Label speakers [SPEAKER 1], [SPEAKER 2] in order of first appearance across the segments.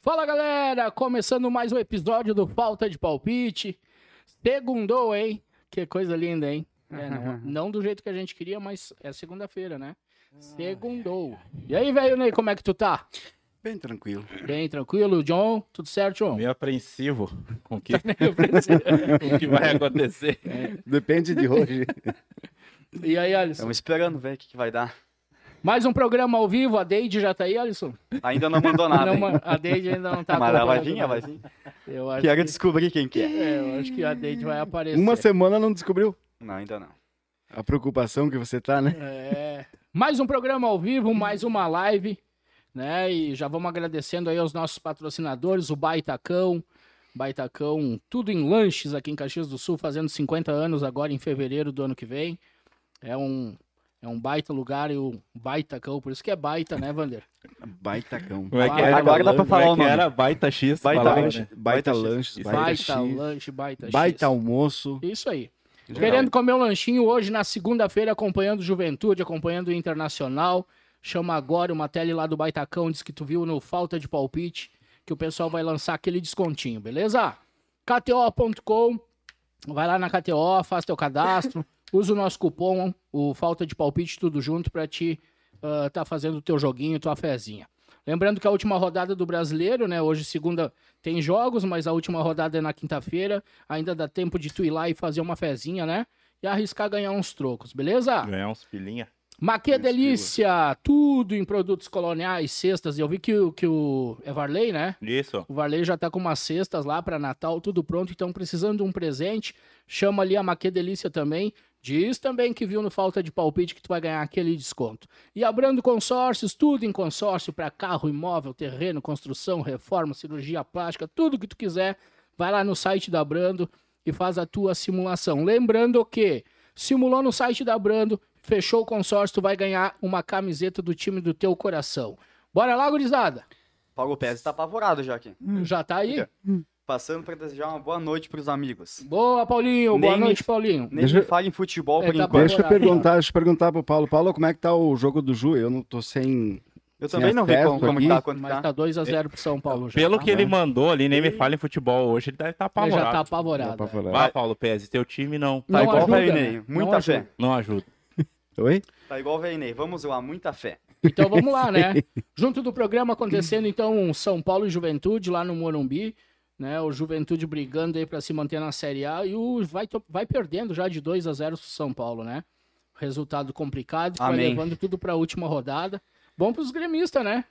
[SPEAKER 1] Fala galera, começando mais um episódio do Falta de Palpite. Segundou, hein? Que coisa linda, hein? É, não, não do jeito que a gente queria, mas é segunda-feira, né? Segundou. E aí, velho Ney, como é que tu tá?
[SPEAKER 2] Bem tranquilo.
[SPEAKER 1] Bem, tranquilo, John? Tudo certo, John?
[SPEAKER 3] Meio apreensivo com o que, com o que vai acontecer.
[SPEAKER 2] Depende de hoje.
[SPEAKER 1] E aí, Alisson?
[SPEAKER 4] Estamos esperando ver o que, que vai dar.
[SPEAKER 1] Mais um programa ao vivo, a Deide já tá aí, Alisson?
[SPEAKER 4] Ainda não mandou nada.
[SPEAKER 1] Não,
[SPEAKER 4] hein?
[SPEAKER 1] ma- a Deide ainda não tá
[SPEAKER 4] Mas ela vai
[SPEAKER 1] acompanhando
[SPEAKER 4] vir, ela vai
[SPEAKER 1] nada.
[SPEAKER 4] vir.
[SPEAKER 1] Eu acho
[SPEAKER 4] Quero
[SPEAKER 1] que...
[SPEAKER 4] descobrir quem que é.
[SPEAKER 1] É, eu acho que a Deide vai aparecer.
[SPEAKER 2] Uma semana não descobriu
[SPEAKER 4] Não, ainda não.
[SPEAKER 2] a preocupação que você tá, né?
[SPEAKER 1] É. Mais um programa ao vivo, mais uma live, né? E já vamos agradecendo aí aos nossos patrocinadores, o Baitacão, Baitacão, tudo em lanches aqui em Caxias do Sul, fazendo 50 anos agora em fevereiro do ano que vem. É um é um baita lugar e o Baitacão, por isso que é baita, né, Vander?
[SPEAKER 2] Baitacão.
[SPEAKER 3] Como é que
[SPEAKER 1] Agora
[SPEAKER 3] era?
[SPEAKER 4] dá pra
[SPEAKER 3] Como é
[SPEAKER 4] falar
[SPEAKER 3] que
[SPEAKER 4] o nome.
[SPEAKER 3] Era baita X.
[SPEAKER 4] Baita
[SPEAKER 3] falava,
[SPEAKER 4] lanche.
[SPEAKER 3] né?
[SPEAKER 2] Baita
[SPEAKER 4] Baita
[SPEAKER 2] lanches,
[SPEAKER 3] X.
[SPEAKER 2] baita
[SPEAKER 1] Baita
[SPEAKER 2] X,
[SPEAKER 1] lanche, baita X.
[SPEAKER 2] baita um. almoço.
[SPEAKER 1] Isso aí.
[SPEAKER 4] Legal.
[SPEAKER 1] Querendo comer um lanchinho hoje na segunda-feira, acompanhando Juventude, acompanhando o Internacional. Chama agora uma tele lá do Baitacão, diz que tu viu no Falta de Palpite, que o pessoal vai lançar aquele descontinho, beleza? KTO.com, vai lá na KTO, faz teu cadastro, usa o nosso cupom, o Falta de Palpite, tudo junto, pra te ah, tá fazendo o teu joguinho, tua fezinha. Lembrando que a última rodada do brasileiro, né? Hoje, segunda, tem jogos, mas a última rodada é na quinta-feira. Ainda dá tempo de tu ir lá e fazer uma fezinha, né? E arriscar ganhar uns trocos, beleza?
[SPEAKER 3] Ganhar uns pilinha.
[SPEAKER 1] Maquê Delícia, tudo em produtos coloniais, cestas. Eu vi que, o- que o é Varley, né?
[SPEAKER 3] Isso.
[SPEAKER 1] O Varley já tá com umas cestas lá para Natal, tudo pronto. Então, precisando de um presente, chama ali a Maquê Delícia também. Diz também que viu no Falta de Palpite que tu vai ganhar aquele desconto. E abrando consórcios, tudo em consórcio para carro, imóvel, terreno, construção, reforma, cirurgia plástica, tudo que tu quiser. Vai lá no site da Brando e faz a tua simulação. Lembrando que simulou no site da Brando, fechou o consórcio, tu vai ganhar uma camiseta do time do teu coração. Bora lá, gurizada.
[SPEAKER 4] Paulo Pérez tá apavorado já aqui.
[SPEAKER 1] Já tá aí?
[SPEAKER 4] Passando pra desejar uma boa noite pros amigos.
[SPEAKER 1] Boa, Paulinho. Boa
[SPEAKER 4] Nem me-
[SPEAKER 1] noite, Paulinho.
[SPEAKER 4] Nem
[SPEAKER 2] Deixa-
[SPEAKER 4] me fale em futebol
[SPEAKER 1] É, tá
[SPEAKER 4] por enquanto.
[SPEAKER 1] apavorado.
[SPEAKER 2] Deixa eu perguntar, deixa eu perguntar pro Paulo. Paulo, como é que tá o jogo do Ju? Eu não tô sem.
[SPEAKER 4] Eu
[SPEAKER 2] Sem
[SPEAKER 4] também não vi
[SPEAKER 2] acesso
[SPEAKER 4] como, como
[SPEAKER 2] aqui.
[SPEAKER 4] que tá, quanto
[SPEAKER 1] Mas
[SPEAKER 4] tá.
[SPEAKER 1] tá 2x0 pro São Paulo já.
[SPEAKER 3] Pelo
[SPEAKER 1] tá?
[SPEAKER 3] que ele mandou ali, nem me fala em futebol hoje, ele deve estar
[SPEAKER 1] Ele já tá
[SPEAKER 3] apavorado.
[SPEAKER 1] apavorado.
[SPEAKER 2] Dá pra falar.
[SPEAKER 3] Vai, Paulo Pérez, teu time não,
[SPEAKER 1] Não
[SPEAKER 4] Tá igual o
[SPEAKER 1] ajuda,
[SPEAKER 4] Veinei.
[SPEAKER 1] né? Não
[SPEAKER 4] Muita
[SPEAKER 1] ajuda.
[SPEAKER 4] fé.
[SPEAKER 3] não ajuda.
[SPEAKER 2] Oi?
[SPEAKER 4] Tá igual o Veinei. Vamos lá, muita fé.
[SPEAKER 1] Então vamos lá, né? Junto do programa acontecendo, então, um São Paulo e Juventude lá no Morumbi. Né, o Juventude brigando aí pra se manter na Série A e o vai, to- vai perdendo já de 2 a 0 pro São Paulo, né? Resultado complicado, vai
[SPEAKER 4] Amém.
[SPEAKER 1] levando tudo pra última rodada. Bom pros gremistas, né?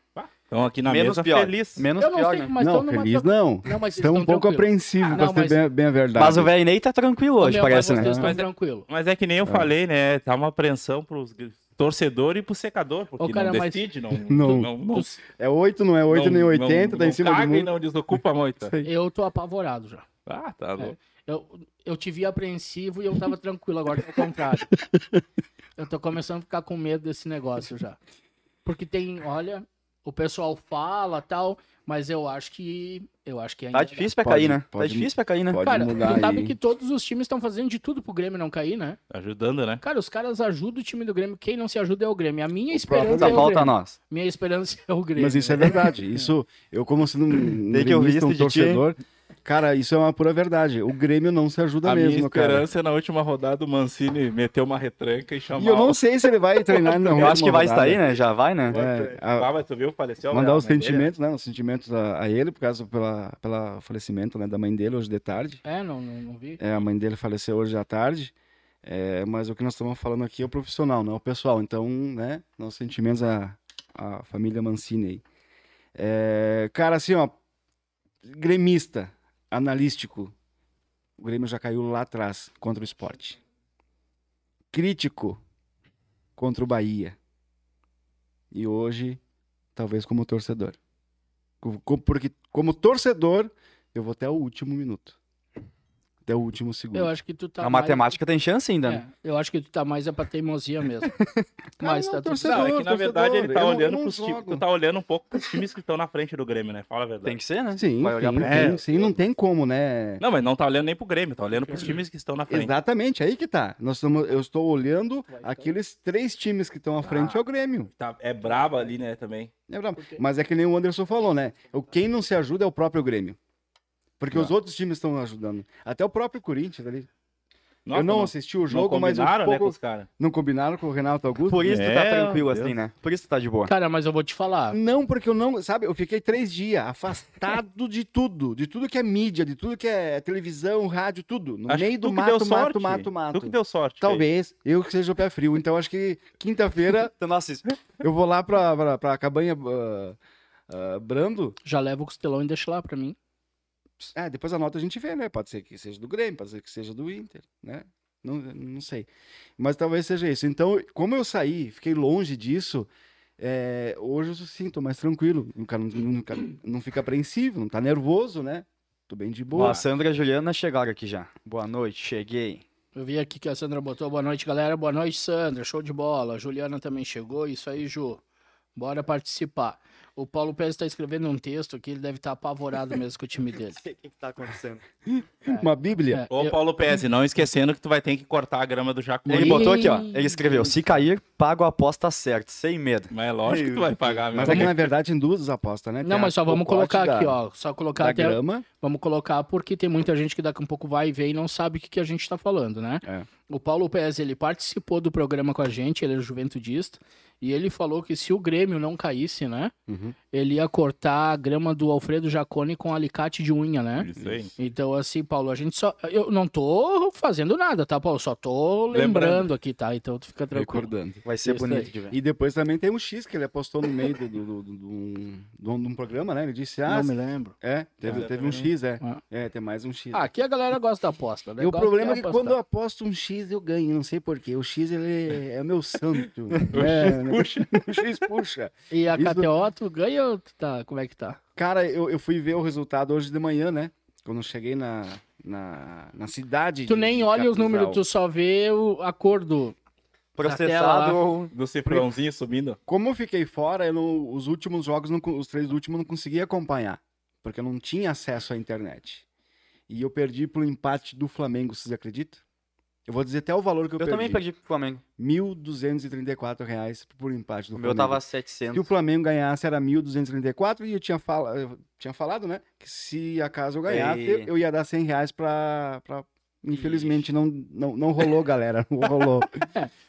[SPEAKER 3] Então aqui na
[SPEAKER 4] Menos
[SPEAKER 3] mesa
[SPEAKER 4] pior.
[SPEAKER 3] feliz.
[SPEAKER 4] Menos
[SPEAKER 1] Eu não
[SPEAKER 4] pior,
[SPEAKER 1] sei,
[SPEAKER 4] né?
[SPEAKER 1] mas tá
[SPEAKER 2] não,
[SPEAKER 1] tão numa
[SPEAKER 2] feliz
[SPEAKER 1] tran-
[SPEAKER 2] não.
[SPEAKER 1] Não, mas
[SPEAKER 2] Estão um pouco
[SPEAKER 1] tranquilos.
[SPEAKER 2] apreensivo,
[SPEAKER 1] Ah,
[SPEAKER 2] pra
[SPEAKER 1] não,
[SPEAKER 2] ser
[SPEAKER 1] mas-
[SPEAKER 2] bem, bem a verdade.
[SPEAKER 4] Mas o Veinei tá tranquilo hoje,
[SPEAKER 1] Meu,
[SPEAKER 4] parece,
[SPEAKER 1] mas
[SPEAKER 4] né?
[SPEAKER 1] vocês tão
[SPEAKER 3] Mas é-
[SPEAKER 1] tranquilo.
[SPEAKER 3] Mas é que nem eu falei, né? Tá uma apreensão pros gr- torcedor e pro secador, porque
[SPEAKER 1] Ô, cara,
[SPEAKER 3] não
[SPEAKER 1] mas-
[SPEAKER 3] decide, não,
[SPEAKER 2] Não.
[SPEAKER 3] não, não,
[SPEAKER 1] Tu-
[SPEAKER 2] É 8, não é 8 nem
[SPEAKER 3] não-
[SPEAKER 2] 80, tá
[SPEAKER 3] não
[SPEAKER 2] em cima
[SPEAKER 3] caga
[SPEAKER 2] do
[SPEAKER 3] e
[SPEAKER 2] mundo.
[SPEAKER 3] não desocupa muito.
[SPEAKER 1] Eu tô apavorado já.
[SPEAKER 3] Ah,
[SPEAKER 1] É.
[SPEAKER 3] tá louco.
[SPEAKER 1] Eu, eu te vi apreensivo e eu tava tranquilo, agora tá ao contrário. Eu tô começando a ficar com medo desse negócio já. Porque tem, olha, o pessoal fala tal, mas eu acho que. Eu acho que ainda.
[SPEAKER 4] Tá difícil pra
[SPEAKER 2] Pode-
[SPEAKER 4] cair, né? Tá
[SPEAKER 2] pode-
[SPEAKER 4] difícil pra cair, né?
[SPEAKER 2] Pode
[SPEAKER 1] Cara,
[SPEAKER 2] mudar
[SPEAKER 1] tu sabe
[SPEAKER 2] aí.
[SPEAKER 1] que todos os times estão fazendo de tudo pro Grêmio não cair, né?
[SPEAKER 3] Ajudando, né?
[SPEAKER 1] Cara, os caras ajudam o time do Grêmio. Quem não se ajuda é o Grêmio. A minha
[SPEAKER 2] próprio
[SPEAKER 1] esperança
[SPEAKER 4] Só
[SPEAKER 1] é o
[SPEAKER 4] falta
[SPEAKER 1] Grêmio.
[SPEAKER 4] nós.
[SPEAKER 1] Minha esperança é o Grêmio.
[SPEAKER 2] Mas isso é verdade. Isso, eu como sendo um, um,
[SPEAKER 4] né? Tem que ouvir
[SPEAKER 2] gremista, um
[SPEAKER 4] isso de ti, hein?
[SPEAKER 2] torcedor, cara, isso é uma pura verdade. O Grêmio não se ajuda
[SPEAKER 3] a minha
[SPEAKER 2] mesmo, cara.
[SPEAKER 3] esperança é na última rodada o Mancini meter uma retranca e chamar.
[SPEAKER 2] E eu não
[SPEAKER 3] o-
[SPEAKER 2] sei se ele vai treinar não.
[SPEAKER 4] é Eu acho que vai estar aí, né? Já vai, né?
[SPEAKER 2] É, a-
[SPEAKER 3] Ah, mas é- tu viu, faleceu. a
[SPEAKER 2] mandar
[SPEAKER 3] mãe
[SPEAKER 2] os
[SPEAKER 3] dele,
[SPEAKER 2] sentimentos, né? Os sentimentos a, a ele, por causa pela pela falecimento né, da mãe dele hoje de tarde.
[SPEAKER 1] É, não, não, não vi.
[SPEAKER 2] É, a mãe dele faleceu hoje à tarde. É, mas o que nós estamos falando aqui é o profissional, não é o pessoal. Então, né? Nossos sentimentos à, à família Mancini aí. É, cara, assim, ó. Gremista, analístico. O Grêmio já caiu lá atrás contra o esporte. Crítico contra o Bahia. E hoje, talvez como torcedor. Co- co- Porque como torcedor, eu vou até o último minuto. até o último segundo.
[SPEAKER 1] Eu acho que tu tá.
[SPEAKER 4] a
[SPEAKER 1] mais-
[SPEAKER 4] matemática tem chance ainda, né?
[SPEAKER 1] É, eu acho que tu tá mais é pra teimosia mesmo. Mas tá tudo certo.
[SPEAKER 3] Não, é que na
[SPEAKER 2] torcedor,
[SPEAKER 3] verdade ele tá
[SPEAKER 2] eu não-
[SPEAKER 3] olhando
[SPEAKER 2] não
[SPEAKER 3] pros times.
[SPEAKER 2] jogo.
[SPEAKER 3] Tu tá olhando um pouco pros times que estão na frente do Grêmio, né? Fala
[SPEAKER 1] É.
[SPEAKER 3] a verdade.
[SPEAKER 4] Tem que ser, né?
[SPEAKER 2] Sim,
[SPEAKER 4] Vai olhar
[SPEAKER 2] sim,
[SPEAKER 4] pra
[SPEAKER 2] sim,
[SPEAKER 3] É.
[SPEAKER 2] sim, não tem como, né?
[SPEAKER 3] Não, mas não tá olhando nem pro Grêmio, tá olhando pros times que estão na frente.
[SPEAKER 2] Exatamente, aí que tá. Nós estamos, eu estou olhando
[SPEAKER 1] Vai ficar.
[SPEAKER 2] aqueles três times que estão à frente
[SPEAKER 3] Ah.
[SPEAKER 2] ao Grêmio.
[SPEAKER 3] Tá- é braba ali, né, também.
[SPEAKER 2] É brabo.
[SPEAKER 1] Porque-
[SPEAKER 2] Mas é que nem o Anderson falou, né? O,
[SPEAKER 3] Tá.
[SPEAKER 2] quem não se ajuda é o próprio Grêmio. Porque
[SPEAKER 3] Ah.
[SPEAKER 2] os outros times estão ajudando. Até o próprio Corinthians ali.
[SPEAKER 3] Nossa,
[SPEAKER 2] eu não, assisti o jogo,
[SPEAKER 3] não
[SPEAKER 2] mas um
[SPEAKER 3] combinaram, né, com
[SPEAKER 2] pouco...
[SPEAKER 3] os caras.
[SPEAKER 2] não combinaram com o Renato Augusto.
[SPEAKER 4] Por isso tu tá
[SPEAKER 3] É,
[SPEAKER 4] tranquilo
[SPEAKER 3] Deus.
[SPEAKER 4] assim, né? Por isso tu tá de boa.
[SPEAKER 1] Cara, mas eu vou te falar.
[SPEAKER 2] Não, porque eu não, sabe, eu fiquei três dias afastado de tudo, de tudo que é mídia, de tudo que é televisão, rádio, tudo. No
[SPEAKER 3] Acho que
[SPEAKER 2] meio do
[SPEAKER 3] tu que deu
[SPEAKER 2] mato, mato,
[SPEAKER 3] sorte.
[SPEAKER 2] mato, mato.
[SPEAKER 3] Tu que deu sorte.
[SPEAKER 2] Talvez eu que seja o pé frio. Então acho que quinta-feira
[SPEAKER 4] Então, nossa, isso-
[SPEAKER 2] eu vou lá pra, pra, pra cabanha ah, ah, Brando.
[SPEAKER 1] Já leva o costelão e deixa lá pra mim.
[SPEAKER 2] Ah, depois a nota a gente vê, né? Pode ser que seja do Grêmio, pode ser que seja do Inter, né? Não, não sei. Mas talvez seja isso. Então, como eu saí, fiquei longe disso, é, hoje eu sinto mais tranquilo. O cara não, não, cara não fica apreensivo, não tá nervoso, né? Tô bem de boa.
[SPEAKER 4] Ó, a Sandra e a Juliana chegaram aqui já. Boa noite, cheguei.
[SPEAKER 1] Eu vi aqui que a Sandra botou boa noite, galera. Boa noite, Sandra. Show de bola. A Juliana também chegou. Isso aí, Ju. Bora participar. O Paulo Pérez tá escrevendo um texto aqui, ele deve estar apavorado mesmo com o time dele.
[SPEAKER 4] sei o que, tá acontecendo.
[SPEAKER 2] Uma bíblia.
[SPEAKER 1] É,
[SPEAKER 3] Ô,
[SPEAKER 1] eu-
[SPEAKER 3] Paulo Pérez, não esquecendo que tu vai ter que cortar a grama do Jacuí.
[SPEAKER 4] Ele botou aqui, ó. Ele escreveu: se cair, pago a aposta certa, sem medo.
[SPEAKER 3] Mas é lógico que tu vai pagar, meu.
[SPEAKER 2] Mas é que, na verdade, em duas apostas, né?
[SPEAKER 1] Não,
[SPEAKER 2] Tem
[SPEAKER 1] mas
[SPEAKER 2] a-
[SPEAKER 1] só
[SPEAKER 2] o
[SPEAKER 1] vamos
[SPEAKER 2] pote
[SPEAKER 1] colocar
[SPEAKER 2] da-
[SPEAKER 1] aqui, ó. Só colocar
[SPEAKER 2] Da
[SPEAKER 1] até.
[SPEAKER 2] grama.
[SPEAKER 1] Vamos colocar porque tem muita gente que daqui a pouco vai ver e não sabe o que, que a gente tá falando, né?
[SPEAKER 2] É.
[SPEAKER 1] O Paulo Pérez, ele participou do programa com a gente, ele é juventudista, e ele falou que se o Grêmio não caísse, né?
[SPEAKER 2] Uhum.
[SPEAKER 1] Ele ia cortar a grama do Alfredo Jacone com alicate de unha, né?
[SPEAKER 3] Isso aí.
[SPEAKER 1] Então, assim, Paulo, a gente só. Eu não tô fazendo nada, tá, Paulo? Só tô lembrando,
[SPEAKER 3] Lembrando.
[SPEAKER 1] aqui, tá? Então tu fica tranquilo.
[SPEAKER 2] Recordando.
[SPEAKER 4] Vai ser
[SPEAKER 1] Isso
[SPEAKER 4] bonito
[SPEAKER 1] aí.
[SPEAKER 4] de ver.
[SPEAKER 2] E depois também tem um X que ele apostou no meio de do, do, do, do- do- de um programa, né? Ele disse, ah,
[SPEAKER 1] Não me lembro.
[SPEAKER 2] é, teve,
[SPEAKER 3] Ah,
[SPEAKER 2] teve um
[SPEAKER 3] também.
[SPEAKER 2] X, é.
[SPEAKER 1] Ah.
[SPEAKER 2] É, tem mais um X.
[SPEAKER 1] Ah, aqui a galera gosta da aposta, né?
[SPEAKER 2] e o
[SPEAKER 1] Gosta
[SPEAKER 2] problema é
[SPEAKER 1] de
[SPEAKER 2] que
[SPEAKER 1] apostar.
[SPEAKER 2] quando eu aposto um X, eu ganho, não sei porquê. O X, ele é o meu santo. né?
[SPEAKER 3] Puxa.
[SPEAKER 2] o X puxa.
[SPEAKER 1] E a
[SPEAKER 2] Isso-
[SPEAKER 1] KTO, tu ganha ou tu tá? Como é que tá?
[SPEAKER 2] Cara, eu, eu fui ver o resultado hoje de manhã, né? Quando eu cheguei na, na, na cidade.
[SPEAKER 1] Tu
[SPEAKER 2] de-
[SPEAKER 1] nem
[SPEAKER 2] de
[SPEAKER 1] olha os
[SPEAKER 2] Capinzal.
[SPEAKER 1] números, tu só vê o acordo. Até lá.
[SPEAKER 4] Processado ou.
[SPEAKER 3] Do cifrãozinho subindo.
[SPEAKER 2] Como eu fiquei fora, eu não- os últimos jogos, não co- os três últimos, eu não consegui acompanhar, porque eu não tinha acesso à internet. E eu perdi pro empate do Flamengo, vocês acreditam? Eu vou dizer até o valor que eu,
[SPEAKER 4] Eu também perdi pro Flamengo.
[SPEAKER 2] 1.234 reais por empate do
[SPEAKER 4] O
[SPEAKER 2] Flamengo.
[SPEAKER 4] meu tava
[SPEAKER 2] Se o
[SPEAKER 4] 700.
[SPEAKER 2] Flamengo ganhasse era 1.234 e eu tinha, fala... eu tinha falado, né, que se acaso eu
[SPEAKER 4] É.
[SPEAKER 2] ganhasse,
[SPEAKER 4] E-
[SPEAKER 2] eu ia dar 100 reais pra... pra- Infelizmente não, não, não rolou, galera, não rolou.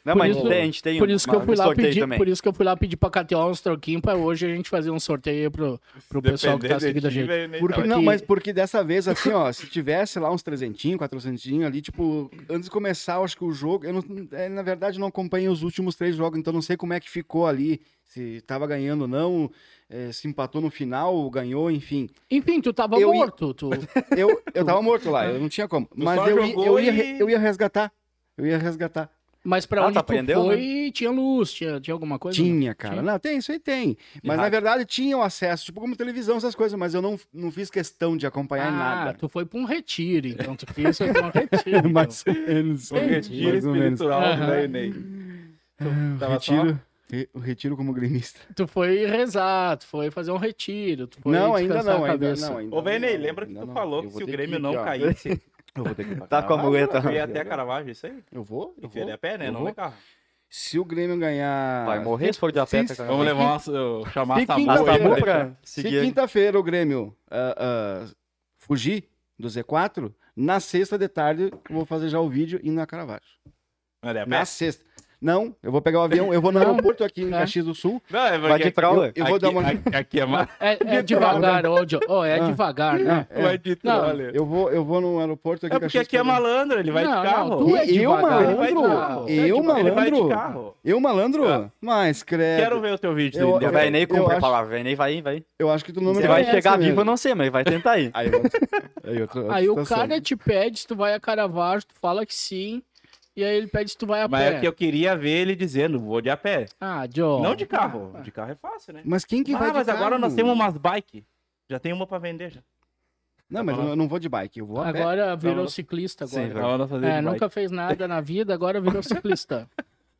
[SPEAKER 4] Não,
[SPEAKER 1] Por
[SPEAKER 4] mas
[SPEAKER 1] isso-
[SPEAKER 4] tem, a gente tem
[SPEAKER 1] Por
[SPEAKER 4] um-
[SPEAKER 1] isso que eu
[SPEAKER 4] um
[SPEAKER 1] fui lá
[SPEAKER 4] sorteio
[SPEAKER 1] pedir,
[SPEAKER 4] também.
[SPEAKER 1] por isso que eu fui lá pedir pra KTO uns troquinhos pra hoje a gente fazer um sorteio aí pro, pro pessoal que tá
[SPEAKER 3] Depender de
[SPEAKER 1] seguindo a
[SPEAKER 3] ti,
[SPEAKER 1] gente.
[SPEAKER 3] velho, nem
[SPEAKER 2] Porque,
[SPEAKER 1] Porque-
[SPEAKER 2] Não, mas porque dessa vez, assim, ó, se tivesse lá uns trezentinho, quatrocentinho ali, tipo, antes de começar, eu acho que o jogo, eu não, é, na verdade não acompanhei os últimos três jogos, então não sei como é que ficou ali, se tava ganhando ou não, eh, se empatou no final, ganhou, enfim.
[SPEAKER 1] Enfim, tu tava
[SPEAKER 2] Eu ia-
[SPEAKER 1] morto, tu.
[SPEAKER 2] Eu, eu tava morto lá, eu não tinha como, mas
[SPEAKER 3] só
[SPEAKER 2] eu, ia-
[SPEAKER 3] jogou
[SPEAKER 2] eu, ia,
[SPEAKER 3] e-
[SPEAKER 2] re- eu ia resgatar, eu ia resgatar.
[SPEAKER 1] Mas pra
[SPEAKER 4] Ah,
[SPEAKER 1] onde
[SPEAKER 4] tá,
[SPEAKER 1] tu
[SPEAKER 4] aprendeu,
[SPEAKER 1] foi, tinha luz, tinha, tinha alguma coisa? não?
[SPEAKER 2] né? Tinha, cara.
[SPEAKER 1] é, né? Tinha?
[SPEAKER 2] Não, tem, isso aí tem. Mas na
[SPEAKER 4] rádio.
[SPEAKER 2] verdade tinha o acesso, tipo como televisão, essas coisas, mas eu não, não fiz questão de acompanhar
[SPEAKER 1] Ah,
[SPEAKER 2] em nada.
[SPEAKER 1] tu foi pra um retiro, então tu quis ir pra um retiro.
[SPEAKER 2] Mais ou menos.
[SPEAKER 3] Um retiro
[SPEAKER 2] mais ou menos.
[SPEAKER 3] espiritual,
[SPEAKER 1] Aham.
[SPEAKER 3] velho, Ney.
[SPEAKER 2] Ah, o
[SPEAKER 3] Tava só-
[SPEAKER 2] retiro, re- o retiro como gremista.
[SPEAKER 1] então. Tu foi rezar, tu foi fazer um retiro, tu foi
[SPEAKER 2] não, ainda
[SPEAKER 1] descansar
[SPEAKER 2] não,
[SPEAKER 1] a
[SPEAKER 2] ainda
[SPEAKER 1] cabeça.
[SPEAKER 2] não, ainda
[SPEAKER 3] Ô, velho,
[SPEAKER 2] não,
[SPEAKER 3] Ney, lembra que
[SPEAKER 2] ainda
[SPEAKER 3] tu
[SPEAKER 2] não.
[SPEAKER 3] falou
[SPEAKER 2] Eu
[SPEAKER 3] que
[SPEAKER 2] vou
[SPEAKER 3] se o
[SPEAKER 2] ter
[SPEAKER 3] Grêmio
[SPEAKER 2] ir,
[SPEAKER 3] não
[SPEAKER 2] ó.
[SPEAKER 3] caísse,
[SPEAKER 2] Eu vou ter que ir pra
[SPEAKER 4] Tá com a
[SPEAKER 2] Caravaggio.
[SPEAKER 4] muleta.
[SPEAKER 3] tu ia até Caravaggio, isso aí?
[SPEAKER 2] Eu vou, eu
[SPEAKER 3] Tu ia
[SPEAKER 2] vou.
[SPEAKER 3] a pé, né?
[SPEAKER 2] eu
[SPEAKER 3] Não
[SPEAKER 2] vou.
[SPEAKER 3] vai carro.
[SPEAKER 2] Se o Grêmio ganhar...
[SPEAKER 4] Vai morrer se for de
[SPEAKER 2] Sim,
[SPEAKER 4] apeta,
[SPEAKER 2] sim.
[SPEAKER 4] cara.
[SPEAKER 3] Vamos levar uma... chamar
[SPEAKER 2] Se
[SPEAKER 3] a Samu.
[SPEAKER 2] quinta-feira-
[SPEAKER 3] aí,
[SPEAKER 4] Acabou
[SPEAKER 3] né?
[SPEAKER 4] pra
[SPEAKER 2] Se
[SPEAKER 4] seguir.
[SPEAKER 2] quinta-feira o Grêmio ah, ah, fugir do Z4, na sexta de tarde eu vou fazer já o vídeo e na Caravaggio.
[SPEAKER 3] Olha, a pé.
[SPEAKER 2] Na sexta. Não, eu vou pegar o avião, eu vou no
[SPEAKER 1] Não.
[SPEAKER 2] aeroporto aqui em
[SPEAKER 1] É.
[SPEAKER 2] Caxias do Sul.
[SPEAKER 3] Não, é
[SPEAKER 4] Vai de
[SPEAKER 3] porque-
[SPEAKER 4] fralda.
[SPEAKER 2] Eu vou
[SPEAKER 3] aqui-
[SPEAKER 2] dar uma...
[SPEAKER 3] aqui- Aqui é mais...
[SPEAKER 1] É, é devagar, ô, Joe. Ô, é
[SPEAKER 2] Ah.
[SPEAKER 1] devagar, né?
[SPEAKER 2] É.
[SPEAKER 3] Vai de
[SPEAKER 1] Não,
[SPEAKER 3] trolha.
[SPEAKER 2] Eu vou, eu vou no aeroporto aqui
[SPEAKER 3] É
[SPEAKER 2] em
[SPEAKER 3] porque
[SPEAKER 2] Caxias
[SPEAKER 3] aqui é
[SPEAKER 2] do Sul.
[SPEAKER 3] malandro, ele vai de
[SPEAKER 1] Não,
[SPEAKER 3] carro.
[SPEAKER 1] não, tu é
[SPEAKER 2] Eu,
[SPEAKER 1] devagar.
[SPEAKER 2] malandro?
[SPEAKER 1] Ele vai de carro.
[SPEAKER 2] Eu,
[SPEAKER 3] Ele vai de
[SPEAKER 2] malandro?
[SPEAKER 3] carro.
[SPEAKER 2] Eu, malandro?
[SPEAKER 3] Ah.
[SPEAKER 2] Mas, credo.
[SPEAKER 3] Quero ver o teu vídeo.
[SPEAKER 2] Eu-
[SPEAKER 3] do
[SPEAKER 4] O
[SPEAKER 3] Inter.
[SPEAKER 4] Véi Ney
[SPEAKER 2] eu
[SPEAKER 4] cumpre a
[SPEAKER 2] acho-
[SPEAKER 4] palavra. Véi Ney vai, ir, vai.
[SPEAKER 2] Eu acho que tu não me
[SPEAKER 4] Você vai
[SPEAKER 2] conhece
[SPEAKER 4] chegar
[SPEAKER 2] mesmo.
[SPEAKER 4] vivo, eu não sei, mas vai tentar ir.
[SPEAKER 2] Aí, eu- aí, eu tô-
[SPEAKER 1] Aí o
[SPEAKER 2] tá
[SPEAKER 1] cara
[SPEAKER 2] certo.
[SPEAKER 1] te pede se tu vai a Caravaggio, tu fala que sim, e aí ele pede se tu vai a
[SPEAKER 3] Mas
[SPEAKER 1] pé.
[SPEAKER 3] é que eu queria ver ele dizendo, vou de a pé.
[SPEAKER 1] Ah, Joe.
[SPEAKER 3] Não de carro. De carro é fácil, né?
[SPEAKER 2] Mas quem que vai
[SPEAKER 3] ah,
[SPEAKER 2] de
[SPEAKER 3] mas agora
[SPEAKER 2] carro?
[SPEAKER 3] nós temos umas bike. Já tem uma pra vender já.
[SPEAKER 2] Não, mas eu, eu não vou de bike, eu vou a pé.
[SPEAKER 1] Agora virou
[SPEAKER 3] não.
[SPEAKER 1] ciclista
[SPEAKER 4] Sim,
[SPEAKER 1] agora.
[SPEAKER 4] vai.
[SPEAKER 3] Tava na fazenda
[SPEAKER 1] é,
[SPEAKER 3] de bike.
[SPEAKER 1] nunca fez nada na vida, agora virou ciclista.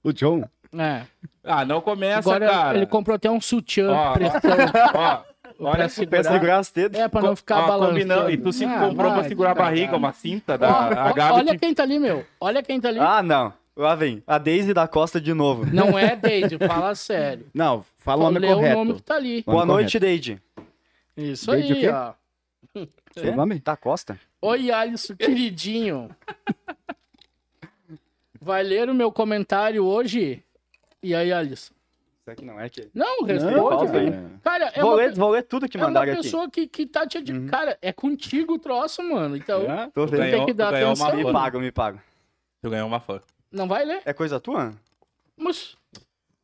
[SPEAKER 2] O John,
[SPEAKER 1] É.
[SPEAKER 3] Ah, não começa,
[SPEAKER 1] agora
[SPEAKER 3] cara.
[SPEAKER 1] ele comprou até um sutiã
[SPEAKER 3] Ó, ó.
[SPEAKER 1] pressão
[SPEAKER 3] Ó, olha
[SPEAKER 1] pra
[SPEAKER 3] se
[SPEAKER 4] Pra
[SPEAKER 1] segurar.
[SPEAKER 4] segurar as tetas.
[SPEAKER 1] É, pra não ficar
[SPEAKER 3] ó,
[SPEAKER 1] balançando.
[SPEAKER 3] combinando. E tu se
[SPEAKER 1] Ah,
[SPEAKER 3] comprou
[SPEAKER 1] vai,
[SPEAKER 3] pra segurar a
[SPEAKER 1] cagar.
[SPEAKER 3] barriga, uma cinta da
[SPEAKER 1] Ó,
[SPEAKER 3] a
[SPEAKER 1] ó,
[SPEAKER 3] Gabi
[SPEAKER 1] olha
[SPEAKER 3] te-
[SPEAKER 1] quem tá ali, meu. Olha quem tá ali.
[SPEAKER 4] Ah, não. Lá vem. A Daisy da Costa de novo.
[SPEAKER 1] Não é Deide, fala sério.
[SPEAKER 2] não, fala o
[SPEAKER 1] Falei
[SPEAKER 2] nome
[SPEAKER 1] o
[SPEAKER 2] correto.
[SPEAKER 1] nome que tá ali.
[SPEAKER 2] Nome
[SPEAKER 4] Boa noite, Deide.
[SPEAKER 1] Isso
[SPEAKER 2] Deide o
[SPEAKER 1] aí,
[SPEAKER 2] quê?
[SPEAKER 1] ó.
[SPEAKER 2] Seu nome?
[SPEAKER 4] Da Costa?
[SPEAKER 1] Oi, Alisson, queridinho. Vai ler o meu comentário hoje? E aí, Alisson?
[SPEAKER 4] Será que não é que...
[SPEAKER 1] Não,
[SPEAKER 2] Não,
[SPEAKER 1] responde.
[SPEAKER 4] pausa aí.
[SPEAKER 1] velho.
[SPEAKER 2] cara.
[SPEAKER 1] cara, é
[SPEAKER 4] vou,
[SPEAKER 1] uma,
[SPEAKER 4] ler, vou ler tudo que
[SPEAKER 1] é uma
[SPEAKER 4] mandaram aqui.
[SPEAKER 1] pessoa que, que tá te... Uhum. Cara, é contigo o troço, mano. Então,
[SPEAKER 2] É?
[SPEAKER 4] Tô
[SPEAKER 1] tem
[SPEAKER 4] vendo.
[SPEAKER 3] Ganhou-
[SPEAKER 1] que dar
[SPEAKER 3] tu ganhou uma
[SPEAKER 1] atenção.
[SPEAKER 4] Me
[SPEAKER 3] fã.
[SPEAKER 4] paga, me paga.
[SPEAKER 3] Tu ganhou uma fã.
[SPEAKER 1] não vai ler?
[SPEAKER 4] É coisa tua?
[SPEAKER 1] Mas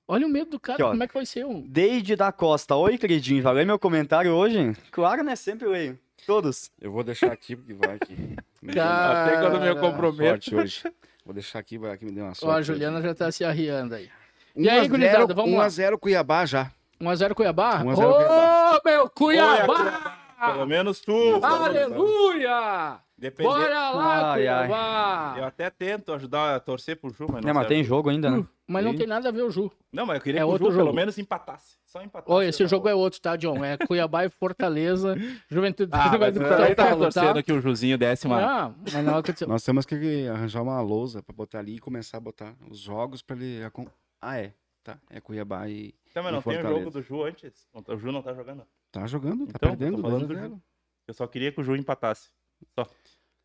[SPEAKER 1] olha o medo do cara,
[SPEAKER 4] Aqui, ó.
[SPEAKER 1] como é que vai ser um...
[SPEAKER 4] Deide da Costa. Oi, queridinho. Vai ler meu comentário hoje? Claro, né? Sempre leio. Todos.
[SPEAKER 2] Eu vou deixar aqui, porque vai que... me deu uma
[SPEAKER 1] Cara,
[SPEAKER 3] Até quando eu me comprometo.
[SPEAKER 2] sorte hoje. Vou deixar aqui, vai que me deu uma sorte. Um
[SPEAKER 1] Ó, a Juliana já tá se arriando aí. E aí, gurizada, vamos lá.
[SPEAKER 2] 1x0 Cuiabá já.
[SPEAKER 1] 1x0 Cuiabá?
[SPEAKER 2] 1
[SPEAKER 1] Ô,
[SPEAKER 2] a 0 Cuiabá.
[SPEAKER 1] meu
[SPEAKER 3] Olha,
[SPEAKER 1] Cuiabá!
[SPEAKER 3] Cuiabá. Pelo menos tu.
[SPEAKER 1] Aleluia!
[SPEAKER 3] Depende-
[SPEAKER 1] Bora lá,
[SPEAKER 4] Ai, ai.
[SPEAKER 1] Cuiabá!
[SPEAKER 3] Eu até tento ajudar a torcer pro Ju, mas não.
[SPEAKER 4] Né, mas
[SPEAKER 3] serve.
[SPEAKER 4] tem jogo ainda, né?
[SPEAKER 1] Mas não
[SPEAKER 4] E-
[SPEAKER 1] tem nada a ver o Ju.
[SPEAKER 3] Não, mas eu queria
[SPEAKER 1] É
[SPEAKER 3] que o Ju
[SPEAKER 1] outro
[SPEAKER 3] pelo
[SPEAKER 1] jogo.
[SPEAKER 3] menos empatasse. Só empatasse.
[SPEAKER 1] Ô, esse jogo é outro, tá, John? É Cuiabá e Fortaleza. Juventude
[SPEAKER 3] Ah,
[SPEAKER 1] vai
[SPEAKER 3] mas
[SPEAKER 1] do
[SPEAKER 3] eu também tava
[SPEAKER 1] Fortaleza,
[SPEAKER 3] torcendo
[SPEAKER 1] tá?
[SPEAKER 3] que o Juzinho desse uma.
[SPEAKER 1] Não, mas não aconteceu.
[SPEAKER 2] Nós temos que arranjar uma lousa pra botar ali e começar a botar os jogos pra ele... acom- Ah, é. Tá, é Cuiabá e...
[SPEAKER 3] Não, Então, mas
[SPEAKER 2] em
[SPEAKER 3] não tem o
[SPEAKER 2] Fortaleza.
[SPEAKER 3] jogo do Ju antes. O Ju não tá jogando.
[SPEAKER 2] Tá jogando, tá
[SPEAKER 3] Então,
[SPEAKER 2] perdendo.
[SPEAKER 3] tô falando do
[SPEAKER 2] 2 a 0.
[SPEAKER 3] jogo. Eu só queria que o Ju empatasse.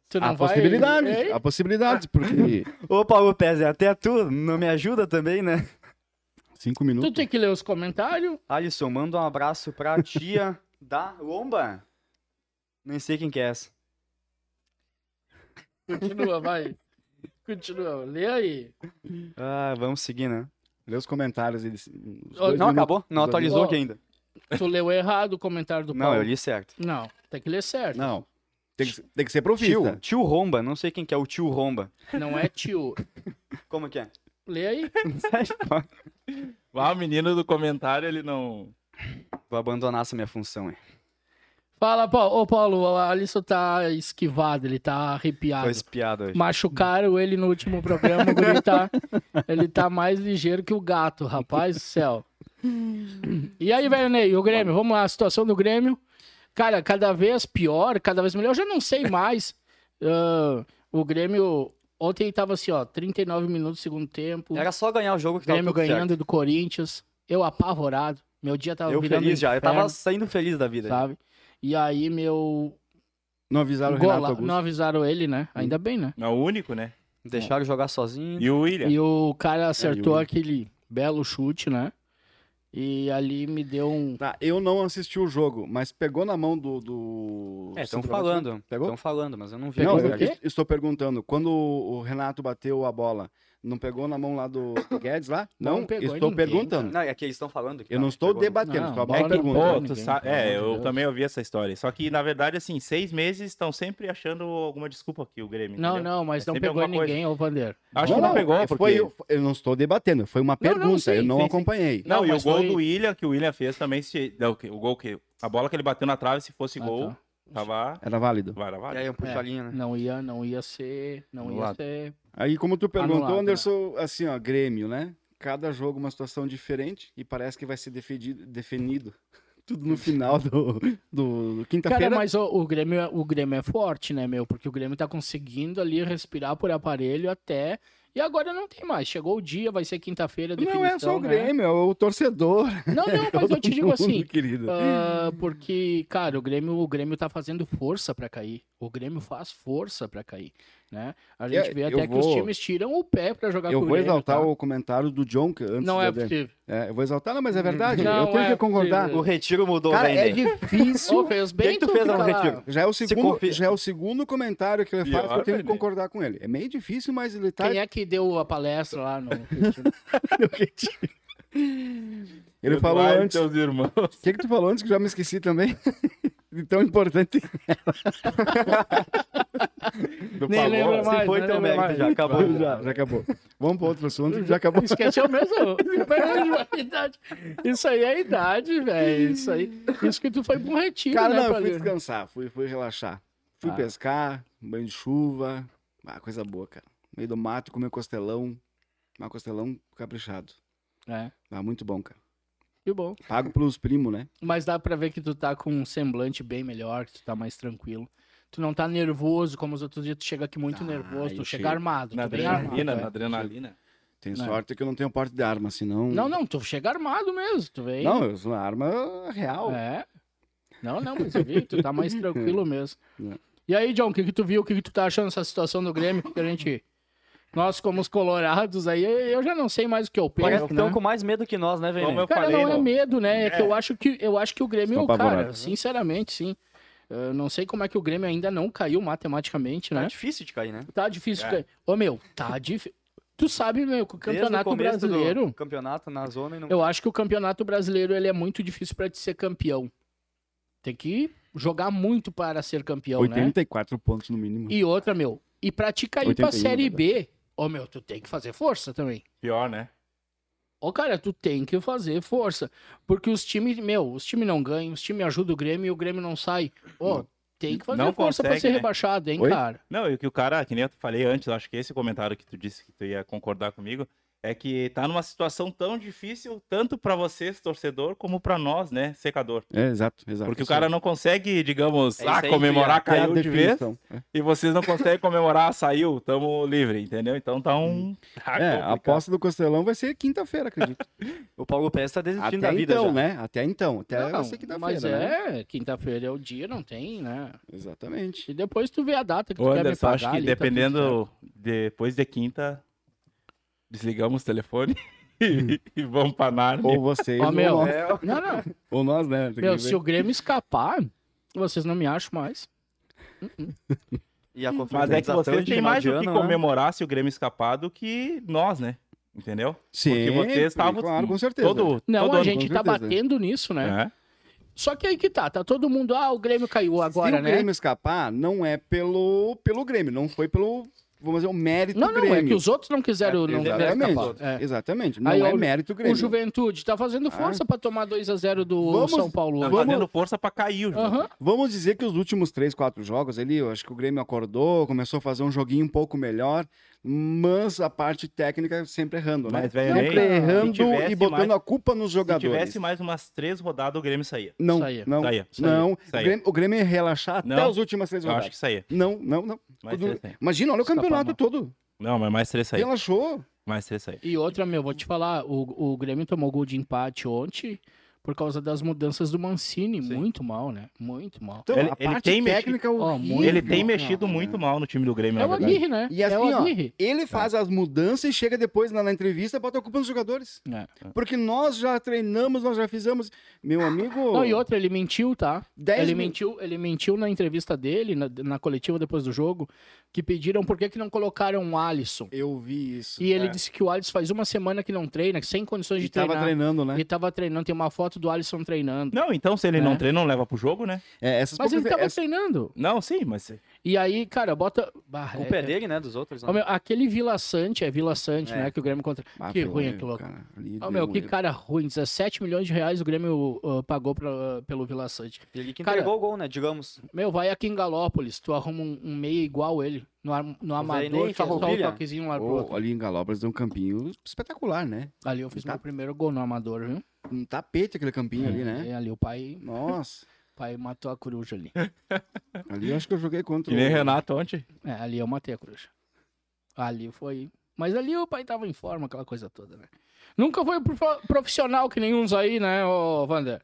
[SPEAKER 1] Tu não vai...
[SPEAKER 2] A
[SPEAKER 1] É?
[SPEAKER 2] possibilidade,
[SPEAKER 1] Ei,
[SPEAKER 2] a possibilidade, porque
[SPEAKER 4] Ô, Paulo Pérez, até tu não me ajuda também, né?
[SPEAKER 1] Tu
[SPEAKER 2] cinco minutos.
[SPEAKER 1] tem que ler os comentários.
[SPEAKER 4] Alisson, manda um abraço pra tia da Lomba. Nem sei quem que é essa.
[SPEAKER 1] Continua, vai. Continua, lê aí.
[SPEAKER 4] Ah, vamos seguir, né?
[SPEAKER 2] Lê os comentários. Eles, os
[SPEAKER 1] Não,
[SPEAKER 2] dois
[SPEAKER 4] Não,
[SPEAKER 2] minutos,
[SPEAKER 4] acabou? Não
[SPEAKER 2] os dois
[SPEAKER 4] atualizou
[SPEAKER 1] Ó,
[SPEAKER 4] aqui ainda.
[SPEAKER 1] Tu leu errado o comentário do Paulo.
[SPEAKER 4] Não, eu li certo.
[SPEAKER 1] Não, tem que ler certo.
[SPEAKER 2] minutos. Não, tem que, tem que ser
[SPEAKER 4] Tio,
[SPEAKER 2] profista.
[SPEAKER 4] tio Romba, não sei quem que é o tio Romba.
[SPEAKER 1] Não é tio.
[SPEAKER 4] Como que é?
[SPEAKER 1] Lê aí.
[SPEAKER 4] Sai fora.
[SPEAKER 3] Ah, o menino do comentário, ele não.
[SPEAKER 4] Vou abandonar essa minha função, hein?
[SPEAKER 1] Fala, Paulo. Ô, Paulo, o Alisson tá esquivado, ele tá
[SPEAKER 4] Tô
[SPEAKER 1] arrepiado.
[SPEAKER 4] espiado hoje.
[SPEAKER 1] Machucaram ele no último programa, o guri tá, ele tá mais ligeiro que o gato, rapaz do céu. E aí, velho Ney, o Grêmio, vamos lá, a situação do Grêmio. Cara, cada vez pior, cada vez melhor, eu já não sei mais. Ah, o Grêmio, ontem tava assim, ó, 39 minutos do segundo tempo,
[SPEAKER 4] Era só ganhar o jogo
[SPEAKER 1] o
[SPEAKER 4] que
[SPEAKER 1] Grêmio
[SPEAKER 4] tava tudo
[SPEAKER 1] ganhando do Corinthians, eu apavorado, meu dia tava
[SPEAKER 4] certo. Eu
[SPEAKER 1] virando
[SPEAKER 4] feliz já, eu
[SPEAKER 1] inferno,
[SPEAKER 4] tava assim, né? saindo feliz da vida.
[SPEAKER 1] sabe? E aí, meu...
[SPEAKER 2] Não avisaram o Renato
[SPEAKER 1] Gola...
[SPEAKER 2] Augusto.
[SPEAKER 1] Não avisaram ele, né? Ainda bem, né?
[SPEAKER 3] É o único, né?
[SPEAKER 4] Deixaram jogar sozinho.
[SPEAKER 3] E o William.
[SPEAKER 1] E o cara acertou
[SPEAKER 2] É, e o-
[SPEAKER 1] aquele belo chute, né? E ali me deu um.
[SPEAKER 2] Tá, eu não assisti o jogo, mas pegou na mão do... do...
[SPEAKER 4] É, estão
[SPEAKER 2] centroavante?
[SPEAKER 4] falando.
[SPEAKER 2] Pegou?
[SPEAKER 4] Estão falando, mas eu não vi.
[SPEAKER 1] Pegou
[SPEAKER 2] Não,
[SPEAKER 1] o
[SPEAKER 2] eu
[SPEAKER 1] quê?
[SPEAKER 2] est- estou perguntando. Quando o Renato bateu a bola, não pegou na mão lá do Guedes lá? Não,
[SPEAKER 1] Não pegou em
[SPEAKER 2] estou
[SPEAKER 1] ninguém,
[SPEAKER 2] perguntando.
[SPEAKER 4] Não, é que eles estão falando. que
[SPEAKER 2] Eu
[SPEAKER 4] tá,
[SPEAKER 2] não estou
[SPEAKER 4] pegou no-
[SPEAKER 2] debatendo,
[SPEAKER 1] Não,
[SPEAKER 2] estou
[SPEAKER 1] bola
[SPEAKER 2] apenas
[SPEAKER 1] não pegou.
[SPEAKER 2] perguntando.
[SPEAKER 3] Pô, tu
[SPEAKER 1] ninguém,
[SPEAKER 3] sa-
[SPEAKER 1] pelo amor
[SPEAKER 3] É,
[SPEAKER 1] de
[SPEAKER 3] eu
[SPEAKER 1] Deus.
[SPEAKER 3] também ouvi essa história. Só que, na verdade, assim, seis meses estão sempre achando alguma desculpa aqui, o Grêmio.
[SPEAKER 1] Não,
[SPEAKER 3] entendeu?
[SPEAKER 1] não, mas
[SPEAKER 3] É
[SPEAKER 1] não
[SPEAKER 3] sempre
[SPEAKER 1] pegou em
[SPEAKER 3] alguma coisa.
[SPEAKER 1] ninguém, ô Vander.
[SPEAKER 3] Acho que não pegou, porque...
[SPEAKER 2] é, Foi, eu, eu não estou debatendo, foi uma
[SPEAKER 1] Não, não,
[SPEAKER 2] pergunta,
[SPEAKER 1] sim,
[SPEAKER 2] eu não
[SPEAKER 1] sim, sim.
[SPEAKER 2] acompanhei.
[SPEAKER 3] Não,
[SPEAKER 1] Não,
[SPEAKER 3] e o
[SPEAKER 1] mas
[SPEAKER 3] gol
[SPEAKER 1] foi-
[SPEAKER 3] do William, que o William fez também, se... não, que- o gol que... A bola que ele bateu na trave, se fosse
[SPEAKER 1] Ah,
[SPEAKER 3] gol,
[SPEAKER 1] tá.
[SPEAKER 3] tava...
[SPEAKER 2] Era válido.
[SPEAKER 3] Vai, vai.
[SPEAKER 4] E aí, um
[SPEAKER 1] É.
[SPEAKER 4] puxalinho, né?
[SPEAKER 1] Não ia, não ia ser. Não ia
[SPEAKER 3] Anulado.
[SPEAKER 1] ser.
[SPEAKER 2] Aí, como tu perguntou,
[SPEAKER 1] Anulado, né?
[SPEAKER 2] Anderson, assim, ó, Grêmio, né? Cada jogo uma situação diferente e parece que vai ser defendido, definido tudo no final do, do, do
[SPEAKER 1] Cara,
[SPEAKER 2] quinta-feira.
[SPEAKER 1] mas o, o Grêmio, é- o Grêmio é forte, né, meu? Porque o Grêmio tá conseguindo ali respirar por aparelho até. E agora não tem mais. Chegou o dia, vai ser quinta-feira.
[SPEAKER 2] Não é só
[SPEAKER 1] definição,
[SPEAKER 2] o
[SPEAKER 1] né?
[SPEAKER 2] Grêmio, é o torcedor.
[SPEAKER 1] Não, não, mas eu te digo
[SPEAKER 2] todo
[SPEAKER 1] assim.
[SPEAKER 2] mundo, querido.
[SPEAKER 1] Ah, porque, cara, o Grêmio, o Grêmio tá fazendo força pra cair. O Grêmio faz força pra cair, né? A gente
[SPEAKER 2] Eu-
[SPEAKER 1] vê
[SPEAKER 2] É, eu
[SPEAKER 1] até que os
[SPEAKER 2] vou-
[SPEAKER 1] times tiram o pé pra jogar
[SPEAKER 2] Eu
[SPEAKER 1] com o
[SPEAKER 2] vou
[SPEAKER 1] Grêmio.
[SPEAKER 2] exaltar
[SPEAKER 1] tá?
[SPEAKER 2] o comentário do John que- antes
[SPEAKER 1] Não
[SPEAKER 2] de
[SPEAKER 1] é
[SPEAKER 2] eu ver.
[SPEAKER 1] possível.
[SPEAKER 2] É, eu vou exaltar, não, mas é verdade.
[SPEAKER 1] Não
[SPEAKER 2] eu tenho
[SPEAKER 1] é
[SPEAKER 2] que concordar.
[SPEAKER 1] possível.
[SPEAKER 4] O retiro mudou,
[SPEAKER 2] Cara, é
[SPEAKER 4] velho.
[SPEAKER 1] Ô,
[SPEAKER 2] difícil.
[SPEAKER 1] fez
[SPEAKER 4] que
[SPEAKER 1] bem
[SPEAKER 4] que tu
[SPEAKER 1] tu
[SPEAKER 4] fez
[SPEAKER 1] fica
[SPEAKER 4] lá no
[SPEAKER 1] lá.
[SPEAKER 4] retiro?
[SPEAKER 2] Já é, o segundo,
[SPEAKER 4] confia-
[SPEAKER 2] já é o segundo comentário que ele faz
[SPEAKER 3] Pior,
[SPEAKER 2] que eu tenho que
[SPEAKER 3] velho.
[SPEAKER 2] concordar com ele. É meio difícil, mas ele tá.
[SPEAKER 1] Quem é que deu a palestra lá no
[SPEAKER 2] Ele falou
[SPEAKER 3] Eduardo então, e
[SPEAKER 2] antes.
[SPEAKER 3] teus irmãos.
[SPEAKER 2] O que, que tu falou antes que eu já me esqueci também? De tão importante. Do
[SPEAKER 1] Nem
[SPEAKER 2] Paulo.
[SPEAKER 1] lembra mais,
[SPEAKER 4] Se foi
[SPEAKER 1] né?
[SPEAKER 4] teu
[SPEAKER 1] Lembra
[SPEAKER 4] mérito, já
[SPEAKER 1] mais.
[SPEAKER 4] acabou.
[SPEAKER 2] Já, já acabou. Vamos para outro assunto, já acabou.
[SPEAKER 1] Esqueceu mesmo? Mas é idade. Isso aí é idade, velho. Isso aí. Isso que tu foi pro retiro,
[SPEAKER 2] Cara,
[SPEAKER 1] né,
[SPEAKER 2] não, eu fui
[SPEAKER 1] Paulinho?
[SPEAKER 2] descansar, fui, fui relaxar. Fui
[SPEAKER 1] Ah.
[SPEAKER 2] pescar, banho de chuva. Ah, coisa boa, cara. No meio do mato, comer costelão. Mas costelão caprichado.
[SPEAKER 1] É.
[SPEAKER 2] Ah, muito bom, cara.
[SPEAKER 1] Que bom.
[SPEAKER 2] Pago pelos primos, né?
[SPEAKER 1] Mas dá pra ver que tu tá com um semblante bem melhor, que tu tá mais tranquilo. Tu não tá nervoso, como os outros dias, tu chega aqui muito
[SPEAKER 2] Ah,
[SPEAKER 1] nervoso, tu
[SPEAKER 2] eu
[SPEAKER 1] chega
[SPEAKER 2] chego
[SPEAKER 1] armado,
[SPEAKER 3] Na
[SPEAKER 1] tu bem
[SPEAKER 3] adrenalina,
[SPEAKER 1] armado,
[SPEAKER 3] na
[SPEAKER 1] é.
[SPEAKER 3] adrenalina.
[SPEAKER 2] Tem
[SPEAKER 1] Não.
[SPEAKER 2] sorte que eu não tenho porte de arma, senão.
[SPEAKER 1] É. Não, não, tu chega armado mesmo, tu vem.
[SPEAKER 2] Não, eu sou uma arma real.
[SPEAKER 1] É. Não, não, mas eu vi, tu tá mais tranquilo mesmo.
[SPEAKER 2] É.
[SPEAKER 1] E aí, John, o que que tu viu, o que que tu tá achando dessa situação do Grêmio, que a gente... Nós, como os colorados aí, eu já não sei mais o que eu penso,
[SPEAKER 4] Parece que um
[SPEAKER 1] né?
[SPEAKER 4] estão com mais medo que nós, né,
[SPEAKER 3] Como
[SPEAKER 4] velho?
[SPEAKER 3] eu
[SPEAKER 1] Cara,
[SPEAKER 3] falei,
[SPEAKER 1] não é
[SPEAKER 3] no-
[SPEAKER 1] medo, né? É que
[SPEAKER 3] É.
[SPEAKER 1] eu acho que, eu acho que o Grêmio,
[SPEAKER 2] Estão
[SPEAKER 1] cara,
[SPEAKER 2] apavorados.
[SPEAKER 1] sinceramente, sim. Eu não sei como é que o Grêmio ainda não caiu matematicamente,
[SPEAKER 4] Tá
[SPEAKER 1] né?
[SPEAKER 4] difícil de cair, né?
[SPEAKER 1] Tá difícil.
[SPEAKER 3] É.
[SPEAKER 1] É. Ô, meu, tá difícil. Tu sabe, meu, que o
[SPEAKER 4] Desde o
[SPEAKER 1] Campeonato
[SPEAKER 4] começo do
[SPEAKER 1] Brasileiro.
[SPEAKER 4] Campeonato na zona e não.
[SPEAKER 1] Eu acho que o Campeonato Brasileiro ele é muito difícil pra te ser campeão. Tem que jogar muito para ser campeão, né?
[SPEAKER 2] 84 pontos no mínimo.
[SPEAKER 1] E outra, meu, e pra te cair pra
[SPEAKER 2] 81,
[SPEAKER 1] Série
[SPEAKER 2] né?
[SPEAKER 1] B, ô, meu, tu tem que fazer força também.
[SPEAKER 3] Pior, né?
[SPEAKER 1] Ô, cara, tu tem que fazer força. Porque os times, meu, os times não ganham, os times ajudam o Grêmio e o Grêmio não sai. Ô, tem que fazer
[SPEAKER 3] Não
[SPEAKER 1] força pra
[SPEAKER 3] consegue,
[SPEAKER 1] ser
[SPEAKER 3] né?
[SPEAKER 1] rebaixado, hein,
[SPEAKER 2] Oi?
[SPEAKER 1] cara?
[SPEAKER 3] Não, e o que o cara, que nem eu falei antes, eu acho que esse comentário que tu disse que tu ia concordar comigo, é que tá numa situação tão difícil, tanto pra vocês, torcedor, como pra nós, né, secador.
[SPEAKER 2] É, exato, exato.
[SPEAKER 3] Porque o cara não consegue, digamos,
[SPEAKER 4] É isso
[SPEAKER 3] ah,
[SPEAKER 4] aí, tu
[SPEAKER 3] comemorar,
[SPEAKER 1] tá
[SPEAKER 4] ia-
[SPEAKER 2] Até a
[SPEAKER 3] caiu de vez,
[SPEAKER 2] definição. É.
[SPEAKER 3] e vocês não conseguem comemorar, saiu, tamo livre, entendeu? Então tá
[SPEAKER 1] Uhum.
[SPEAKER 3] um...
[SPEAKER 1] Ah,
[SPEAKER 3] tá
[SPEAKER 2] É, a
[SPEAKER 3] complicado.
[SPEAKER 2] aposta do Costelão vai ser quinta-feira, acredito.
[SPEAKER 4] O Paulo Pérez tá desistindo
[SPEAKER 2] Até
[SPEAKER 4] da vida
[SPEAKER 2] então,
[SPEAKER 4] já.
[SPEAKER 2] né? Até então. Até vai ser
[SPEAKER 1] Não, mas
[SPEAKER 2] quinta-feira, né?
[SPEAKER 1] é, quinta-feira é o dia, não tem, né?
[SPEAKER 2] Exatamente.
[SPEAKER 1] E depois tu vê a data que tu
[SPEAKER 3] Ô,
[SPEAKER 1] quer me
[SPEAKER 3] Anderson,
[SPEAKER 1] pagar.
[SPEAKER 3] acho que
[SPEAKER 1] ali, tá tudo certo.
[SPEAKER 3] dependendo, depois de quinta, desligamos o telefone
[SPEAKER 1] Hum.
[SPEAKER 3] e, e vamos pra Narnia.
[SPEAKER 2] Ou vocês
[SPEAKER 1] Ó,
[SPEAKER 2] ou,
[SPEAKER 1] meu.
[SPEAKER 2] nós,
[SPEAKER 4] É,
[SPEAKER 1] Não, não.
[SPEAKER 2] ou nós, né? Tem que
[SPEAKER 1] Meu,
[SPEAKER 2] ver.
[SPEAKER 1] se o Grêmio escapar, vocês não me acham mais.
[SPEAKER 4] e
[SPEAKER 3] Mas
[SPEAKER 4] a
[SPEAKER 3] é que
[SPEAKER 4] confraternização
[SPEAKER 3] vocês
[SPEAKER 4] de
[SPEAKER 3] têm
[SPEAKER 4] final
[SPEAKER 3] mais
[SPEAKER 4] de
[SPEAKER 3] o que
[SPEAKER 4] ano, né?
[SPEAKER 3] comemorar se o Grêmio escapar do que nós, né? Entendeu?
[SPEAKER 2] Sempre,
[SPEAKER 3] vocês estavam-
[SPEAKER 2] Claro, com certeza.
[SPEAKER 3] Todo,
[SPEAKER 1] Não,
[SPEAKER 3] todo
[SPEAKER 1] a
[SPEAKER 3] ano.
[SPEAKER 1] gente
[SPEAKER 2] com
[SPEAKER 1] tá
[SPEAKER 2] certeza.
[SPEAKER 1] batendo nisso, né?
[SPEAKER 3] É.
[SPEAKER 1] Só que aí que tá, tá todo mundo, ah, o Grêmio caiu agora,
[SPEAKER 2] Se o
[SPEAKER 1] né?
[SPEAKER 2] Grêmio escapar, não é pelo, pelo Grêmio, não foi pelo, vamos dizer, o mérito
[SPEAKER 1] Não, não,
[SPEAKER 2] Grêmio.
[SPEAKER 1] é que os outros não quiseram, não quiseram
[SPEAKER 2] Exatamente,
[SPEAKER 1] escapar. É.
[SPEAKER 2] exatamente. Não
[SPEAKER 1] Aí
[SPEAKER 2] é
[SPEAKER 1] o-
[SPEAKER 2] mérito Grêmio. Ah.
[SPEAKER 1] O Juventude tá fazendo força pra tomar 2x0 do
[SPEAKER 2] Vamos-
[SPEAKER 1] São Paulo.
[SPEAKER 3] Tá
[SPEAKER 1] hoje.
[SPEAKER 3] fazendo força pra cair o jogo.
[SPEAKER 1] Aham.
[SPEAKER 2] Vamos dizer que os últimos três, quatro jogos ali, eu acho que o Grêmio acordou, começou a fazer um joguinho um pouco melhor, mas a parte técnica sempre errando, né?
[SPEAKER 3] Mas,
[SPEAKER 1] Não,
[SPEAKER 3] velho, nem-
[SPEAKER 2] Sempre
[SPEAKER 1] cara,
[SPEAKER 3] se
[SPEAKER 2] errando
[SPEAKER 3] tivesse
[SPEAKER 2] e botando
[SPEAKER 3] mais-
[SPEAKER 2] a culpa nos
[SPEAKER 3] Se
[SPEAKER 2] jogadores.
[SPEAKER 3] tivesse mais umas três rodadas, o Grêmio saía.
[SPEAKER 2] Não,
[SPEAKER 1] Saía,
[SPEAKER 2] não,
[SPEAKER 3] saía, saía,
[SPEAKER 2] não.
[SPEAKER 3] saía.
[SPEAKER 2] O, Grêmio, o Grêmio ia relaxar até
[SPEAKER 3] Não,
[SPEAKER 2] as últimas três
[SPEAKER 3] Eu acho
[SPEAKER 2] rodadas.
[SPEAKER 3] que saía.
[SPEAKER 2] Não, não, não.
[SPEAKER 3] Mais
[SPEAKER 2] Tudo-
[SPEAKER 3] três saía.
[SPEAKER 2] Imagina, olha o
[SPEAKER 1] Escapa
[SPEAKER 2] campeonato
[SPEAKER 1] mal.
[SPEAKER 2] todo.
[SPEAKER 3] Não, mas mais três saía.
[SPEAKER 2] Relaxou.
[SPEAKER 3] Mais três saía.
[SPEAKER 1] E outra, meu, vou te falar, o, o Grêmio tomou gol de empate ontem por causa das mudanças do Mancini.
[SPEAKER 3] Sim.
[SPEAKER 1] Muito mal, né? Muito mal.
[SPEAKER 2] Então,
[SPEAKER 3] Ele-
[SPEAKER 2] a
[SPEAKER 3] ele
[SPEAKER 2] parte
[SPEAKER 3] tem mexido-
[SPEAKER 2] técnica é
[SPEAKER 1] Ó,
[SPEAKER 2] horrível,
[SPEAKER 1] muito
[SPEAKER 3] Ele
[SPEAKER 2] cara.
[SPEAKER 3] tem mexido muito mal no time do Grêmio,
[SPEAKER 1] É
[SPEAKER 3] na
[SPEAKER 1] o
[SPEAKER 3] verdade.
[SPEAKER 1] Aguirre, né?
[SPEAKER 2] E assim,
[SPEAKER 1] é o
[SPEAKER 2] ó,
[SPEAKER 1] Aguirre.
[SPEAKER 3] Tá.
[SPEAKER 2] Ele faz as mudanças e chega depois na, na entrevista bota a culpa nos jogadores.
[SPEAKER 1] É.
[SPEAKER 2] Porque nós já treinamos, nós já fizemos. Meu amigo,
[SPEAKER 1] Não, e outra, ele mentiu, tá?
[SPEAKER 2] 10
[SPEAKER 1] ele,
[SPEAKER 2] mil-
[SPEAKER 1] mentiu, ele mentiu na entrevista dele, na, na coletiva depois do jogo, que pediram por que, que não colocaram o Alisson.
[SPEAKER 2] Eu vi isso.
[SPEAKER 1] E ele
[SPEAKER 3] É.
[SPEAKER 1] disse que o Alisson faz uma semana que não treina, que sem condições de
[SPEAKER 2] E tava
[SPEAKER 1] treinar.
[SPEAKER 2] treinando, né?
[SPEAKER 1] Ele tava treinando, tem uma foto do Alisson treinando.
[SPEAKER 3] Não, então se ele
[SPEAKER 1] É.
[SPEAKER 3] não treina, não leva pro jogo, né?
[SPEAKER 2] É, essas
[SPEAKER 1] Mas ele
[SPEAKER 2] poucas-
[SPEAKER 1] tava
[SPEAKER 2] essa-
[SPEAKER 1] treinando.
[SPEAKER 3] Não, sim, mas.
[SPEAKER 1] E aí, cara, bota. Bah,
[SPEAKER 4] A culpa
[SPEAKER 1] é-
[SPEAKER 4] é dele, né? Dos outros.
[SPEAKER 1] Ó,
[SPEAKER 4] Né?
[SPEAKER 1] meu, aquele Vila Sante, é Vila Sante,
[SPEAKER 4] É.
[SPEAKER 1] né? Que o Grêmio contra.
[SPEAKER 2] Ah,
[SPEAKER 1] que
[SPEAKER 2] pelo
[SPEAKER 1] ruim
[SPEAKER 2] erro,
[SPEAKER 1] aquilo.
[SPEAKER 2] cara. Ali
[SPEAKER 1] Ó,
[SPEAKER 2] deu
[SPEAKER 1] meu,
[SPEAKER 2] um
[SPEAKER 1] que
[SPEAKER 2] erro.
[SPEAKER 1] cara ruim. 17 milhões de reais o Grêmio uh, pagou pra- pelo Vila Sante.
[SPEAKER 4] Ele que
[SPEAKER 1] Cara-
[SPEAKER 4] entregou o gol, né? Digamos.
[SPEAKER 1] Meu, vai aqui em Galópolis, tu arruma um, um meia igual ele. No, ar- no
[SPEAKER 4] aí
[SPEAKER 1] amador,
[SPEAKER 4] nem
[SPEAKER 1] que é só um
[SPEAKER 4] farroupilha.
[SPEAKER 1] toquezinho lá pro
[SPEAKER 2] Ô,
[SPEAKER 1] outro.
[SPEAKER 2] ali em Galópolis deu um campinho espetacular, né?
[SPEAKER 1] Ali eu fiz
[SPEAKER 2] Tá.
[SPEAKER 1] meu primeiro gol no amador, viu?
[SPEAKER 2] Um tapete aquele campinho ali, né?
[SPEAKER 1] É, ali o pai,
[SPEAKER 2] Nossa,
[SPEAKER 1] pai matou a coruja ali.
[SPEAKER 2] ali eu acho que eu joguei contra
[SPEAKER 3] Que nem
[SPEAKER 2] o-
[SPEAKER 3] Renato ontem.
[SPEAKER 1] É, ali eu matei a coruja. Ali foi. Mas ali o pai tava em forma, aquela coisa toda, né? Nunca foi prof- profissional que nem uns aí, né, ô Wander?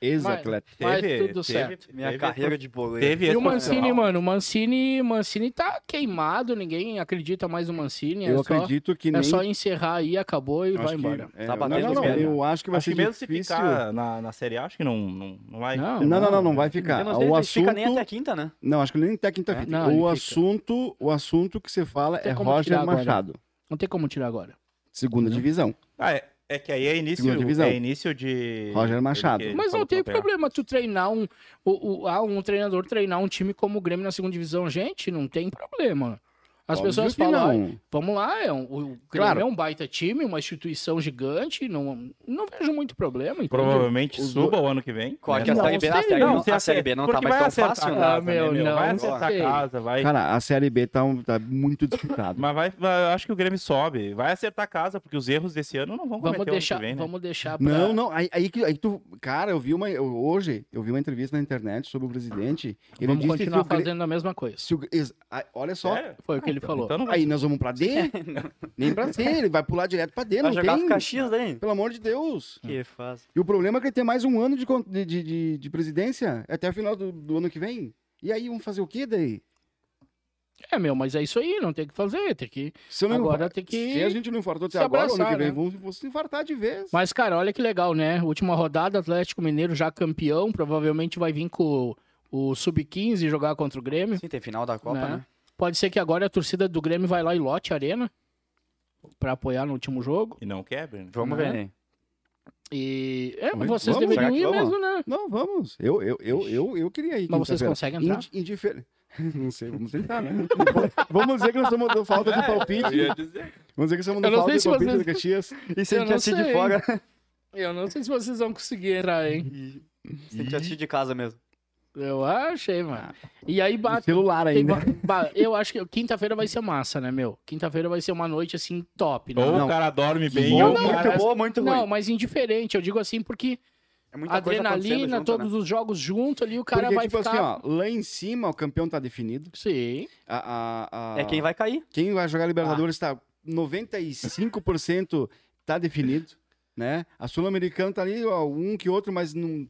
[SPEAKER 2] ex-atleta.
[SPEAKER 1] Mas
[SPEAKER 3] Teve,
[SPEAKER 1] tudo
[SPEAKER 3] teve-
[SPEAKER 1] certo.
[SPEAKER 4] Minha
[SPEAKER 3] teve-
[SPEAKER 4] carreira de boleiro.
[SPEAKER 3] Teve
[SPEAKER 1] E
[SPEAKER 3] esse
[SPEAKER 1] o Mancini,
[SPEAKER 3] profissional.
[SPEAKER 1] mano, o Mancini, Mancini tá queimado, ninguém acredita mais no Mancini.
[SPEAKER 2] eu
[SPEAKER 1] é só,
[SPEAKER 2] acredito que
[SPEAKER 1] é
[SPEAKER 2] nem...
[SPEAKER 1] só encerrar aí, acabou e
[SPEAKER 2] acho
[SPEAKER 1] vai
[SPEAKER 2] que-
[SPEAKER 1] embora.
[SPEAKER 2] é,
[SPEAKER 4] Tá
[SPEAKER 2] não,
[SPEAKER 4] batendo
[SPEAKER 2] não,
[SPEAKER 4] os
[SPEAKER 2] não,
[SPEAKER 4] pés, né?
[SPEAKER 2] eu acho que vai
[SPEAKER 3] Acho que
[SPEAKER 2] ser
[SPEAKER 3] mesmo se
[SPEAKER 2] difícil.
[SPEAKER 3] ficar na, na Série A, acho que não, não, não vai.
[SPEAKER 1] Não,
[SPEAKER 2] Não, não, não, não vai ficar.
[SPEAKER 4] Eu não sei
[SPEAKER 2] o
[SPEAKER 4] se ele fica nem
[SPEAKER 2] assunto...
[SPEAKER 4] até a quinta, né?
[SPEAKER 2] Não, acho que nem até quinta-feira.
[SPEAKER 1] É, Não, ele
[SPEAKER 2] o,
[SPEAKER 1] fica.
[SPEAKER 2] assunto, o assunto que você fala
[SPEAKER 1] Tem
[SPEAKER 2] é
[SPEAKER 1] como
[SPEAKER 2] Roger
[SPEAKER 1] tirar agora.
[SPEAKER 2] Machado,
[SPEAKER 1] Não tem como tirar agora.
[SPEAKER 2] segunda
[SPEAKER 1] Não.
[SPEAKER 2] divisão.
[SPEAKER 3] Ah, é, é que aí é início,
[SPEAKER 2] Segunda divisão.
[SPEAKER 3] é início de.
[SPEAKER 2] Roger Machado.
[SPEAKER 3] ele que-
[SPEAKER 1] Mas não
[SPEAKER 3] falou
[SPEAKER 1] tem
[SPEAKER 3] pra pegar.
[SPEAKER 1] problema tu treinar um, o, o- ah, um treinador treinar um time como o Grêmio na segunda divisão. Gente, não tem problema. As
[SPEAKER 2] Óbvio
[SPEAKER 1] pessoas
[SPEAKER 2] que
[SPEAKER 1] falam, "Ah,
[SPEAKER 2] não.
[SPEAKER 1] vamos lá, é um, o Grêmio
[SPEAKER 2] Claro.
[SPEAKER 1] é um baita time, uma instituição gigante, não, não vejo muito problema. entendeu?
[SPEAKER 3] Provavelmente
[SPEAKER 2] Os
[SPEAKER 3] suba o ano que vem.
[SPEAKER 4] Claro que a
[SPEAKER 1] Não,
[SPEAKER 4] Série B, a
[SPEAKER 1] sei
[SPEAKER 4] série,
[SPEAKER 1] não,
[SPEAKER 4] não,
[SPEAKER 3] se
[SPEAKER 4] a série B não tá
[SPEAKER 3] porque
[SPEAKER 4] mais
[SPEAKER 3] vai
[SPEAKER 4] tão
[SPEAKER 3] acertar
[SPEAKER 1] Ah,
[SPEAKER 4] fácil.
[SPEAKER 3] a casa,
[SPEAKER 1] meu,
[SPEAKER 3] né,
[SPEAKER 1] não,
[SPEAKER 3] Vai
[SPEAKER 1] não
[SPEAKER 3] acertar a
[SPEAKER 1] sei.
[SPEAKER 3] casa, vai.
[SPEAKER 2] Cara, a Série B tá, um- tá muito disputada.
[SPEAKER 3] Mas vai, vai- acho que o Grêmio sobe. Vai acertar a casa, porque os erros desse ano não vão
[SPEAKER 2] um
[SPEAKER 3] cometer
[SPEAKER 1] Vamos
[SPEAKER 3] ano
[SPEAKER 1] deixar,
[SPEAKER 3] que vem, né?
[SPEAKER 1] vamos deixar pra...
[SPEAKER 2] Não, não, aí, aí, que- aí tu. Cara, eu vi uma. eu- hoje, eu vi uma entrevista na internet sobre o presidente. Ele
[SPEAKER 1] Vamos
[SPEAKER 2] disse
[SPEAKER 1] continuar
[SPEAKER 2] que o Grê-
[SPEAKER 1] fazendo a mesma coisa.
[SPEAKER 2] se o Grê- ex- ah, Olha só.
[SPEAKER 3] Sério?
[SPEAKER 1] Foi o que ele
[SPEAKER 3] Então-
[SPEAKER 1] falou.
[SPEAKER 3] Então não vai.
[SPEAKER 2] Aí nós vamos pra D? Nem pra C, ele vai pular direto pra D, não
[SPEAKER 4] Vai jogar
[SPEAKER 2] tem. Hum.
[SPEAKER 4] com Caxias daí?
[SPEAKER 2] Pelo amor de Deus.
[SPEAKER 4] Que fácil.
[SPEAKER 2] E o problema é que ele tem mais um ano de, con- de, de- de- de presidência até o final do, do ano que vem. E aí, vamos fazer o quê daí?
[SPEAKER 1] É, meu, mas é isso aí, não tem o que fazer, tem que...
[SPEAKER 2] Se eu
[SPEAKER 1] Agora tem que
[SPEAKER 2] Se a gente não infartou até
[SPEAKER 1] se
[SPEAKER 2] agora, o ano que
[SPEAKER 1] abraçar,
[SPEAKER 2] vem
[SPEAKER 1] né?
[SPEAKER 2] vamos, vamos se infartar de vez.
[SPEAKER 1] Mas, cara, olha que legal, né? Última rodada, Atlético Mineiro já campeão, provavelmente vai vir com o, o Sub-15 jogar contra o Grêmio.
[SPEAKER 4] Sim, tem final da Copa,
[SPEAKER 1] Né?
[SPEAKER 4] né?
[SPEAKER 1] Pode ser que agora a torcida do Grêmio vai lá e lote a arena pra apoiar no último jogo.
[SPEAKER 3] E não quebra, né?
[SPEAKER 4] Vamos
[SPEAKER 1] Né?
[SPEAKER 4] ver, hein?
[SPEAKER 1] E é,
[SPEAKER 2] Vamos,
[SPEAKER 1] vocês
[SPEAKER 2] vamos,
[SPEAKER 1] deveriam
[SPEAKER 2] será que
[SPEAKER 1] ir
[SPEAKER 2] vamos?
[SPEAKER 1] mesmo, né?
[SPEAKER 2] Não, vamos. Eu, eu, eu, eu, eu queria ir.
[SPEAKER 1] Mas vocês
[SPEAKER 2] quinta-feira.
[SPEAKER 1] conseguem entrar?
[SPEAKER 2] Indi- indifer- Não sei, vamos tentar, né? vamos dizer que nós estamos dando falta de palpite. Vamos dizer que estamos
[SPEAKER 1] Eu não
[SPEAKER 2] dando falta
[SPEAKER 1] sei
[SPEAKER 2] de
[SPEAKER 1] se
[SPEAKER 2] palpite
[SPEAKER 1] vocês-
[SPEAKER 2] do Caxias.
[SPEAKER 4] E se
[SPEAKER 1] Eu
[SPEAKER 4] a gente
[SPEAKER 1] não
[SPEAKER 4] assistir de
[SPEAKER 1] sei.
[SPEAKER 4] fora?
[SPEAKER 1] Eu não sei se vocês vão conseguir entrar, hein?
[SPEAKER 4] Se a gente assistir de casa mesmo.
[SPEAKER 1] Eu achei, mano. E aí
[SPEAKER 2] No
[SPEAKER 1] bate.
[SPEAKER 2] celular
[SPEAKER 1] tem um
[SPEAKER 2] ainda.
[SPEAKER 1] va- ba- eu acho que quinta-feira vai ser massa, né, meu? Quinta-feira vai ser uma noite assim top, né?
[SPEAKER 3] Ou
[SPEAKER 2] Não.
[SPEAKER 3] o cara dorme bem,
[SPEAKER 2] Não,
[SPEAKER 3] ou o
[SPEAKER 1] não,
[SPEAKER 3] cara...
[SPEAKER 4] Muito boa, muito
[SPEAKER 1] Não,
[SPEAKER 4] ruim.
[SPEAKER 1] mas indiferente. Eu digo assim porque
[SPEAKER 4] É muita coisa acontecendo
[SPEAKER 1] adrenalina,
[SPEAKER 4] junto,
[SPEAKER 1] todos
[SPEAKER 4] né?
[SPEAKER 1] os jogos junto ali, o cara
[SPEAKER 2] Porque,
[SPEAKER 1] vai
[SPEAKER 2] tipo
[SPEAKER 1] ficar.
[SPEAKER 2] assim, ó, lá em cima o campeão tá definido.
[SPEAKER 1] Sim.
[SPEAKER 2] A- a- a-
[SPEAKER 4] É quem vai cair.
[SPEAKER 2] quem vai jogar Libertadores tá 95% tá definido, né? A Sul-Americana tá ali, ó, um que outro, mas não...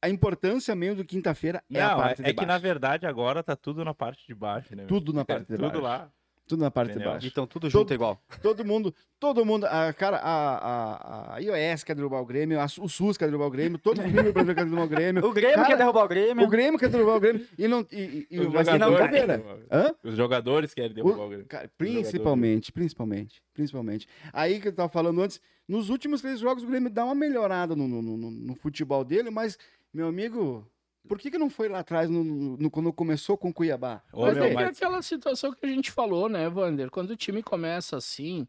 [SPEAKER 2] a importância mesmo do quinta-feira é a
[SPEAKER 3] Não, é,
[SPEAKER 2] parte de
[SPEAKER 3] é que na
[SPEAKER 2] baixo.
[SPEAKER 3] verdade agora tá tudo na parte de baixo, né? meu?
[SPEAKER 2] Tudo na parte de
[SPEAKER 3] É, tudo
[SPEAKER 2] baixo.
[SPEAKER 3] lá.
[SPEAKER 2] Tudo na parte
[SPEAKER 3] Entendeu?
[SPEAKER 2] de baixo.
[SPEAKER 4] Então tudo
[SPEAKER 2] Ah. Todo-
[SPEAKER 4] junto igual.
[SPEAKER 2] Todo mundo, todo mundo, a, cara, a, a, a IOS quer derrubar o Grêmio, a, o SUS quer derrubar o Grêmio, todo mundo quer derrubar o Grêmio,
[SPEAKER 4] O Grêmio
[SPEAKER 2] Cara,
[SPEAKER 4] quer derrubar o
[SPEAKER 2] o
[SPEAKER 4] Grêmio.
[SPEAKER 2] Grêmio quer derrubar o Grêmio, e não, e, e, e
[SPEAKER 3] Os
[SPEAKER 2] vai ser
[SPEAKER 4] não
[SPEAKER 3] jogadores,
[SPEAKER 2] quinta-feira.
[SPEAKER 3] né?
[SPEAKER 2] Hã?
[SPEAKER 3] Os jogadores querem derrubar o Grêmio.
[SPEAKER 2] Cara,
[SPEAKER 3] jogadores.
[SPEAKER 2] principalmente, principalmente, principalmente. Aí que eu tava falando antes, nos últimos três jogos o Grêmio dá uma melhorada no, no, no- no futebol dele, mas, meu amigo, por que que não foi lá atrás no, no- no- quando começou com o Cuiabá?
[SPEAKER 3] Ô,
[SPEAKER 1] mas
[SPEAKER 3] meu,
[SPEAKER 1] é que é
[SPEAKER 3] mas-
[SPEAKER 1] aquela situação que a gente falou, né, Wander? Quando o time começa assim,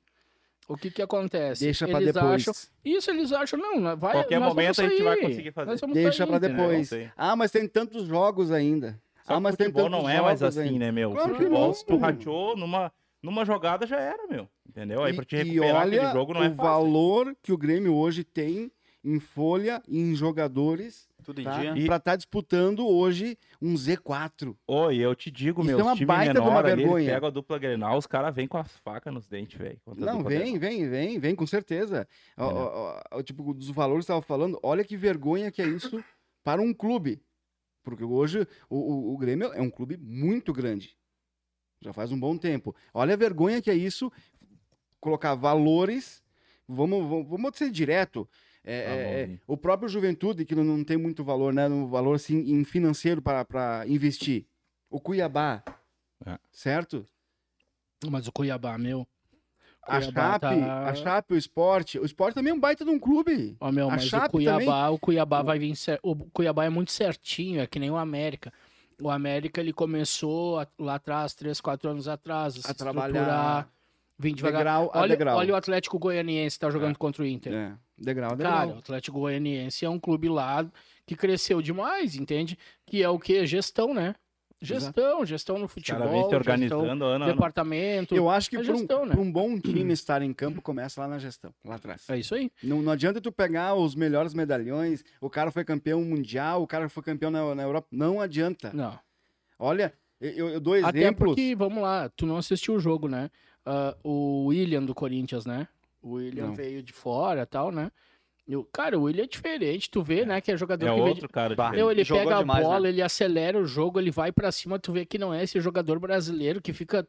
[SPEAKER 1] o que que acontece?
[SPEAKER 2] Deixa pra
[SPEAKER 1] Eles
[SPEAKER 2] depois.
[SPEAKER 1] acham- Isso eles acham, não, não, vai.
[SPEAKER 3] Qualquer
[SPEAKER 1] nós
[SPEAKER 3] momento
[SPEAKER 1] vamos
[SPEAKER 3] a gente
[SPEAKER 1] sair,
[SPEAKER 3] vai conseguir fazer.
[SPEAKER 1] nós vamos
[SPEAKER 2] Deixa
[SPEAKER 1] sair,
[SPEAKER 2] pra
[SPEAKER 1] entendeu?
[SPEAKER 2] depois.
[SPEAKER 3] né? Não sei.
[SPEAKER 2] Ah, mas tem tantos jogos ainda.
[SPEAKER 3] Só
[SPEAKER 2] ah,
[SPEAKER 3] que
[SPEAKER 2] mas tem
[SPEAKER 3] futebol
[SPEAKER 2] tantos
[SPEAKER 3] não é mais
[SPEAKER 2] jogos
[SPEAKER 3] assim,
[SPEAKER 2] ainda.
[SPEAKER 3] né, meu?
[SPEAKER 2] Claro que não.
[SPEAKER 3] futebol, se tu rachou numa, numa jogada, já era, meu. Entendeu? Aí pra te recuperar
[SPEAKER 2] olha
[SPEAKER 3] aquele jogo não
[SPEAKER 2] o
[SPEAKER 3] é fácil.
[SPEAKER 2] valor que o Grêmio hoje tem em folha e em jogadores
[SPEAKER 4] Tudo em
[SPEAKER 2] tá?
[SPEAKER 4] dia.
[SPEAKER 2] para estar disputando hoje um Z4.
[SPEAKER 3] Oi, eu te digo,
[SPEAKER 2] Isso
[SPEAKER 3] meu,
[SPEAKER 2] é uma
[SPEAKER 3] os time
[SPEAKER 2] baita de uma
[SPEAKER 3] menor ali, eles
[SPEAKER 2] vergonha.
[SPEAKER 3] pegam a dupla Grenal, os caras vêm com a faca nos dentes, velho. contra a
[SPEAKER 2] Não,
[SPEAKER 3] dupla
[SPEAKER 2] vem,
[SPEAKER 3] Grenal.
[SPEAKER 2] vem, vem, vem, com certeza. Ó,
[SPEAKER 3] Entendeu?
[SPEAKER 2] ó, ó, ó, tipo, dos valores que estava falando, olha que vergonha que é isso para um clube. Porque hoje o, o- o Grêmio é um clube muito grande. Já faz um bom tempo. Olha a vergonha que é isso colocar valores. Vamos, vamos, vamos ser direto. É,
[SPEAKER 3] Tá bom,
[SPEAKER 2] é, é,
[SPEAKER 3] Vi.
[SPEAKER 2] o próprio Juventude, que não- não tem muito valor, né? Um valor assim, em financeiro para investir. O Cuiabá,
[SPEAKER 3] É.
[SPEAKER 2] certo?
[SPEAKER 1] Mas o Cuiabá, meu.
[SPEAKER 2] A
[SPEAKER 1] Cuiabá
[SPEAKER 2] Chape,
[SPEAKER 1] tá-
[SPEAKER 2] a Chape, o esporte. O esporte também é um baita de um clube.
[SPEAKER 1] Ó, meu,
[SPEAKER 2] A
[SPEAKER 1] mas o
[SPEAKER 2] Chape
[SPEAKER 1] Cuiabá,
[SPEAKER 2] também.
[SPEAKER 1] o Cuiabá vai vir. cer- O Cuiabá é muito certinho, é que nem o América. O América ele começou a- lá atrás, três, quatro anos atrás, a, se
[SPEAKER 2] A
[SPEAKER 1] estruturar,
[SPEAKER 2] trabalhar
[SPEAKER 1] vir devagar.
[SPEAKER 2] degrau a
[SPEAKER 1] Olha,
[SPEAKER 2] degrau.
[SPEAKER 1] olha o Atlético Goianiense tá jogando contra o Inter.
[SPEAKER 2] É, degrau a degrau.
[SPEAKER 1] Cara, o Atlético Goianiense é um clube lá que cresceu demais, entende? Que é o que? Gestão, né? Gestão, gestão no
[SPEAKER 3] Os caras vêm
[SPEAKER 1] futebol,
[SPEAKER 3] se
[SPEAKER 1] gestão,
[SPEAKER 3] organizando, ano, a ano.
[SPEAKER 1] departamento.
[SPEAKER 2] né? Eu acho que
[SPEAKER 1] é
[SPEAKER 2] pra um,
[SPEAKER 1] gestão, né?
[SPEAKER 2] pra um bom time estar em campo, começa lá na gestão, lá atrás.
[SPEAKER 1] É isso aí.
[SPEAKER 2] Não, não adianta tu pegar os melhores medalhões, o cara foi campeão mundial, o cara foi campeão na, na Europa. Não adianta.
[SPEAKER 1] Não.
[SPEAKER 2] Olha, eu, eu dou
[SPEAKER 1] Até
[SPEAKER 2] exemplos.
[SPEAKER 1] porque, vamos lá, tu não assistiu o jogo, né? Ah, o William do Corinthians, né? O William
[SPEAKER 2] Não.
[SPEAKER 1] veio de fora tal, né? Eu, cara, o William é diferente, tu vê, né? Que é jogador
[SPEAKER 3] É
[SPEAKER 1] que vem de...
[SPEAKER 3] outro cara.
[SPEAKER 4] Bah.
[SPEAKER 3] diferente.
[SPEAKER 1] Meu, ele
[SPEAKER 4] Jogou
[SPEAKER 1] pega a
[SPEAKER 4] demais,
[SPEAKER 1] bola,
[SPEAKER 4] né?
[SPEAKER 1] ele acelera o jogo, ele vai pra cima, tu vê que não é esse jogador brasileiro que fica.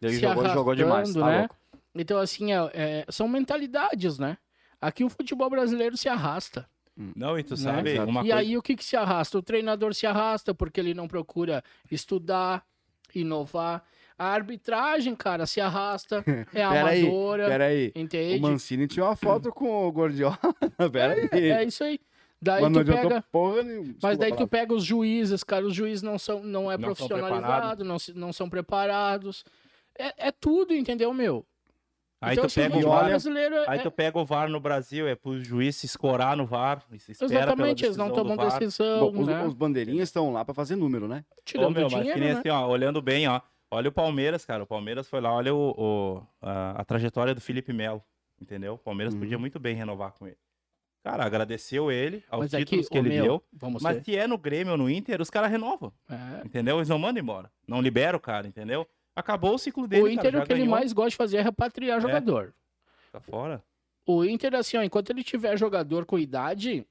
[SPEAKER 4] Ele
[SPEAKER 1] se
[SPEAKER 4] jogou, jogou demais,
[SPEAKER 1] arrastando,
[SPEAKER 4] tá
[SPEAKER 1] né?
[SPEAKER 4] louco.
[SPEAKER 1] Então, assim, é- é- são mentalidades, né? Aqui o futebol brasileiro se arrasta.
[SPEAKER 3] Não,
[SPEAKER 1] né?
[SPEAKER 3] e tu sabe
[SPEAKER 2] Exato.
[SPEAKER 3] uma
[SPEAKER 1] e
[SPEAKER 3] coisa...
[SPEAKER 1] aí o que, que se arrasta? O treinador se arrasta porque ele não procura estudar, inovar. A arbitragem, cara, se arrasta, é
[SPEAKER 2] aí,
[SPEAKER 1] amadora,
[SPEAKER 2] Peraí, o
[SPEAKER 1] entende?
[SPEAKER 2] Mancini tinha uma foto com o Gordiola. Peraí.
[SPEAKER 1] É isso aí. Daí
[SPEAKER 2] Mas não
[SPEAKER 1] tu
[SPEAKER 2] adiantou
[SPEAKER 1] pega,
[SPEAKER 2] porra nenhuma.
[SPEAKER 1] mas daí tu
[SPEAKER 2] Desculpa
[SPEAKER 1] pega os juízes, cara, os juízes não são, não é
[SPEAKER 3] Não são
[SPEAKER 1] profissionalizado,
[SPEAKER 3] preparados.
[SPEAKER 1] não, se- não são preparados. é, é tudo, entendeu, meu?
[SPEAKER 3] Aí
[SPEAKER 1] então,
[SPEAKER 3] tu
[SPEAKER 2] assim,
[SPEAKER 1] se o
[SPEAKER 3] pega o
[SPEAKER 1] futebol
[SPEAKER 3] VAR,
[SPEAKER 1] brasileiro é-
[SPEAKER 3] aí tu pega o VAR no Brasil, é pro juiz se escorar no VAR. e se espera
[SPEAKER 1] Exatamente,
[SPEAKER 3] pela
[SPEAKER 1] eles não
[SPEAKER 3] decisão do
[SPEAKER 1] tomam
[SPEAKER 3] VAR.
[SPEAKER 1] decisão,
[SPEAKER 2] Bom, os,
[SPEAKER 1] né?
[SPEAKER 2] os bandeirinhas estão lá pra fazer número, né?
[SPEAKER 1] Tirando
[SPEAKER 3] Ô, meu, mas
[SPEAKER 1] dinheiro,
[SPEAKER 3] que nem
[SPEAKER 1] né?
[SPEAKER 3] assim, ó, olhando bem, ó. Olha o Palmeiras, cara. O Palmeiras foi lá, olha o, o- a, a trajetória do Felipe Melo, entendeu? O Palmeiras
[SPEAKER 2] Uhum.
[SPEAKER 3] podia muito bem renovar com ele. Cara, agradeceu ele aos
[SPEAKER 1] Mas é
[SPEAKER 3] títulos que
[SPEAKER 1] ô,
[SPEAKER 3] ele
[SPEAKER 1] meu,
[SPEAKER 3] deu.
[SPEAKER 1] Vamos
[SPEAKER 3] Mas
[SPEAKER 1] ser.
[SPEAKER 3] se é no Grêmio ou no Inter, os caras renovam,
[SPEAKER 1] é.
[SPEAKER 3] entendeu? Eles não mandam embora. Não liberam o cara, entendeu? Acabou o ciclo dele,
[SPEAKER 1] O
[SPEAKER 3] cara,
[SPEAKER 1] Inter,
[SPEAKER 3] já
[SPEAKER 1] o que ele
[SPEAKER 3] ganhou,
[SPEAKER 1] mais gosta de fazer é repatriar jogador.
[SPEAKER 3] Tá fora.
[SPEAKER 1] O Inter, assim, ó, enquanto ele tiver jogador com idade,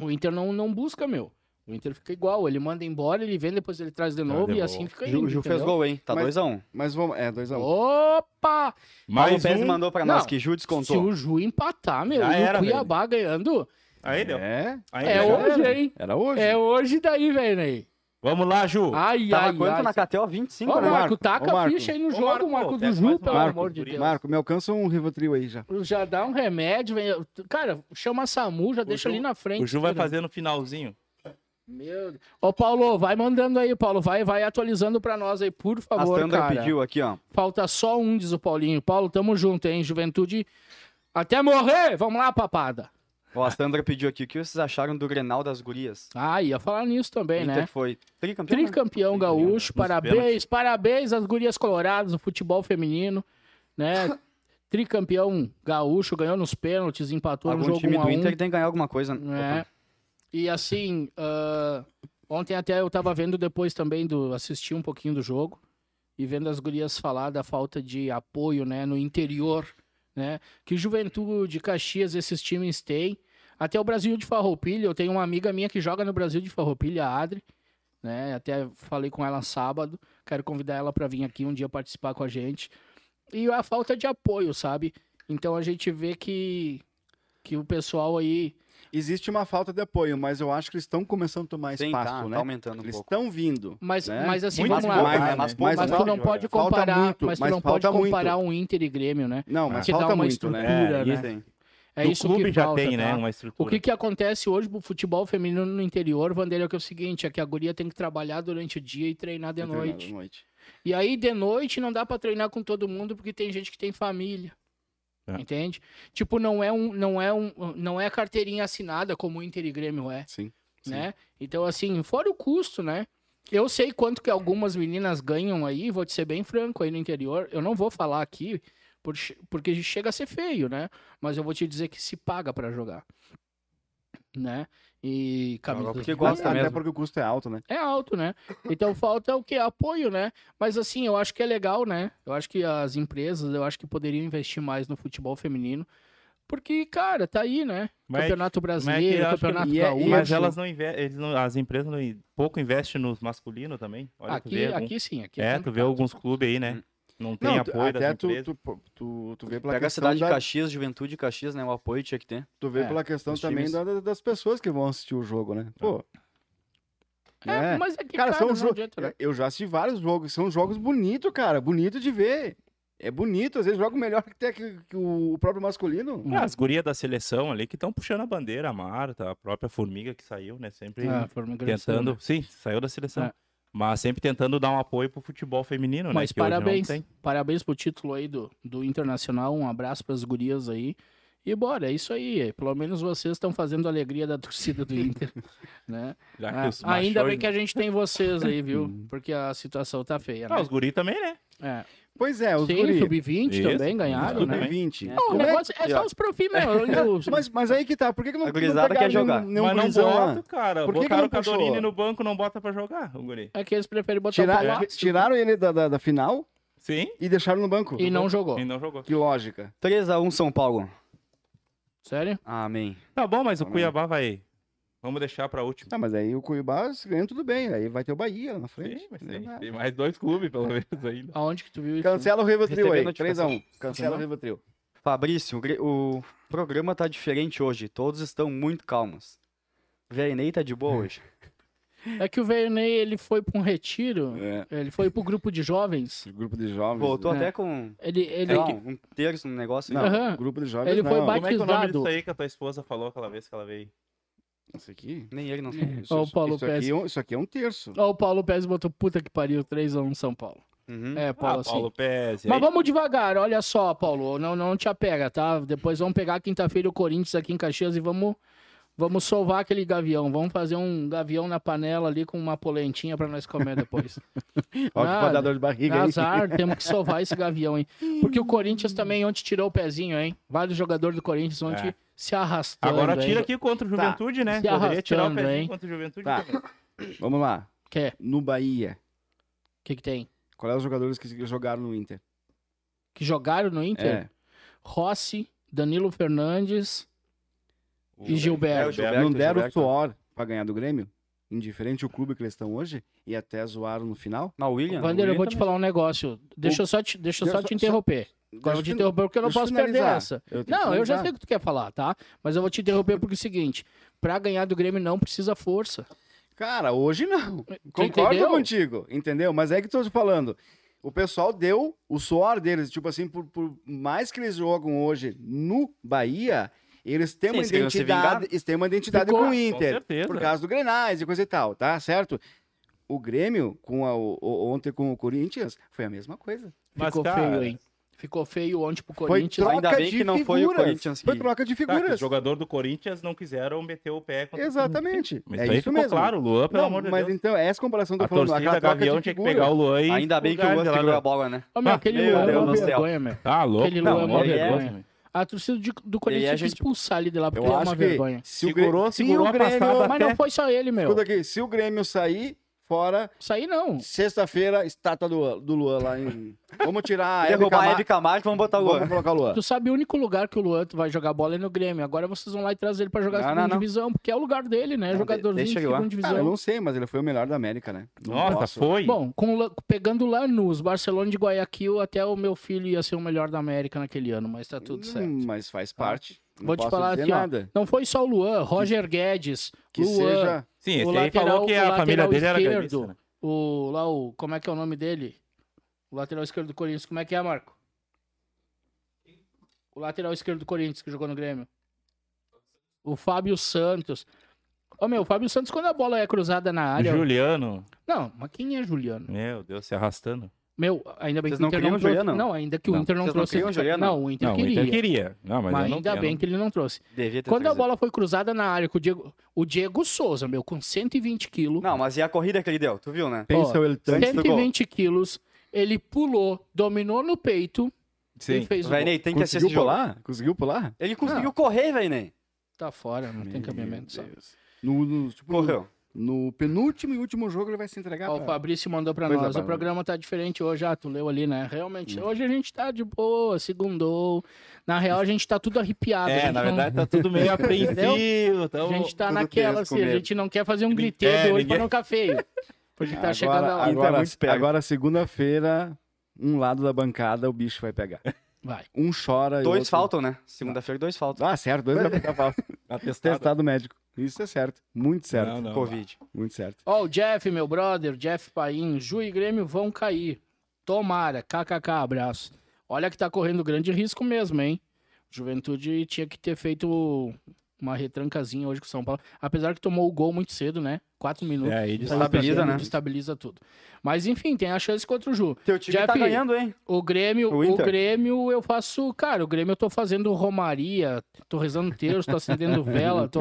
[SPEAKER 1] o Inter não, não busca, meu. O Inter fica igual, ele manda embora, ele vem, depois ele traz de novo
[SPEAKER 3] Ah, de
[SPEAKER 1] e
[SPEAKER 3] boa.
[SPEAKER 1] assim fica
[SPEAKER 4] O Ju,
[SPEAKER 1] indo,
[SPEAKER 4] Ju fez
[SPEAKER 1] entendeu?
[SPEAKER 4] gol, hein? Tá
[SPEAKER 2] Mas-
[SPEAKER 4] 2x1.
[SPEAKER 2] Mas vamos. É, 2x1.
[SPEAKER 1] Opa!
[SPEAKER 4] Paulo
[SPEAKER 3] Mais
[SPEAKER 4] Pérez
[SPEAKER 3] um.
[SPEAKER 4] mandou pra nós
[SPEAKER 1] Não.
[SPEAKER 4] que Ju
[SPEAKER 1] Se
[SPEAKER 4] descontou.
[SPEAKER 1] o Ju empatar, meu,
[SPEAKER 3] Já
[SPEAKER 1] e
[SPEAKER 3] era,
[SPEAKER 1] o Cuiabá ganhando,
[SPEAKER 3] Aí deu.
[SPEAKER 2] É,
[SPEAKER 3] Aí
[SPEAKER 1] é
[SPEAKER 3] deu.
[SPEAKER 1] hoje, hein?
[SPEAKER 2] era hoje.
[SPEAKER 1] É hoje daí, velho, aí.
[SPEAKER 3] Vamos lá, Ju.
[SPEAKER 1] Ai,
[SPEAKER 4] Tava
[SPEAKER 1] ai,
[SPEAKER 4] quanto
[SPEAKER 1] ai.
[SPEAKER 4] na KTO? 25,
[SPEAKER 1] Ô,
[SPEAKER 4] né?
[SPEAKER 1] Marco,
[SPEAKER 2] Marco,
[SPEAKER 1] taca
[SPEAKER 2] ô,
[SPEAKER 1] a
[SPEAKER 2] Marco.
[SPEAKER 1] ficha aí no
[SPEAKER 3] Ô,
[SPEAKER 1] jogo,
[SPEAKER 3] Marco,
[SPEAKER 1] Marco do
[SPEAKER 3] pega
[SPEAKER 1] Ju,
[SPEAKER 3] mais
[SPEAKER 1] pelo
[SPEAKER 3] uma.
[SPEAKER 2] Marco,
[SPEAKER 1] amor de Deus.
[SPEAKER 2] Marco, me alcança um Rivotril aí já.
[SPEAKER 1] Já dá um remédio, vem. Cara, chama a SAMU, já deixa
[SPEAKER 3] Ju-
[SPEAKER 1] ali na frente.
[SPEAKER 3] O Ju vai
[SPEAKER 1] tira.
[SPEAKER 3] fazer no finalzinho.
[SPEAKER 1] Meu Deus. Ô, Paulo, vai mandando aí, Paulo. Vai, vai atualizando pra nós aí, por
[SPEAKER 4] A
[SPEAKER 1] favor,
[SPEAKER 4] Sandra
[SPEAKER 1] cara.
[SPEAKER 4] pediu aqui, ó.
[SPEAKER 1] Falta só um, diz o Paulinho. Paulo, tamo junto, hein? Juventude. Até morrer! Vamos lá, papada.
[SPEAKER 4] Ó, a Sandra pediu aqui. O que vocês acharam do Grenal das gurias?
[SPEAKER 1] Ah, ia falar nisso também,
[SPEAKER 4] Inter
[SPEAKER 1] né?
[SPEAKER 4] foi tricampeão. né?
[SPEAKER 1] Tricampeão gaúcho,
[SPEAKER 3] Nos
[SPEAKER 1] parabéns,
[SPEAKER 3] pênaltis.
[SPEAKER 1] parabéns às gurias coloradas do futebol feminino, né? Tricampeão gaúcho, ganhou nos pênaltis, empatou no
[SPEAKER 4] Algum
[SPEAKER 1] jogo
[SPEAKER 4] time
[SPEAKER 1] 1 a
[SPEAKER 4] do
[SPEAKER 1] 1.
[SPEAKER 4] Inter tem que ganhar alguma coisa. né?
[SPEAKER 1] É. E assim, ah, ontem até eu tava vendo depois também do assistir um pouquinho do jogo e vendo as gurias falar da falta de apoio, né, no interior, né, que Juventude, Caxias, esses times têm. Até o Brasil de Farroupilha, eu tenho uma amiga minha que joga no Brasil de Farroupilha, a Adri, né? Até falei com ela sábado, quero convidar ela para vir aqui um dia participar com a gente. E a falta de apoio, sabe? Então a gente vê que que o pessoal aí
[SPEAKER 2] Existe uma falta de apoio, mas eu acho que eles estão começando a tomar
[SPEAKER 4] Sim,
[SPEAKER 2] espaço,
[SPEAKER 4] tá,
[SPEAKER 2] né?
[SPEAKER 4] tá aumentando um
[SPEAKER 2] eles
[SPEAKER 4] pouco.
[SPEAKER 2] estão vindo.
[SPEAKER 1] Mas,
[SPEAKER 2] né?
[SPEAKER 1] mas assim,
[SPEAKER 3] Muito
[SPEAKER 1] vamos lá.
[SPEAKER 3] pouco,
[SPEAKER 2] mais,
[SPEAKER 1] mas,
[SPEAKER 2] né?
[SPEAKER 4] mas
[SPEAKER 2] mais
[SPEAKER 4] pouco,
[SPEAKER 1] tu
[SPEAKER 2] falta-
[SPEAKER 1] não pode
[SPEAKER 2] falta
[SPEAKER 1] comparar,
[SPEAKER 2] muito,
[SPEAKER 1] mas tu
[SPEAKER 2] mas
[SPEAKER 1] não pode
[SPEAKER 2] falta muito.
[SPEAKER 1] comparar um Inter e Grêmio, né?
[SPEAKER 2] Não, mas
[SPEAKER 1] que dá
[SPEAKER 2] falta
[SPEAKER 1] uma
[SPEAKER 2] muito, né?
[SPEAKER 1] estrutura,
[SPEAKER 3] É,
[SPEAKER 1] né?
[SPEAKER 3] isso
[SPEAKER 4] Sim.
[SPEAKER 1] É
[SPEAKER 3] o
[SPEAKER 1] isso
[SPEAKER 3] clube
[SPEAKER 1] que
[SPEAKER 3] já
[SPEAKER 1] falta,
[SPEAKER 3] tem, né?
[SPEAKER 1] tá?
[SPEAKER 3] Uma
[SPEAKER 1] O
[SPEAKER 3] estrutura.
[SPEAKER 1] que, que acontece hoje pro futebol feminino no interior, Vanderlei, é que é o seguinte, é que a guria tem que trabalhar durante o dia e treinar de
[SPEAKER 2] Tá treinando
[SPEAKER 1] noite. E aí, de noite, não dá pra treinar com todo mundo, porque tem gente que tem família.
[SPEAKER 3] É.
[SPEAKER 1] Entende? Tipo, não é um, não é um, não é carteirinha assinada como o Inter e Grêmio é.
[SPEAKER 2] Sim. Sim.
[SPEAKER 1] né? Então, assim, fora o custo, né? Eu sei quanto que algumas meninas ganham aí, vou te ser bem franco, aí no interior. Eu não vou falar aqui, por- porque chega a ser feio, né? Mas eu vou te dizer que se paga pra jogar. Né? E camisa
[SPEAKER 4] porque
[SPEAKER 1] do-
[SPEAKER 4] gosta
[SPEAKER 2] Até
[SPEAKER 4] mesmo.
[SPEAKER 2] porque o custo é alto, né?
[SPEAKER 1] é alto, né? Então falta o que? Apoio, né? Mas assim, eu acho que é legal, né? Eu acho que as empresas, eu acho que poderiam investir mais no futebol feminino. Porque, cara, tá aí, né?
[SPEAKER 3] Mas- é
[SPEAKER 1] Campeonato
[SPEAKER 3] que
[SPEAKER 1] Brasileiro,
[SPEAKER 3] eu acho que-
[SPEAKER 1] Campeonato
[SPEAKER 2] e é- e
[SPEAKER 1] Gaúcho.
[SPEAKER 3] Mas elas não investem, as empresas não, in- pouco investem nos masculinos também. Olha, tu
[SPEAKER 1] Aqui,
[SPEAKER 3] vê algum-
[SPEAKER 1] aqui sim, aqui
[SPEAKER 3] é, tu vê
[SPEAKER 1] complicado. Hum.
[SPEAKER 3] alguns clubes aí, né? Não tem
[SPEAKER 2] Não, tu-
[SPEAKER 3] apoio das
[SPEAKER 2] até tu,
[SPEAKER 3] empresas.
[SPEAKER 2] tu, tu, tu vê pela
[SPEAKER 4] Pega a
[SPEAKER 2] questão,
[SPEAKER 4] cidade de
[SPEAKER 2] da,
[SPEAKER 4] Caxias, Juventude de Caxias, né? O apoio tinha que ter.
[SPEAKER 2] tu vê
[SPEAKER 1] É,
[SPEAKER 2] pela questão
[SPEAKER 4] os
[SPEAKER 2] também
[SPEAKER 4] times.
[SPEAKER 2] da- da- das pessoas que vão assistir o jogo, né? Pô.
[SPEAKER 1] É,
[SPEAKER 2] né?
[SPEAKER 1] mas é que, cara,
[SPEAKER 2] Cara, são
[SPEAKER 1] não
[SPEAKER 2] jo-
[SPEAKER 1] adianta, né?
[SPEAKER 2] Eu já assisti vários jogos, são jogos bonitos, cara, bonito de ver. É bonito, às vezes joga melhor que, até que, que o próprio masculino.
[SPEAKER 3] Ah, as gurias da seleção ali que estão puxando a bandeira, a Marta, a própria Formiga que saiu, né? Sempre
[SPEAKER 1] Ah, forma agressiva,
[SPEAKER 3] tentando.
[SPEAKER 1] né?
[SPEAKER 3] Sim, saiu da seleção.
[SPEAKER 1] É.
[SPEAKER 3] Mas sempre tentando dar um apoio pro futebol feminino, né?
[SPEAKER 1] Mas
[SPEAKER 3] que hoje não
[SPEAKER 1] parabéns.
[SPEAKER 3] tem.
[SPEAKER 1] Parabéns pro título aí do, do Internacional. Um abraço pras gurias aí. E bora, é isso aí. Pelo menos vocês estão fazendo a alegria da torcida do Inter, né?
[SPEAKER 3] Já Tá que
[SPEAKER 1] Ah,
[SPEAKER 3] os
[SPEAKER 1] ainda
[SPEAKER 3] machões- né? Hum.
[SPEAKER 1] bem que a gente tem vocês aí, viu? Porque a situação tá feia, né?
[SPEAKER 3] Ah, os guris também, né?
[SPEAKER 1] É.
[SPEAKER 2] Pois é, os
[SPEAKER 1] Sim,
[SPEAKER 2] guri.
[SPEAKER 1] sub-20
[SPEAKER 3] Isso,
[SPEAKER 1] também ganharam,
[SPEAKER 3] tudo
[SPEAKER 1] né?
[SPEAKER 3] bem.
[SPEAKER 2] Sub-20.
[SPEAKER 4] É.
[SPEAKER 1] Não, o
[SPEAKER 2] Como é-
[SPEAKER 1] negócio é só os profi, meu. Os-
[SPEAKER 2] mas, mas aí que tá, por que, que não,
[SPEAKER 4] A
[SPEAKER 2] não
[SPEAKER 4] gurizada
[SPEAKER 2] pegaram
[SPEAKER 4] quer jogar.
[SPEAKER 2] nenhum- nenhum
[SPEAKER 3] Mas não
[SPEAKER 2] gurizão lá?
[SPEAKER 3] bota, cara.
[SPEAKER 2] Por que que
[SPEAKER 3] Botaram
[SPEAKER 2] não
[SPEAKER 3] o Cadorini
[SPEAKER 2] puxou?
[SPEAKER 3] no banco, não bota pra jogar, o guri.
[SPEAKER 1] É que eles preferem botar
[SPEAKER 2] Tira-
[SPEAKER 1] o Palácio
[SPEAKER 2] Tiraram ele da, da, da final
[SPEAKER 3] Sim,
[SPEAKER 2] e deixaram no banco.
[SPEAKER 1] e não jogou.
[SPEAKER 3] e não jogou.
[SPEAKER 2] Que lógica.
[SPEAKER 4] 3x1 São Paulo. Ah,
[SPEAKER 1] Sério?
[SPEAKER 4] Amém.
[SPEAKER 3] Tá bom, mas o
[SPEAKER 2] Também.
[SPEAKER 3] Cuiabá vai. Vamos deixar pra última.
[SPEAKER 2] Tá, mas aí o Cuiabá se ganha tudo bem, aí vai ter o Bahia lá na frente.
[SPEAKER 3] Sim, mas
[SPEAKER 2] entendeu?
[SPEAKER 3] tem,
[SPEAKER 2] Ah.
[SPEAKER 3] tem mais dois clubes, pelo menos, né? ainda.
[SPEAKER 1] Aonde que tu viu isso?
[SPEAKER 2] Cancela o Rivotril
[SPEAKER 4] Recebeu
[SPEAKER 2] aí,
[SPEAKER 4] notificação.
[SPEAKER 2] 3x1. Cancela o Rivotril.
[SPEAKER 4] Fabrício, o gre- o programa tá diferente hoje. Todos estão muito calmos. Verinei tá de boa hoje.
[SPEAKER 1] É que o Verney, ele foi pra um retiro,
[SPEAKER 2] É,
[SPEAKER 1] ele foi pro grupo de jovens.
[SPEAKER 2] esse grupo de jovens.
[SPEAKER 4] Voltou
[SPEAKER 1] né?
[SPEAKER 4] até com
[SPEAKER 1] Ele, ele,
[SPEAKER 4] sei lá,
[SPEAKER 3] É.
[SPEAKER 4] um terço no negócio.
[SPEAKER 2] Não,
[SPEAKER 1] Aham.
[SPEAKER 2] grupo de jovens
[SPEAKER 1] Ele
[SPEAKER 2] não.
[SPEAKER 1] foi
[SPEAKER 3] Como é que é o nome
[SPEAKER 1] Batizado.
[SPEAKER 3] disso aí que a tua esposa falou aquela vez que ela veio?
[SPEAKER 2] Isso aqui?
[SPEAKER 4] Nem ele não sabe.
[SPEAKER 2] Isso,
[SPEAKER 1] Ó, o
[SPEAKER 2] isso-
[SPEAKER 1] Paulo
[SPEAKER 2] isso aqui,
[SPEAKER 1] Pérez.
[SPEAKER 2] é um- isso aqui é um terço.
[SPEAKER 1] Ó, o Paulo Pérez botou puta que pariu, 3x1 São Paulo.
[SPEAKER 4] Uhum.
[SPEAKER 1] É, Paulo,
[SPEAKER 3] ah,
[SPEAKER 1] assim.
[SPEAKER 3] Paulo Pérez. e
[SPEAKER 1] Mas
[SPEAKER 3] aí?
[SPEAKER 1] vamos devagar, olha só, Paulo, não, não te apega, tá? Depois vamos pegar quinta-feira o Corinthians aqui em Caxias e vamos, vamos sovar aquele gavião. Vamos fazer um gavião na panela ali com uma polentinha pra nós comer depois.
[SPEAKER 2] Ó, que pode
[SPEAKER 1] Nada.
[SPEAKER 2] dar dor de barriga aí.
[SPEAKER 1] Azar, temos que sovar esse gavião, hein? Porque o Corinthians também ontem tirou o pezinho, hein? Vários jogadores do Corinthians ontem
[SPEAKER 3] É.
[SPEAKER 1] se arrastando.
[SPEAKER 3] Agora
[SPEAKER 1] hein?
[SPEAKER 3] tira aqui contra
[SPEAKER 2] Tá.
[SPEAKER 3] o Juventude, né?
[SPEAKER 1] Se
[SPEAKER 3] Poderia tirar o
[SPEAKER 1] arrastando,
[SPEAKER 3] pezinho
[SPEAKER 1] hein?
[SPEAKER 3] contra o Juventude
[SPEAKER 2] Tá.
[SPEAKER 3] também.
[SPEAKER 2] Vamos lá.
[SPEAKER 1] Quer?
[SPEAKER 2] No Bahia,
[SPEAKER 1] O que, que tem?
[SPEAKER 2] qual é os jogadores que jogaram no Inter?
[SPEAKER 1] Que jogaram no Inter?
[SPEAKER 2] É,
[SPEAKER 1] Rossi, Danilo Fernandes e
[SPEAKER 4] É,
[SPEAKER 1] Gilberto.
[SPEAKER 4] o Gilberto,
[SPEAKER 2] não deram
[SPEAKER 4] Gilberto.
[SPEAKER 2] o suor pra ganhar do Grêmio? Indiferente o clube que eles estão hoje e até zoaram no final?
[SPEAKER 4] Na William?
[SPEAKER 1] Vander, eu vou te
[SPEAKER 4] William
[SPEAKER 1] falar um negócio. Deixa eu só te, deixa eu só
[SPEAKER 2] Deixa eu
[SPEAKER 1] te
[SPEAKER 2] só-
[SPEAKER 1] interromper. Agora eu vou
[SPEAKER 2] Deixa
[SPEAKER 1] te
[SPEAKER 2] eu
[SPEAKER 1] interromper porque é eu não
[SPEAKER 2] deixa eu
[SPEAKER 1] posso perder
[SPEAKER 2] finalizar.
[SPEAKER 1] essa.
[SPEAKER 2] Eu tenho que
[SPEAKER 1] Não, eu já
[SPEAKER 2] finalizar.
[SPEAKER 1] sei o que tu quer falar, tá? Mas eu vou te interromper porque é o seguinte: pra ganhar do Grêmio não precisa força.
[SPEAKER 2] Cara, hoje não. Concordo
[SPEAKER 1] entendeu?
[SPEAKER 2] contigo, entendeu? Mas é que eu tô te falando. O pessoal deu o suor deles, tipo assim, por, por mais que eles jogam hoje no Bahia, eles têm
[SPEAKER 4] Sim,
[SPEAKER 2] uma
[SPEAKER 4] eles queriam se
[SPEAKER 2] identidade,
[SPEAKER 4] vingar.
[SPEAKER 2] eles têm uma identidade
[SPEAKER 1] Ficou-
[SPEAKER 2] com o
[SPEAKER 3] Com
[SPEAKER 2] Inter,
[SPEAKER 3] certeza. Tá,
[SPEAKER 2] por causa do Grenais e coisa e tal, tá certo? O Grêmio com a- o- o- ontem com o Corinthians foi a mesma coisa.
[SPEAKER 3] Mas,
[SPEAKER 1] Ficou
[SPEAKER 3] cara,
[SPEAKER 1] feio, hein? Ficou feio ontem pro
[SPEAKER 2] Foi
[SPEAKER 1] Corinthians.
[SPEAKER 2] troca
[SPEAKER 4] Ainda bem
[SPEAKER 2] de
[SPEAKER 4] que não foi o
[SPEAKER 2] figuras.
[SPEAKER 4] Corinthians que-
[SPEAKER 2] Foi troca de
[SPEAKER 3] Tá, que
[SPEAKER 2] figuras.
[SPEAKER 3] o jogador do Corinthians não quiseram meter o pé contra
[SPEAKER 2] Exatamente.
[SPEAKER 3] Mas
[SPEAKER 2] é
[SPEAKER 3] daí
[SPEAKER 2] isso
[SPEAKER 3] ficou
[SPEAKER 2] mesmo.
[SPEAKER 3] claro, Luan, pelo
[SPEAKER 2] Não,
[SPEAKER 3] amor de
[SPEAKER 2] mas
[SPEAKER 3] Deus.
[SPEAKER 2] então, essa comparação que eu
[SPEAKER 3] A
[SPEAKER 2] tô falando,
[SPEAKER 3] torcida
[SPEAKER 2] aquela troca
[SPEAKER 3] Gavião
[SPEAKER 2] de
[SPEAKER 3] tinha que
[SPEAKER 2] figura.
[SPEAKER 3] pegar o Luan e...
[SPEAKER 4] Ainda bem que o
[SPEAKER 3] jogar
[SPEAKER 4] Luan
[SPEAKER 3] ele lá
[SPEAKER 4] segurou
[SPEAKER 3] no-
[SPEAKER 4] a bola, né?
[SPEAKER 1] Ô, meu,
[SPEAKER 3] Ah,
[SPEAKER 1] aquele
[SPEAKER 4] meu
[SPEAKER 1] Luan é
[SPEAKER 4] Deus
[SPEAKER 1] uma
[SPEAKER 4] do céu.
[SPEAKER 1] vergonha, meu.
[SPEAKER 3] Tá louco,
[SPEAKER 1] Aquele
[SPEAKER 3] não,
[SPEAKER 1] Luan é uma
[SPEAKER 3] ele é
[SPEAKER 1] vergonha.
[SPEAKER 3] outro, né?
[SPEAKER 1] A torcida de- do
[SPEAKER 4] E aí a
[SPEAKER 1] Corinthians tinha que
[SPEAKER 4] gente-
[SPEAKER 1] expulsar ele de lá, porque
[SPEAKER 2] Eu
[SPEAKER 1] é
[SPEAKER 2] acho
[SPEAKER 1] uma
[SPEAKER 2] que
[SPEAKER 1] vergonha.
[SPEAKER 2] se o Gre-
[SPEAKER 3] Segurou,
[SPEAKER 2] se
[SPEAKER 3] segurou
[SPEAKER 2] o
[SPEAKER 3] a
[SPEAKER 2] Grêmio-
[SPEAKER 3] passada
[SPEAKER 1] Mas não
[SPEAKER 3] até-
[SPEAKER 1] foi só ele, meu.
[SPEAKER 2] Escuta aqui, se o Grêmio sair fora,
[SPEAKER 1] Isso aí não.
[SPEAKER 2] sexta-feira, estátua do, do Luan lá em. Vamos tirar a
[SPEAKER 4] Ia
[SPEAKER 2] Hebe
[SPEAKER 4] roubar a
[SPEAKER 2] Camargo.
[SPEAKER 4] Hebe Camargo, vamos botar o
[SPEAKER 2] Vamos
[SPEAKER 4] Luan.
[SPEAKER 2] colocar o Luan.
[SPEAKER 1] Tu sabe o único lugar que o Luan vai jogar bola é no Grêmio. Agora vocês vão lá e trazer ele pra jogar
[SPEAKER 4] Não,
[SPEAKER 1] segunda
[SPEAKER 4] não, não.
[SPEAKER 1] divisão, porque é o lugar dele, né?
[SPEAKER 4] Não,
[SPEAKER 1] Jogadorzinho
[SPEAKER 4] deixa
[SPEAKER 1] de
[SPEAKER 4] ele lá. Ah,
[SPEAKER 1] segunda
[SPEAKER 2] Cara, Ah, eu
[SPEAKER 1] divisão.
[SPEAKER 2] não sei, mas ele foi o melhor da América, né? Não
[SPEAKER 3] Nossa,
[SPEAKER 2] posso.
[SPEAKER 3] foi.
[SPEAKER 1] Bom, com, o La- pegando o Lanús, Barcelona de Guayaquil, até o meu filho ia ser o melhor da América naquele ano, mas tá tudo
[SPEAKER 2] Hum,
[SPEAKER 1] certo. Tá.
[SPEAKER 2] Mas faz parte. Não
[SPEAKER 1] Vou te
[SPEAKER 2] posso
[SPEAKER 1] falar
[SPEAKER 2] dizer
[SPEAKER 1] aqui, ó.
[SPEAKER 2] nada.
[SPEAKER 1] Não foi só o Luan, Roger Guedes,
[SPEAKER 2] Que
[SPEAKER 1] Luan,
[SPEAKER 2] seja.
[SPEAKER 3] Sim,
[SPEAKER 1] o
[SPEAKER 3] esse aí
[SPEAKER 1] lateral-
[SPEAKER 3] falou que
[SPEAKER 1] o
[SPEAKER 3] a família
[SPEAKER 1] lateral
[SPEAKER 3] dele era
[SPEAKER 1] esquerdo.
[SPEAKER 3] gremista, né?
[SPEAKER 1] o lá o, como é que é o nome dele? O lateral esquerdo do Corinthians, como é que é, Marco? O lateral esquerdo do Corinthians que jogou no Grêmio. O Fábio Santos. Ô meu, o Fábio Santos quando a bola é cruzada na área,
[SPEAKER 3] Juliano,
[SPEAKER 1] Não, mas quem é Juliano?
[SPEAKER 3] meu Deus, se arrastando.
[SPEAKER 1] Meu, ainda bem
[SPEAKER 4] Vocês
[SPEAKER 1] que o
[SPEAKER 4] não
[SPEAKER 1] Inter
[SPEAKER 4] queriam
[SPEAKER 1] não
[SPEAKER 4] o
[SPEAKER 1] trouxe.
[SPEAKER 4] Juliano?
[SPEAKER 1] Não, ainda que o
[SPEAKER 3] Não.
[SPEAKER 1] Inter não
[SPEAKER 4] Vocês não
[SPEAKER 1] trouxe.
[SPEAKER 4] queriam o Juliano?
[SPEAKER 1] Não, o Inter
[SPEAKER 3] não,
[SPEAKER 1] queria.
[SPEAKER 3] o Inter queria. Não, mas,
[SPEAKER 1] Mas
[SPEAKER 3] eu não
[SPEAKER 1] ainda
[SPEAKER 3] quero.
[SPEAKER 1] bem que ele não trouxe.
[SPEAKER 4] Devia ter
[SPEAKER 1] Quando a
[SPEAKER 4] trazido.
[SPEAKER 1] bola foi cruzada na área com o Diego, o Diego Souza, meu, com 120 quilos.
[SPEAKER 4] Não, mas e a corrida que ele deu? Tu viu, né?
[SPEAKER 2] Pensa o ele tanto.
[SPEAKER 1] 120 quilos, ele pulou, dominou no peito e
[SPEAKER 3] Sim.
[SPEAKER 1] fez o gol.
[SPEAKER 4] Vainey, tem que assistir
[SPEAKER 2] Conseguiu
[SPEAKER 4] esse jogo.
[SPEAKER 2] pular? Conseguiu pular?
[SPEAKER 4] Ele conseguiu correr, Vainey.
[SPEAKER 1] Tá fora, não tem
[SPEAKER 2] Meu
[SPEAKER 1] cabimento. sabe?
[SPEAKER 2] Deus. No, no, tipo,
[SPEAKER 4] Correu.
[SPEAKER 2] no penúltimo e último jogo ele vai se entregar.
[SPEAKER 1] Ó, o
[SPEAKER 2] pra-
[SPEAKER 1] Fabrício mandou pra
[SPEAKER 2] Coisa
[SPEAKER 1] nós. O
[SPEAKER 2] bárbara.
[SPEAKER 1] programa tá diferente hoje. Ah, tu leu ali, né? Realmente, hoje a gente tá de boa, segundou. Na real, a gente tá tudo arrepiado. a
[SPEAKER 3] É,
[SPEAKER 1] gente
[SPEAKER 3] na
[SPEAKER 1] não-
[SPEAKER 3] verdade tá tudo meio apreensivo.
[SPEAKER 1] A
[SPEAKER 3] Então...
[SPEAKER 1] gente tá
[SPEAKER 2] tudo
[SPEAKER 1] naquela,
[SPEAKER 2] tenso, com
[SPEAKER 1] assim, a
[SPEAKER 2] medo.
[SPEAKER 1] gente não quer fazer um
[SPEAKER 3] Ninguém-
[SPEAKER 1] griteiro
[SPEAKER 3] é,
[SPEAKER 1] hoje
[SPEAKER 3] ninguém-
[SPEAKER 1] pra não ficar feio. Porque tá
[SPEAKER 2] agora,
[SPEAKER 1] chegando a hora.
[SPEAKER 4] Inter é
[SPEAKER 2] Agora,
[SPEAKER 4] muito esperto.
[SPEAKER 2] agora, segunda-feira, um lado da bancada o bicho vai pegar.
[SPEAKER 1] Vai.
[SPEAKER 2] Um chora e o
[SPEAKER 4] Dois
[SPEAKER 2] outro-
[SPEAKER 4] faltam, né? Segunda-feira, dois faltam.
[SPEAKER 2] Ah, certo, dois vai
[SPEAKER 1] tá-
[SPEAKER 2] pegar falta.
[SPEAKER 3] Tá Atestado.
[SPEAKER 2] Testado médico. Isso é certo. Muito certo.
[SPEAKER 3] Não, não.
[SPEAKER 4] Covid.
[SPEAKER 2] Muito certo.
[SPEAKER 1] Ó, o Jeff, meu brother, Jeff Paim, Ju e Grêmio vão cair. Tomara, kkk, abraço. Olha que tá correndo grande risco mesmo, hein? Juventude tinha que ter feito uma retrancazinha hoje com o São Paulo. Apesar que tomou o gol muito cedo, né? Quatro minutos.
[SPEAKER 3] É, aí
[SPEAKER 4] Destabiliza, né?
[SPEAKER 1] Destabiliza tudo. Mas enfim, tem a chance contra o Ju.
[SPEAKER 4] Teu time tá
[SPEAKER 1] Jeff,
[SPEAKER 4] ganhando, hein?
[SPEAKER 1] O Grêmio,
[SPEAKER 4] O
[SPEAKER 1] o,
[SPEAKER 4] Inter.
[SPEAKER 1] Grêmio eu faço, cara, o Grêmio eu tô fazendo romaria, tô rezando terço, tô acendendo vela, tô...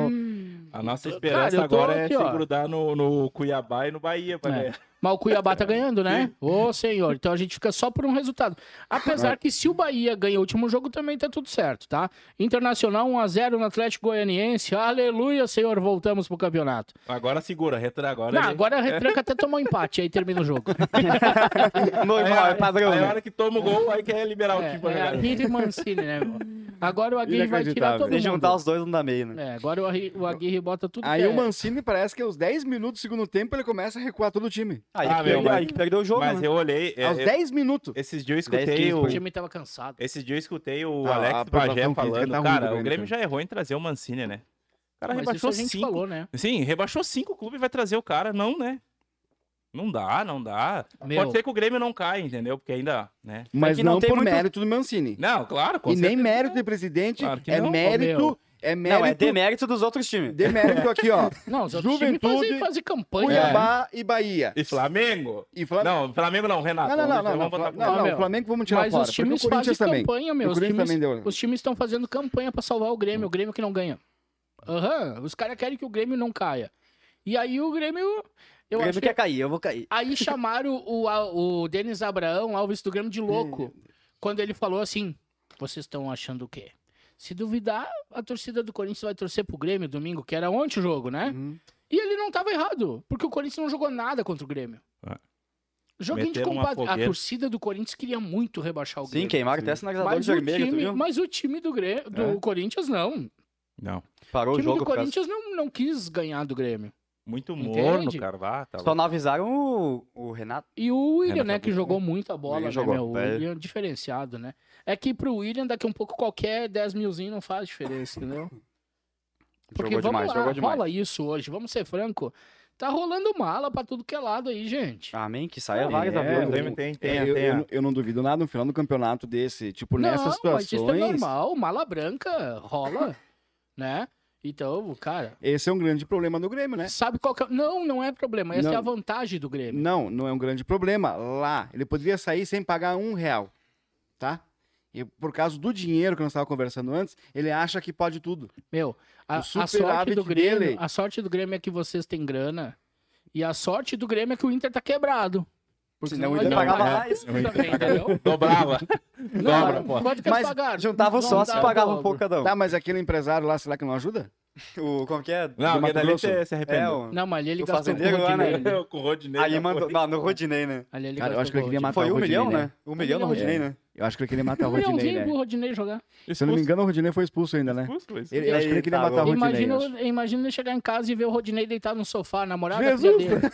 [SPEAKER 3] A nossa
[SPEAKER 1] Cara,
[SPEAKER 3] esperança
[SPEAKER 1] eu tô
[SPEAKER 3] agora
[SPEAKER 1] aqui,
[SPEAKER 3] é
[SPEAKER 1] ó.
[SPEAKER 3] se grudar no, no Cuiabá e no Bahia. pra
[SPEAKER 1] É.
[SPEAKER 3] ver.
[SPEAKER 1] Mas o Cuiabá tá ganhando, né? Ô, senhor, então a gente fica só por um resultado. Apesar que se o Bahia ganha o último jogo, também tá tudo certo, tá? Internacional 1x0 no Atlético Goianiense, aleluia, senhor, voltamos pro campeonato.
[SPEAKER 3] Agora segura, retra agora.
[SPEAKER 1] Não,
[SPEAKER 3] ele-
[SPEAKER 1] agora retranca até tomar um empate, aí termina o jogo.
[SPEAKER 4] Normal, é padrão,
[SPEAKER 3] Aí a
[SPEAKER 4] né?
[SPEAKER 3] hora que toma o gol, aí quer liberar o
[SPEAKER 1] É,
[SPEAKER 3] time pra
[SPEAKER 1] é a
[SPEAKER 3] jogar.
[SPEAKER 1] Guirre Mancini, né? meu? Agora o Aguirre vai tirar todo
[SPEAKER 2] Inacreditável.
[SPEAKER 4] Se
[SPEAKER 1] mundo.
[SPEAKER 4] juntar os dois, não dá meio, né?
[SPEAKER 1] É, agora o Arri- o Aguirre bota tudo
[SPEAKER 2] Aí
[SPEAKER 1] que
[SPEAKER 2] o
[SPEAKER 1] é.
[SPEAKER 2] Mancini parece que aos 10 minutos do segundo tempo ele começa a recuar todo o time.
[SPEAKER 4] Aí,
[SPEAKER 3] Ah,
[SPEAKER 4] que
[SPEAKER 3] meu,
[SPEAKER 4] perde-
[SPEAKER 3] mas-
[SPEAKER 4] aí que perdeu o jogo,
[SPEAKER 3] Mas
[SPEAKER 4] né?
[SPEAKER 3] eu olhei. é,
[SPEAKER 2] aos
[SPEAKER 3] é,
[SPEAKER 2] 10 minutos.
[SPEAKER 3] Esses dias eu
[SPEAKER 4] 10,
[SPEAKER 3] escutei
[SPEAKER 4] 15
[SPEAKER 1] O
[SPEAKER 3] o.
[SPEAKER 1] time tava cansado.
[SPEAKER 3] Esses dias eu escutei o
[SPEAKER 2] Ah, a
[SPEAKER 3] Alex
[SPEAKER 2] aprovação
[SPEAKER 3] Bagé
[SPEAKER 2] física
[SPEAKER 3] falando,
[SPEAKER 2] tá ruim do
[SPEAKER 3] cara,
[SPEAKER 2] Grêmio,
[SPEAKER 3] o Grêmio
[SPEAKER 2] cara.
[SPEAKER 3] já errou em trazer o Mancini, né? O cara
[SPEAKER 1] Mas isso
[SPEAKER 3] rebaixou
[SPEAKER 1] a gente
[SPEAKER 3] cinco.
[SPEAKER 1] falou, né?
[SPEAKER 3] Sim, rebaixou cinco clubes e vai trazer o cara, não, né? Não dá, não dá.
[SPEAKER 1] Meu,
[SPEAKER 3] Pode ser que o Grêmio não caia, entendeu? Porque ainda, né?
[SPEAKER 2] Mas
[SPEAKER 4] que
[SPEAKER 2] não,
[SPEAKER 4] não tem
[SPEAKER 2] por
[SPEAKER 4] muito-
[SPEAKER 2] mérito do Mancini.
[SPEAKER 3] Não, claro, com
[SPEAKER 2] E nem
[SPEAKER 3] certeza.
[SPEAKER 2] mérito de presidente,
[SPEAKER 3] Claro que
[SPEAKER 2] é
[SPEAKER 3] não.
[SPEAKER 2] mérito
[SPEAKER 1] Ô, meu.
[SPEAKER 2] É mérito.
[SPEAKER 4] Não, é demérito dos outros times.
[SPEAKER 2] demérito aqui, ó.
[SPEAKER 1] Não, os outros times
[SPEAKER 2] Juventude,
[SPEAKER 1] fazem, fazem campanha.
[SPEAKER 2] Cuiabá e Bahia.
[SPEAKER 3] E Flamengo?
[SPEAKER 2] E Flamengo.
[SPEAKER 3] Não, Flamengo não, Renato.
[SPEAKER 2] Não, não, não, não. Não,
[SPEAKER 3] Vamos botar
[SPEAKER 2] Fla-
[SPEAKER 3] pro-
[SPEAKER 2] não, não,
[SPEAKER 1] Flamengo.
[SPEAKER 2] o Flamengo vamos tirar
[SPEAKER 1] Mas
[SPEAKER 2] fora.
[SPEAKER 1] os
[SPEAKER 2] porque
[SPEAKER 1] times
[SPEAKER 2] o Corinthians
[SPEAKER 1] fazem
[SPEAKER 2] também.
[SPEAKER 1] campanha, meu.
[SPEAKER 2] o
[SPEAKER 1] Os
[SPEAKER 2] Corinthians
[SPEAKER 1] times,
[SPEAKER 2] também deu. né?
[SPEAKER 1] os times estão fazendo campanha pra salvar o Grêmio. O Grêmio que não ganha. Aham, os caras querem que o Grêmio não caia. E aí o Grêmio... Eu
[SPEAKER 4] O Grêmio
[SPEAKER 1] acho que
[SPEAKER 4] quer cair, eu vou cair.
[SPEAKER 1] Aí chamaram o, a- o Denis Abraão, Alves do Grêmio, de louco. Quando ele falou assim: vocês estão achando o quê? Se duvidar, a torcida do Corinthians vai torcer pro Grêmio domingo, que era ontem o jogo, né?
[SPEAKER 2] Uhum.
[SPEAKER 1] E ele não tava errado, porque o Corinthians não jogou nada contra o Grêmio.
[SPEAKER 3] Ah.
[SPEAKER 1] Joguinho de
[SPEAKER 3] Meteram uma
[SPEAKER 1] compadre. A
[SPEAKER 3] fogueira.
[SPEAKER 1] torcida do Corinthians queria muito rebaixar o
[SPEAKER 4] Sim,
[SPEAKER 1] Grêmio.
[SPEAKER 4] queimaram
[SPEAKER 2] sim.
[SPEAKER 4] até sinalizador
[SPEAKER 1] mas,
[SPEAKER 4] de
[SPEAKER 1] o
[SPEAKER 4] vermelho, tu
[SPEAKER 1] time,
[SPEAKER 4] viu?
[SPEAKER 1] mas o time do, Grêmio, do
[SPEAKER 2] É.
[SPEAKER 1] Corinthians não.
[SPEAKER 3] Não.
[SPEAKER 4] Parou
[SPEAKER 1] O
[SPEAKER 4] o
[SPEAKER 1] time do
[SPEAKER 4] jogo. por causa-
[SPEAKER 1] Corinthians não, não quis ganhar do Grêmio.
[SPEAKER 3] Muito
[SPEAKER 1] Entende?
[SPEAKER 3] morno, cara. Vá, tá
[SPEAKER 4] Só
[SPEAKER 3] louco.
[SPEAKER 4] não avisaram o, o Renato.
[SPEAKER 1] E o William,
[SPEAKER 3] Renato
[SPEAKER 1] né, que
[SPEAKER 3] Augusto.
[SPEAKER 1] jogou muita bola,
[SPEAKER 4] William
[SPEAKER 1] né,
[SPEAKER 4] jogou,
[SPEAKER 1] meu? O
[SPEAKER 4] é.
[SPEAKER 1] William diferenciado, né? É que pro William, daqui a um pouco, qualquer 10 milzinho não faz diferença, entendeu? Porque
[SPEAKER 4] jogou
[SPEAKER 1] vamos
[SPEAKER 4] demais,
[SPEAKER 1] lá,
[SPEAKER 4] jogou demais.
[SPEAKER 1] rola isso hoje, vamos ser franco. Tá rolando mala pra tudo que é lado aí, gente.
[SPEAKER 4] Amém, que saia
[SPEAKER 2] Não,
[SPEAKER 4] várias
[SPEAKER 2] é,
[SPEAKER 4] da
[SPEAKER 3] É,
[SPEAKER 4] vida.
[SPEAKER 3] o Grêmio tem, tem,
[SPEAKER 2] É,
[SPEAKER 3] tem.
[SPEAKER 2] eu, eu
[SPEAKER 3] a-
[SPEAKER 2] não- eu não duvido nada no final do campeonato desse. Tipo,
[SPEAKER 1] não,
[SPEAKER 2] nessas
[SPEAKER 1] mas isso é
[SPEAKER 2] situações.
[SPEAKER 1] normal, mala branca rola, né? Então, cara,
[SPEAKER 2] Esse é um grande problema do Grêmio, né?
[SPEAKER 1] sabe qual que é... Não, não é problema, essa
[SPEAKER 2] Não.
[SPEAKER 1] é a vantagem do Grêmio.
[SPEAKER 2] Não, não é um grande problema. Lá, ele poderia sair sem pagar um real, tá? E por causa do dinheiro que nós estávamos conversando antes, ele acha que pode tudo.
[SPEAKER 1] Meu, a,
[SPEAKER 2] O
[SPEAKER 1] a sorte
[SPEAKER 2] superávit
[SPEAKER 1] do Grêmio,
[SPEAKER 2] dele.
[SPEAKER 1] a sorte do Grêmio é que vocês têm grana. E a sorte do Grêmio é que o Inter tá quebrado. Porque
[SPEAKER 4] Senão o
[SPEAKER 1] vai
[SPEAKER 4] Inter
[SPEAKER 1] pagar
[SPEAKER 4] pagava
[SPEAKER 1] nada
[SPEAKER 4] mais.
[SPEAKER 1] também, entendeu?
[SPEAKER 3] Dobrava.
[SPEAKER 1] Não,
[SPEAKER 3] Dobra, pô.
[SPEAKER 1] pode que eles
[SPEAKER 4] Mas
[SPEAKER 1] pagaram.
[SPEAKER 4] juntava os
[SPEAKER 1] Não
[SPEAKER 4] sócios e
[SPEAKER 1] dá
[SPEAKER 4] pagava um
[SPEAKER 1] dobro.
[SPEAKER 4] pouco cada um.
[SPEAKER 2] Tá, mas aquele empresário lá, será que não ajuda?
[SPEAKER 4] O, como que é?
[SPEAKER 3] Não,
[SPEAKER 2] Mato
[SPEAKER 3] porque dali
[SPEAKER 2] Grosso.
[SPEAKER 3] se, se
[SPEAKER 4] é,
[SPEAKER 3] arrependeu.
[SPEAKER 4] o...
[SPEAKER 1] Não, mas ali ele
[SPEAKER 4] O
[SPEAKER 1] gastou com o
[SPEAKER 4] fazendeiro lá, né?
[SPEAKER 1] Rodinei. né?
[SPEAKER 3] Com o Rodinei.
[SPEAKER 4] Aí
[SPEAKER 3] né,
[SPEAKER 4] mandou...
[SPEAKER 3] pô.
[SPEAKER 4] Não, no Rodinei, né?
[SPEAKER 1] Ali ele
[SPEAKER 2] Cara, eu
[SPEAKER 1] gastou
[SPEAKER 2] acho que ele
[SPEAKER 1] com o Rodinei.
[SPEAKER 2] queria matar
[SPEAKER 4] Foi
[SPEAKER 2] o
[SPEAKER 4] um
[SPEAKER 2] Rodinei,
[SPEAKER 4] milhão,
[SPEAKER 2] né?
[SPEAKER 4] né? Um milhão no
[SPEAKER 1] milhãozinho.
[SPEAKER 4] Rodinei, né?
[SPEAKER 2] Eu acho que ele queria matar o
[SPEAKER 1] Um milhãozinho
[SPEAKER 2] Rodinei, né?
[SPEAKER 1] pro Rodinei jogar.
[SPEAKER 2] Se eu não me engano, o Rodinei foi expulso ainda, né?
[SPEAKER 3] Expulso, expulso.
[SPEAKER 2] Ele- eu acho que ele queria
[SPEAKER 4] Tá,
[SPEAKER 2] matar o Rodinei.
[SPEAKER 1] Imagina,
[SPEAKER 2] eu acho.
[SPEAKER 1] imagina ele chegar em casa e ver o Rodinei deitado no sofá, a namorada
[SPEAKER 2] Jesus!
[SPEAKER 1] filha dele.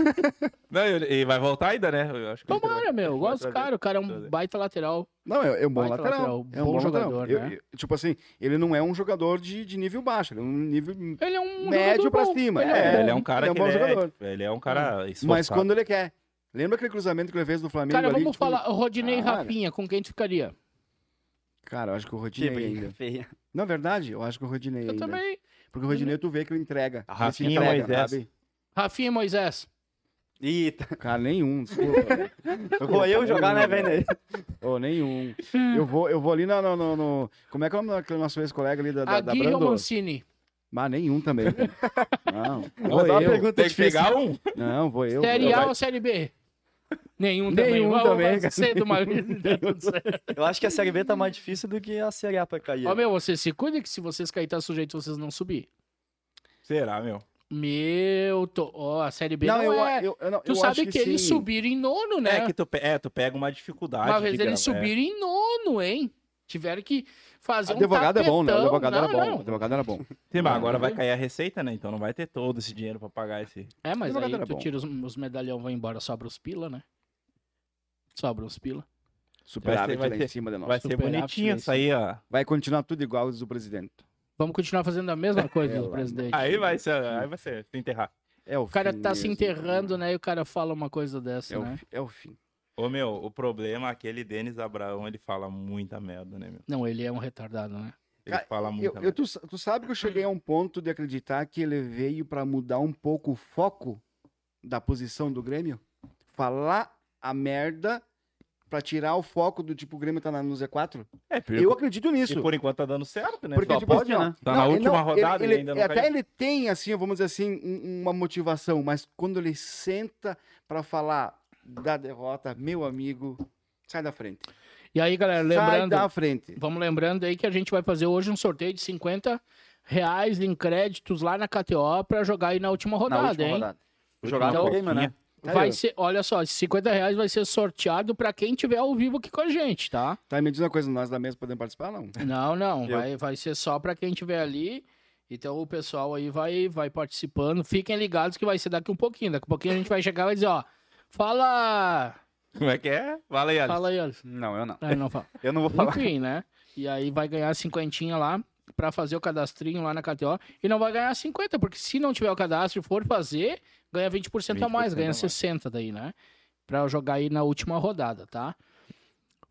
[SPEAKER 3] Não, e ele- e vai voltar ainda, né? Eu acho que ele
[SPEAKER 1] Tomara,
[SPEAKER 3] vai-
[SPEAKER 1] meu. Eu
[SPEAKER 3] vai
[SPEAKER 1] gosto do
[SPEAKER 3] trazer.
[SPEAKER 1] cara. O cara é um
[SPEAKER 3] Trazer.
[SPEAKER 1] baita lateral.
[SPEAKER 2] Não, é, é um bom
[SPEAKER 1] Baita
[SPEAKER 2] lateral.
[SPEAKER 1] lateral,
[SPEAKER 2] É um
[SPEAKER 1] bom
[SPEAKER 2] bom
[SPEAKER 1] jogador,
[SPEAKER 2] jogador. Eu-
[SPEAKER 1] né?
[SPEAKER 2] eu- tipo assim, ele não é um jogador de, de nível baixo, ele é um nível.
[SPEAKER 1] Ele é um
[SPEAKER 2] Médio
[SPEAKER 1] jogador
[SPEAKER 2] pra
[SPEAKER 1] bom.
[SPEAKER 2] cima,
[SPEAKER 1] Ele
[SPEAKER 3] É,
[SPEAKER 1] bom.
[SPEAKER 3] ele é um cara
[SPEAKER 2] ele é um
[SPEAKER 3] que
[SPEAKER 2] bom
[SPEAKER 3] ele é-
[SPEAKER 2] jogador.
[SPEAKER 3] Ele é um cara esforçado.
[SPEAKER 2] Mas quando ele quer. Lembra aquele cruzamento que ele fez do Flamengo
[SPEAKER 1] Cara,
[SPEAKER 2] ali?
[SPEAKER 1] vamos
[SPEAKER 2] Tipo,
[SPEAKER 1] falar. Rodinei e
[SPEAKER 2] Cara.
[SPEAKER 1] Rafinha, com quem tu ficaria?
[SPEAKER 2] Cara, eu acho que o
[SPEAKER 4] Que
[SPEAKER 2] Rodinei
[SPEAKER 4] briga
[SPEAKER 2] ainda.
[SPEAKER 4] Tipo, feia.
[SPEAKER 2] Na verdade, eu acho que o Rodinei
[SPEAKER 1] Eu
[SPEAKER 2] ainda.
[SPEAKER 1] também.
[SPEAKER 2] Porque o Rodinei, tu vê que ele entrega.
[SPEAKER 3] A
[SPEAKER 2] Ele se
[SPEAKER 3] Rafinha e
[SPEAKER 2] entrega,
[SPEAKER 3] Moisés.
[SPEAKER 2] sabe?
[SPEAKER 1] Rafinha e Moisés.
[SPEAKER 4] Eita,
[SPEAKER 2] Cara, nenhum, desculpa.
[SPEAKER 4] vou eu jogar, né, velho?
[SPEAKER 2] Ô, nenhum.
[SPEAKER 1] Hum.
[SPEAKER 2] Eu vou, eu vou ali na- no, no, no- Como é que é o nome daquele nosso ex-colega ali da, da, da
[SPEAKER 1] Aguirre ou
[SPEAKER 2] Brando?
[SPEAKER 1] Mancini?
[SPEAKER 2] Mas nenhum também. Não, vou
[SPEAKER 4] Eu vou dar uma
[SPEAKER 2] eu.
[SPEAKER 4] pergunta
[SPEAKER 3] Tem que
[SPEAKER 4] difícil.
[SPEAKER 3] pegar um.
[SPEAKER 2] Não, vou eu.
[SPEAKER 1] Série A
[SPEAKER 2] Eu-
[SPEAKER 1] ou Série B? Nenhum também.
[SPEAKER 2] Nenhum
[SPEAKER 1] Vai-
[SPEAKER 2] também,
[SPEAKER 1] vai
[SPEAKER 2] cara.
[SPEAKER 1] ser do Maurício, tá tudo certo.
[SPEAKER 4] Eu acho que a Série B tá mais difícil do que a Série A pra cair.
[SPEAKER 1] Ó, meu, vocês se cuidem que se vocês caírem, tá sujeito vocês não subir.
[SPEAKER 3] Será, meu?
[SPEAKER 1] Meu, tô... ó, a Série B não,
[SPEAKER 2] Não, eu,
[SPEAKER 1] é...
[SPEAKER 2] eu, eu, não,
[SPEAKER 1] tu
[SPEAKER 2] eu
[SPEAKER 1] sabe
[SPEAKER 2] acho
[SPEAKER 1] que,
[SPEAKER 2] que
[SPEAKER 1] eles
[SPEAKER 2] sim. tá
[SPEAKER 1] subiram em nono, né?
[SPEAKER 3] É que tu, pe- é, tu pega uma dificuldade.
[SPEAKER 1] Uma vez
[SPEAKER 3] de
[SPEAKER 1] eles
[SPEAKER 3] grana, é.
[SPEAKER 1] subiram em nono, hein? Tiveram que fazer um
[SPEAKER 2] Advogado é bom, né? O
[SPEAKER 1] tapetão.
[SPEAKER 2] advogado era
[SPEAKER 1] Não,
[SPEAKER 2] bom. O
[SPEAKER 1] não.
[SPEAKER 2] advogado era bom.
[SPEAKER 3] Sim, mas agora
[SPEAKER 1] Ah,
[SPEAKER 3] vai
[SPEAKER 1] é.
[SPEAKER 3] cair a receita, né? Então não vai ter todo esse dinheiro pra pagar esse.
[SPEAKER 1] É, mas
[SPEAKER 2] Advogado
[SPEAKER 1] aí
[SPEAKER 2] era
[SPEAKER 1] tu
[SPEAKER 2] bom.
[SPEAKER 1] tira os, os medalhão, vão embora, sobra os pila, né? Sobra os pila.
[SPEAKER 2] Superávit
[SPEAKER 3] vai
[SPEAKER 2] lá em
[SPEAKER 3] ter-
[SPEAKER 2] cima de nós.
[SPEAKER 3] vai ser
[SPEAKER 1] superávit,
[SPEAKER 3] bonitinho
[SPEAKER 1] né,
[SPEAKER 3] isso aí, ó.
[SPEAKER 2] Vai continuar tudo igual diz o presidente.
[SPEAKER 1] Vamos continuar fazendo a mesma coisa,
[SPEAKER 2] Pelo
[SPEAKER 1] presidente.
[SPEAKER 3] Aí vai ser,
[SPEAKER 1] Uhum.
[SPEAKER 3] aí vai ser, se enterrar.
[SPEAKER 2] É o
[SPEAKER 1] O cara
[SPEAKER 2] fim
[SPEAKER 1] tá se
[SPEAKER 2] mesmo.
[SPEAKER 1] enterrando, né? E o cara fala uma coisa dessa,
[SPEAKER 2] É o,
[SPEAKER 1] né?
[SPEAKER 2] fi- é o fim.
[SPEAKER 3] Ô, meu, o problema é aquele Denis Abraão, ele fala muita merda, né, meu?
[SPEAKER 1] Não, ele é um retardado, né?
[SPEAKER 3] Ele
[SPEAKER 2] Cara,
[SPEAKER 3] fala
[SPEAKER 2] Eu,
[SPEAKER 3] muita
[SPEAKER 2] eu-
[SPEAKER 3] merda.
[SPEAKER 2] tu, sa- tu sabe que eu cheguei a um ponto de acreditar que ele veio pra mudar um pouco o foco da posição do Grêmio? Falar a merda pra tirar o foco do tipo, o Grêmio tá na- no Z4?
[SPEAKER 3] É, por,
[SPEAKER 2] Eu acredito nisso.
[SPEAKER 3] e por enquanto tá dando certo, né?
[SPEAKER 2] Porque,
[SPEAKER 3] Só
[SPEAKER 2] tipo
[SPEAKER 3] pode,
[SPEAKER 2] assim, ó,
[SPEAKER 3] né? Tá na
[SPEAKER 2] ele
[SPEAKER 3] última rodada
[SPEAKER 2] ele,
[SPEAKER 3] ele ainda não
[SPEAKER 2] Até
[SPEAKER 3] caiu.
[SPEAKER 2] ele tem, assim, vamos dizer assim, um- uma motivação, mas quando ele senta pra falar da derrota, meu amigo, sai da frente.
[SPEAKER 1] E aí, galera,
[SPEAKER 2] Sai
[SPEAKER 1] É, lembrando,
[SPEAKER 2] da frente.
[SPEAKER 1] vamos lembrando aí que a gente vai fazer hoje um sorteio de 50 reais em créditos lá na KTO pra jogar aí na última rodada,
[SPEAKER 4] última
[SPEAKER 1] hein?
[SPEAKER 4] rodada. Jogar
[SPEAKER 1] Então,
[SPEAKER 4] no game, né?
[SPEAKER 2] Tá
[SPEAKER 1] vai
[SPEAKER 2] aí, ó.
[SPEAKER 1] ser, olha só, esses 50 reais vai ser sorteado pra quem tiver ao vivo aqui com a gente, tá?
[SPEAKER 2] Tá, me diz uma coisa, nós da mesa podemos participar, não?
[SPEAKER 1] Não, não,
[SPEAKER 4] Eu.
[SPEAKER 1] vai, vai ser só pra quem tiver ali. Então o pessoal aí vai, vai participando. Fiquem ligados que vai ser daqui um pouquinho. Daqui um pouquinho a gente vai chegar e vai dizer, ó, fala,
[SPEAKER 3] Como é que é? Fala aí, Alisson.
[SPEAKER 1] fala aí, Alisson.
[SPEAKER 4] Não, eu não.
[SPEAKER 1] Não, não fala.
[SPEAKER 4] Eu não vou falar.
[SPEAKER 1] Enfim, né? E aí vai ganhar cinquentinha lá pra fazer o cadastrinho lá na KTO. E não vai ganhar 50, porque se não tiver o cadastro e for fazer, ganha 20%, a mais,
[SPEAKER 3] 20% a
[SPEAKER 1] ganha
[SPEAKER 3] mais.
[SPEAKER 1] 60 daí, né? Pra jogar aí na última rodada, tá?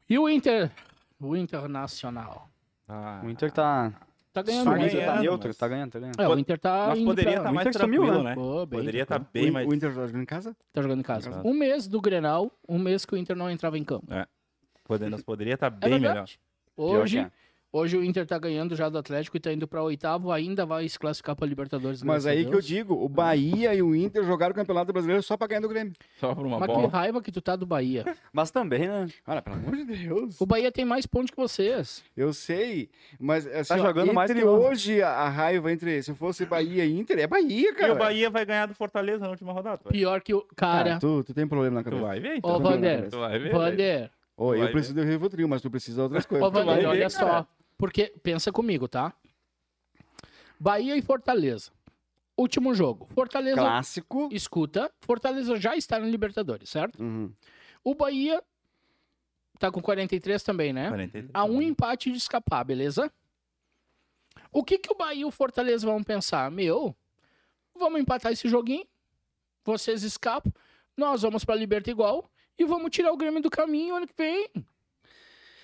[SPEAKER 1] E o Inter, o Internacional.
[SPEAKER 3] Ah,
[SPEAKER 4] O Inter tá.
[SPEAKER 1] Tá ganhando
[SPEAKER 4] Só
[SPEAKER 3] Tá
[SPEAKER 4] o
[SPEAKER 1] bem,
[SPEAKER 4] Inter tá
[SPEAKER 1] né?
[SPEAKER 3] ganhando,
[SPEAKER 4] neutro,
[SPEAKER 3] mas-
[SPEAKER 4] tá ganhando, tá ganhando.
[SPEAKER 1] É, o Inter tá
[SPEAKER 3] Nós
[SPEAKER 1] indo
[SPEAKER 3] poderia
[SPEAKER 1] pra-
[SPEAKER 3] estar
[SPEAKER 4] o
[SPEAKER 3] mais
[SPEAKER 4] Inter sumiu,
[SPEAKER 3] tranquilo, né?
[SPEAKER 1] Pô, bem,
[SPEAKER 3] Poderia estar
[SPEAKER 1] tranquilo.
[SPEAKER 3] bem
[SPEAKER 2] o,
[SPEAKER 3] mais.
[SPEAKER 2] o Inter tá jogando em casa?
[SPEAKER 1] Tá jogando em casa.
[SPEAKER 3] Exato.
[SPEAKER 1] Um mês do Grenal, um mês que o Inter não entrava em campo.
[SPEAKER 3] Poder, nós poderia estar
[SPEAKER 1] É
[SPEAKER 3] bem melhor.
[SPEAKER 1] verdade.
[SPEAKER 4] Pior
[SPEAKER 1] Hoje,
[SPEAKER 4] que é.
[SPEAKER 1] hoje o Inter tá ganhando já do Atlético e tá indo pra oitavo, ainda vai se classificar pra Libertadores.
[SPEAKER 2] Mas
[SPEAKER 1] graças a
[SPEAKER 2] aí que eu
[SPEAKER 1] Deus.
[SPEAKER 2] digo, o Bahia e o Inter jogaram o Campeonato Brasileiro só pra ganhar do Grêmio.
[SPEAKER 3] Só por uma
[SPEAKER 1] Mas que
[SPEAKER 3] bola.
[SPEAKER 1] raiva que tu tá do Bahia.
[SPEAKER 4] Mas também, né?
[SPEAKER 2] Olha, pelo amor de Deus.
[SPEAKER 1] O Bahia tem mais pontos que vocês.
[SPEAKER 2] Eu sei, mas assim,
[SPEAKER 4] Tá
[SPEAKER 2] ó,
[SPEAKER 4] jogando
[SPEAKER 2] entre
[SPEAKER 4] mais que o-
[SPEAKER 2] hoje a a raiva entre se fosse Bahia e Inter, é Bahia, cara.
[SPEAKER 3] E o Bahia vai ganhar do Fortaleza na última rodada. vai.
[SPEAKER 1] Pior que o.
[SPEAKER 2] Cara,
[SPEAKER 1] Cara,
[SPEAKER 2] tu, tu tem problema na
[SPEAKER 3] Tu
[SPEAKER 2] cabeça.
[SPEAKER 3] vai ver, então.
[SPEAKER 1] ô Vander.
[SPEAKER 3] Tu vai ver. velho.
[SPEAKER 1] Vander,
[SPEAKER 2] Ô,
[SPEAKER 3] vai
[SPEAKER 2] eu
[SPEAKER 3] ver.
[SPEAKER 2] preciso do Rivotril, mas tu precisa de outras coisas.
[SPEAKER 1] ô Vander,
[SPEAKER 3] ver,
[SPEAKER 1] olha
[SPEAKER 3] cara.
[SPEAKER 1] só. Porque, pensa comigo, tá? Bahia e Fortaleza. Último jogo. Fortaleza.
[SPEAKER 2] Clássico.
[SPEAKER 1] Escuta, Fortaleza já está no Libertadores, certo?
[SPEAKER 2] Uhum.
[SPEAKER 1] O Bahia tá com 43 também, né?
[SPEAKER 3] 43,
[SPEAKER 1] a um
[SPEAKER 3] né?
[SPEAKER 1] empate de escapar, beleza? O que, que o Bahia e o Fortaleza vão pensar? Meu, vamos empatar esse joguinho, vocês escapam, nós vamos pra Liberta igual e vamos tirar o Grêmio do caminho ano que vem.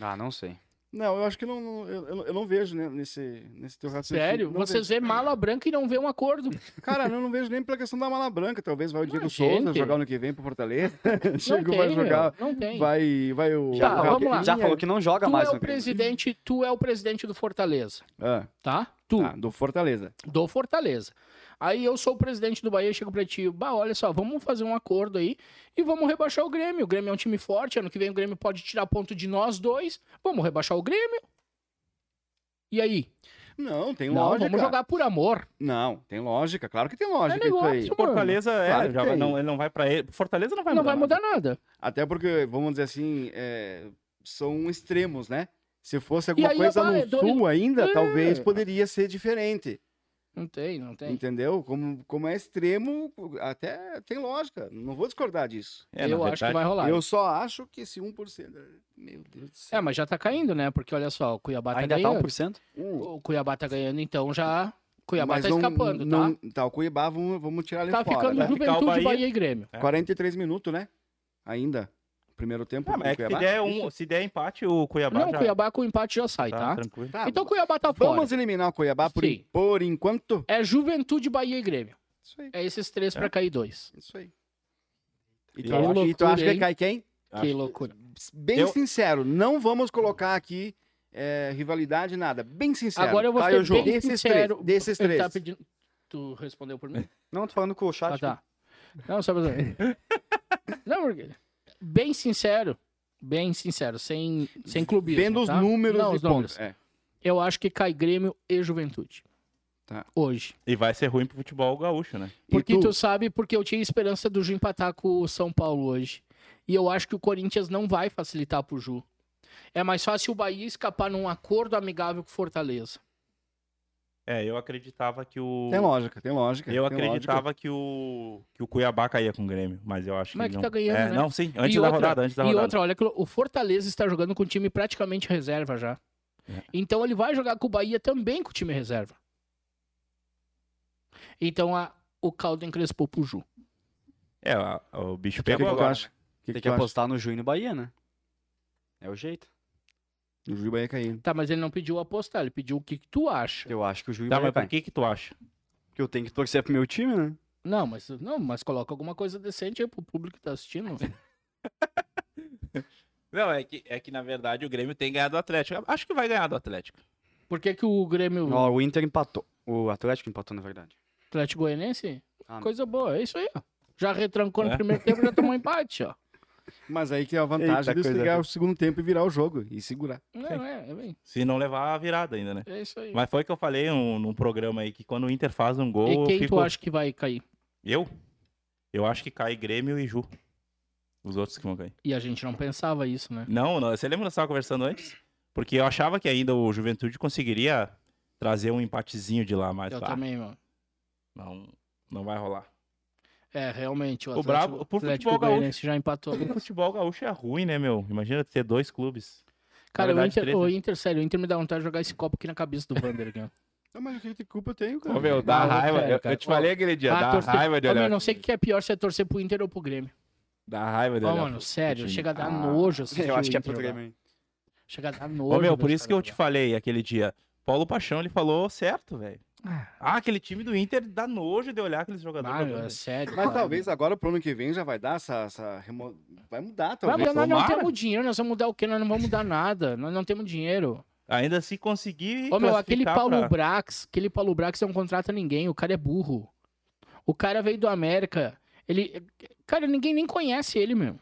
[SPEAKER 4] Ah, não sei.
[SPEAKER 1] Tá,
[SPEAKER 2] Não, eu acho que não, não- eu, eu não- eu não vejo né, nesse, nesse teu raciocínio.
[SPEAKER 1] Sério,
[SPEAKER 2] Não
[SPEAKER 1] vocês vê mala branca e não vê um acordo.
[SPEAKER 2] vejo. Cara, eu não vejo nem pela questão da mala branca. Talvez vai o Diego
[SPEAKER 1] Ah,
[SPEAKER 2] Souza
[SPEAKER 1] gente.
[SPEAKER 2] jogar ano que vem pro Fortaleza.
[SPEAKER 1] Não
[SPEAKER 2] Diego
[SPEAKER 1] tem,
[SPEAKER 2] vai jogar.
[SPEAKER 1] meu, não tem.
[SPEAKER 2] Vai, um vai o.
[SPEAKER 1] Já,
[SPEAKER 2] o
[SPEAKER 1] vamos
[SPEAKER 2] Rafinha.
[SPEAKER 1] lá.
[SPEAKER 4] Já falou que não joga
[SPEAKER 1] Tu
[SPEAKER 4] mais.
[SPEAKER 1] é o
[SPEAKER 4] no Grêmio.
[SPEAKER 1] presidente, tu é o presidente do Fortaleza,
[SPEAKER 2] Ah,
[SPEAKER 1] tá? Tu.
[SPEAKER 2] tá, do Fortaleza.
[SPEAKER 1] do Fortaleza. Aí eu sou o presidente do Bahia, eu chego pra ti, bah, olha só, vamos fazer um acordo aí e vamos rebaixar o Grêmio. O Grêmio é um time forte, ano que vem o Grêmio pode tirar ponto de nós dois, vamos rebaixar o Grêmio. E aí?
[SPEAKER 2] Não, tem
[SPEAKER 1] Não,
[SPEAKER 2] lógica.
[SPEAKER 1] vamos jogar por amor.
[SPEAKER 2] Não, tem lógica. Claro que tem lógica
[SPEAKER 1] É
[SPEAKER 2] isso aí.
[SPEAKER 1] negócio.
[SPEAKER 3] Fortaleza é,
[SPEAKER 2] Claro que
[SPEAKER 3] já vai-
[SPEAKER 2] tem.
[SPEAKER 3] não, ele não vai pra ele. Fortaleza não vai
[SPEAKER 1] não
[SPEAKER 3] mudar.
[SPEAKER 1] vai mudar nada.
[SPEAKER 2] Até porque, vamos dizer assim, é, são extremos, né? Se
[SPEAKER 1] E
[SPEAKER 2] fosse alguma
[SPEAKER 1] aí
[SPEAKER 2] coisa
[SPEAKER 1] vai,
[SPEAKER 2] no
[SPEAKER 1] dois-
[SPEAKER 2] sul ainda,
[SPEAKER 1] É.
[SPEAKER 2] talvez poderia ser diferente.
[SPEAKER 1] Não tem, não tem.
[SPEAKER 2] Entendeu? Como, como é extremo, até tem lógica. Não vou discordar disso.
[SPEAKER 3] É, na
[SPEAKER 1] eu acho que
[SPEAKER 3] verdade,
[SPEAKER 1] vai rolar.
[SPEAKER 2] Eu só acho que esse 1%. Meu Deus do
[SPEAKER 1] É,
[SPEAKER 2] céu.
[SPEAKER 1] mas já tá caindo, né? Porque olha só, o Cuiabá tá
[SPEAKER 4] Ainda tá
[SPEAKER 1] ganhando.
[SPEAKER 4] 1%?
[SPEAKER 2] Uh,
[SPEAKER 1] O Cuiabá tá ganhando, então já. Cuiabá
[SPEAKER 2] mas
[SPEAKER 1] tá
[SPEAKER 2] não-
[SPEAKER 1] escapando,
[SPEAKER 2] não- tá, o Cuiabá, vamos, vamos tirar ele
[SPEAKER 1] tá? Tá
[SPEAKER 2] fora.
[SPEAKER 1] ficando
[SPEAKER 2] né?
[SPEAKER 3] Vai ficar o
[SPEAKER 1] Juventude, Bahia...
[SPEAKER 3] Bahia-
[SPEAKER 1] e Grêmio.
[SPEAKER 2] É. 43 minutos, né? Ainda. Primeiro tempo.
[SPEAKER 3] Ah,
[SPEAKER 2] do
[SPEAKER 3] mas é que se
[SPEAKER 2] Cuiabá.
[SPEAKER 3] der, um, se der empate, o Cuiabá
[SPEAKER 1] não,
[SPEAKER 3] já
[SPEAKER 1] Cuiabá com empate já sai, tá?
[SPEAKER 3] tá tranquilo.
[SPEAKER 2] Tá,
[SPEAKER 1] Então Cuiabá tá fora.
[SPEAKER 2] vamos eliminar o Cuiabá por,
[SPEAKER 1] Sim.
[SPEAKER 2] por enquanto.
[SPEAKER 1] É Juventude, Bahia e Grêmio.
[SPEAKER 2] Isso aí.
[SPEAKER 1] É esses três
[SPEAKER 3] É.
[SPEAKER 1] pra cair dois.
[SPEAKER 2] Isso aí.
[SPEAKER 3] E
[SPEAKER 2] E
[SPEAKER 3] que
[SPEAKER 2] tu, acha, e tu
[SPEAKER 1] loucura,
[SPEAKER 2] acha que
[SPEAKER 1] hein?
[SPEAKER 2] cai quem?
[SPEAKER 3] Acho
[SPEAKER 1] Que
[SPEAKER 3] que-
[SPEAKER 1] loucura.
[SPEAKER 2] Bem
[SPEAKER 3] Eu-
[SPEAKER 2] sincero, não vamos colocar aqui é, rivalidade, nada. Bem sincero.
[SPEAKER 1] Agora eu vou
[SPEAKER 2] Cai
[SPEAKER 1] ser
[SPEAKER 2] o jogo.
[SPEAKER 1] bem
[SPEAKER 2] desses
[SPEAKER 1] sincero.
[SPEAKER 2] três. Desses
[SPEAKER 1] Ele
[SPEAKER 2] três. Tá,
[SPEAKER 1] tá pedindo... Tu respondeu por mim?
[SPEAKER 4] Não, tô falando com o chat.
[SPEAKER 1] Ah, tá. Não, só pra... Não, porque... Bem sincero, bem sincero, sem, sem clubismo,
[SPEAKER 2] Vendo os
[SPEAKER 1] tá?
[SPEAKER 2] números
[SPEAKER 1] Não,
[SPEAKER 2] de
[SPEAKER 1] os números.
[SPEAKER 2] pontos. É.
[SPEAKER 1] Eu acho que cai Grêmio e Juventude.
[SPEAKER 2] Tá.
[SPEAKER 1] Hoje.
[SPEAKER 3] E vai ser ruim pro futebol gaúcho, né?
[SPEAKER 2] E
[SPEAKER 1] Porque
[SPEAKER 2] tu?
[SPEAKER 1] tu? sabe, porque eu tinha esperança do Ju empatar com o São Paulo hoje. E eu acho que o Corinthians não vai facilitar pro Ju. É mais fácil o Bahia escapar num acordo amigável com o Fortaleza.
[SPEAKER 3] É, eu acreditava que o.
[SPEAKER 2] Tem lógica, tem lógica.
[SPEAKER 3] Eu
[SPEAKER 2] tem lógica.
[SPEAKER 3] acreditava que o, que o Cuiabá caía com o Grêmio, mas eu acho que.
[SPEAKER 1] Mas que
[SPEAKER 3] não.
[SPEAKER 1] tá ganhando,
[SPEAKER 3] é,
[SPEAKER 1] né?
[SPEAKER 3] Não, sim,
[SPEAKER 1] E
[SPEAKER 3] antes da
[SPEAKER 1] outra-
[SPEAKER 3] rodada, antes da
[SPEAKER 1] e
[SPEAKER 3] rodada.
[SPEAKER 1] outra, olha, que lou- o Fortaleza está jogando com o time praticamente reserva já.
[SPEAKER 3] É.
[SPEAKER 1] Então ele vai jogar com o Bahia também com o time reserva. Então a- o caldo encrespou pro Ju.
[SPEAKER 3] É, a- o bicho
[SPEAKER 2] O que,
[SPEAKER 3] pegou
[SPEAKER 2] que tu
[SPEAKER 3] agora.
[SPEAKER 2] acha? O que,
[SPEAKER 4] Tem
[SPEAKER 2] que tu
[SPEAKER 4] que
[SPEAKER 2] acha?
[SPEAKER 4] apostar no Juninho e no Bahia, né? É o jeito.
[SPEAKER 2] O Juiz vai cair.
[SPEAKER 1] Tá, mas ele não pediu apostar, ele pediu o que, que tu acha.
[SPEAKER 4] Eu acho que o Juninho
[SPEAKER 3] Tá,
[SPEAKER 4] vai
[SPEAKER 3] mas
[SPEAKER 4] cair.
[SPEAKER 3] por que que tu acha?
[SPEAKER 4] Porque eu tenho que torcer pro meu time, né?
[SPEAKER 1] Não, mas não, mas coloca alguma coisa decente aí pro público que tá assistindo.
[SPEAKER 3] Não, é que, é que na verdade o Grêmio tem ganhado o Atlético. Acho que vai ganhar do Atlético.
[SPEAKER 1] Por que, que o Grêmio
[SPEAKER 4] Ó, o Inter empatou. O Atlético empatou, na verdade.
[SPEAKER 1] Atlético Goianense?
[SPEAKER 4] Ah,
[SPEAKER 1] coisa boa, é isso aí, ó. Já retrancou no
[SPEAKER 3] É.
[SPEAKER 1] primeiro tempo, já tomou empate, ó.
[SPEAKER 2] Mas aí que é a vantagem
[SPEAKER 4] Eita,
[SPEAKER 2] de
[SPEAKER 4] coisa
[SPEAKER 2] ligar
[SPEAKER 4] boa.
[SPEAKER 2] o segundo tempo e virar o jogo e segurar.
[SPEAKER 1] Não, é, é, bem,
[SPEAKER 3] Se não levar a virada ainda, né?
[SPEAKER 1] é isso aí.
[SPEAKER 3] Mas foi que eu falei num, num programa aí que quando o Inter faz um gol.
[SPEAKER 1] e
[SPEAKER 3] eu
[SPEAKER 1] quem
[SPEAKER 3] fico-
[SPEAKER 1] tu acha que vai cair?
[SPEAKER 3] Eu? Eu acho que cai Grêmio e Ju. Os outros que vão cair.
[SPEAKER 1] E a gente não pensava isso, né?
[SPEAKER 3] Não, não. Você lembra que nós estávamos conversando antes? Porque eu achava que ainda o Juventude conseguiria trazer um empatezinho de lá, mas
[SPEAKER 1] Eu
[SPEAKER 3] tá,
[SPEAKER 1] também, mano.
[SPEAKER 3] não, não vai rolar.
[SPEAKER 1] É, realmente. O,
[SPEAKER 3] O
[SPEAKER 1] Atlético,
[SPEAKER 3] brabo- por
[SPEAKER 1] Atlético
[SPEAKER 3] futebol gaúcho.
[SPEAKER 1] Goianiense já empatou.
[SPEAKER 3] O futebol gaúcho é ruim, né, meu? Imagina ter dois clubes.
[SPEAKER 1] Cara, o
[SPEAKER 3] verdade,
[SPEAKER 1] Inter,
[SPEAKER 3] três,
[SPEAKER 1] o
[SPEAKER 3] né?
[SPEAKER 1] Inter, sério, o Inter me dá vontade de jogar esse copo aqui na cabeça do Vander. Aqui, ó.
[SPEAKER 2] Não, mas o que de culpa eu tenho, cara?
[SPEAKER 5] Ô, meu, dá
[SPEAKER 1] Ah,
[SPEAKER 5] raiva.
[SPEAKER 1] sério,
[SPEAKER 5] eu,
[SPEAKER 1] cara.
[SPEAKER 5] eu te falei aquele dia,
[SPEAKER 1] Ah,
[SPEAKER 5] dá
[SPEAKER 1] torcer-
[SPEAKER 5] raiva de
[SPEAKER 1] Ô, meu,
[SPEAKER 5] olhar.
[SPEAKER 1] não sei o que é pior, se é torcer pro Inter ou pro Grêmio.
[SPEAKER 5] Dá raiva de
[SPEAKER 1] Ó,
[SPEAKER 5] olhar.
[SPEAKER 1] mano, sério,
[SPEAKER 5] time.
[SPEAKER 1] chega a dar
[SPEAKER 5] Ah,
[SPEAKER 1] nojo assistir
[SPEAKER 4] Eu acho
[SPEAKER 1] o
[SPEAKER 4] que é
[SPEAKER 1] Inter
[SPEAKER 4] pro
[SPEAKER 1] jogar.
[SPEAKER 4] Grêmio, hein?
[SPEAKER 1] Chega a dar nojo.
[SPEAKER 3] Ô, meu,
[SPEAKER 1] ver
[SPEAKER 3] por
[SPEAKER 1] os
[SPEAKER 3] isso que eu
[SPEAKER 1] caras
[SPEAKER 3] te
[SPEAKER 1] jogar.
[SPEAKER 3] falei aquele dia. Paulo Paixão, ele falou certo, velho.
[SPEAKER 1] Ah,
[SPEAKER 3] Ah, aquele time do Inter dá nojo de olhar aqueles jogadores. né,
[SPEAKER 1] ah, meu,
[SPEAKER 3] jogando.
[SPEAKER 1] é sério.
[SPEAKER 2] Mas
[SPEAKER 1] cara.
[SPEAKER 2] talvez agora, pro ano que vem, já vai dar essa. essa remo- Vai mudar,
[SPEAKER 1] Vai
[SPEAKER 2] talvez.
[SPEAKER 1] mudar, nós não
[SPEAKER 3] Tomara.
[SPEAKER 1] temos dinheiro, nós vamos mudar o quê? Nós não vamos mudar nada. Nós não temos dinheiro.
[SPEAKER 3] Ainda se conseguir.
[SPEAKER 1] Ô, meu, aquele
[SPEAKER 3] classificar
[SPEAKER 1] Paulo
[SPEAKER 3] pra-
[SPEAKER 1] Brax, aquele Paulo Brax não contrata ninguém, o cara é burro. O cara veio do América. Ele. Cara, ninguém nem conhece ele, meu.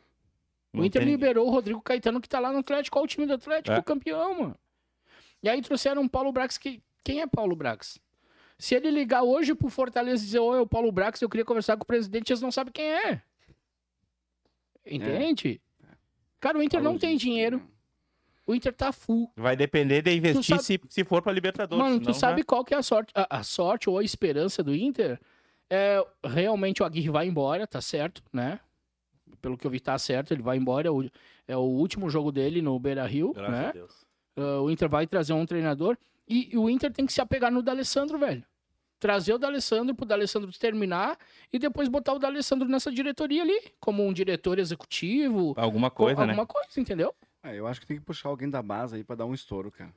[SPEAKER 1] O
[SPEAKER 3] Não
[SPEAKER 1] Inter
[SPEAKER 3] tem-
[SPEAKER 1] liberou o Rodrigo Caetano, que tá lá no Atlético. Qual o time do Atlético?
[SPEAKER 3] É.
[SPEAKER 1] O campeão, mano. E aí trouxeram o Paulo Brax. Que... Quem é Paulo Brax? Se ele ligar hoje pro Fortaleza e dizer, oi, é o Paulo Brax, eu queria conversar com o presidente, eles não sabem quem é. Entende?
[SPEAKER 3] É.
[SPEAKER 1] Cara, o Inter não tem dinheiro. O Inter tá full.
[SPEAKER 3] Vai depender de investir
[SPEAKER 1] sabe-
[SPEAKER 3] se, se for pra Libertadores.
[SPEAKER 1] Mano,
[SPEAKER 3] senão
[SPEAKER 1] tu sabe qual que é a sorte, a, a sorte ou a esperança do Inter? É, realmente o Aguirre vai embora, tá certo, né? Pelo que eu vi, tá certo, ele vai embora. É o, é o último jogo dele no Beira-Rio,
[SPEAKER 3] já- Graças
[SPEAKER 1] né?
[SPEAKER 3] a Deus.
[SPEAKER 1] Ah, o Inter vai trazer um treinador. E, e o Inter tem que se apegar no D'Alessandro, velho. Trazer o D'Alessandro pro D'Alessandro terminar e depois botar o D'Alessandro nessa diretoria ali, como um diretor executivo,
[SPEAKER 3] Alguma
[SPEAKER 1] co-
[SPEAKER 3] coisa, né?
[SPEAKER 1] alguma coisa, entendeu?
[SPEAKER 2] É, eu acho que tem que puxar alguém da base aí pra dar um estouro, cara.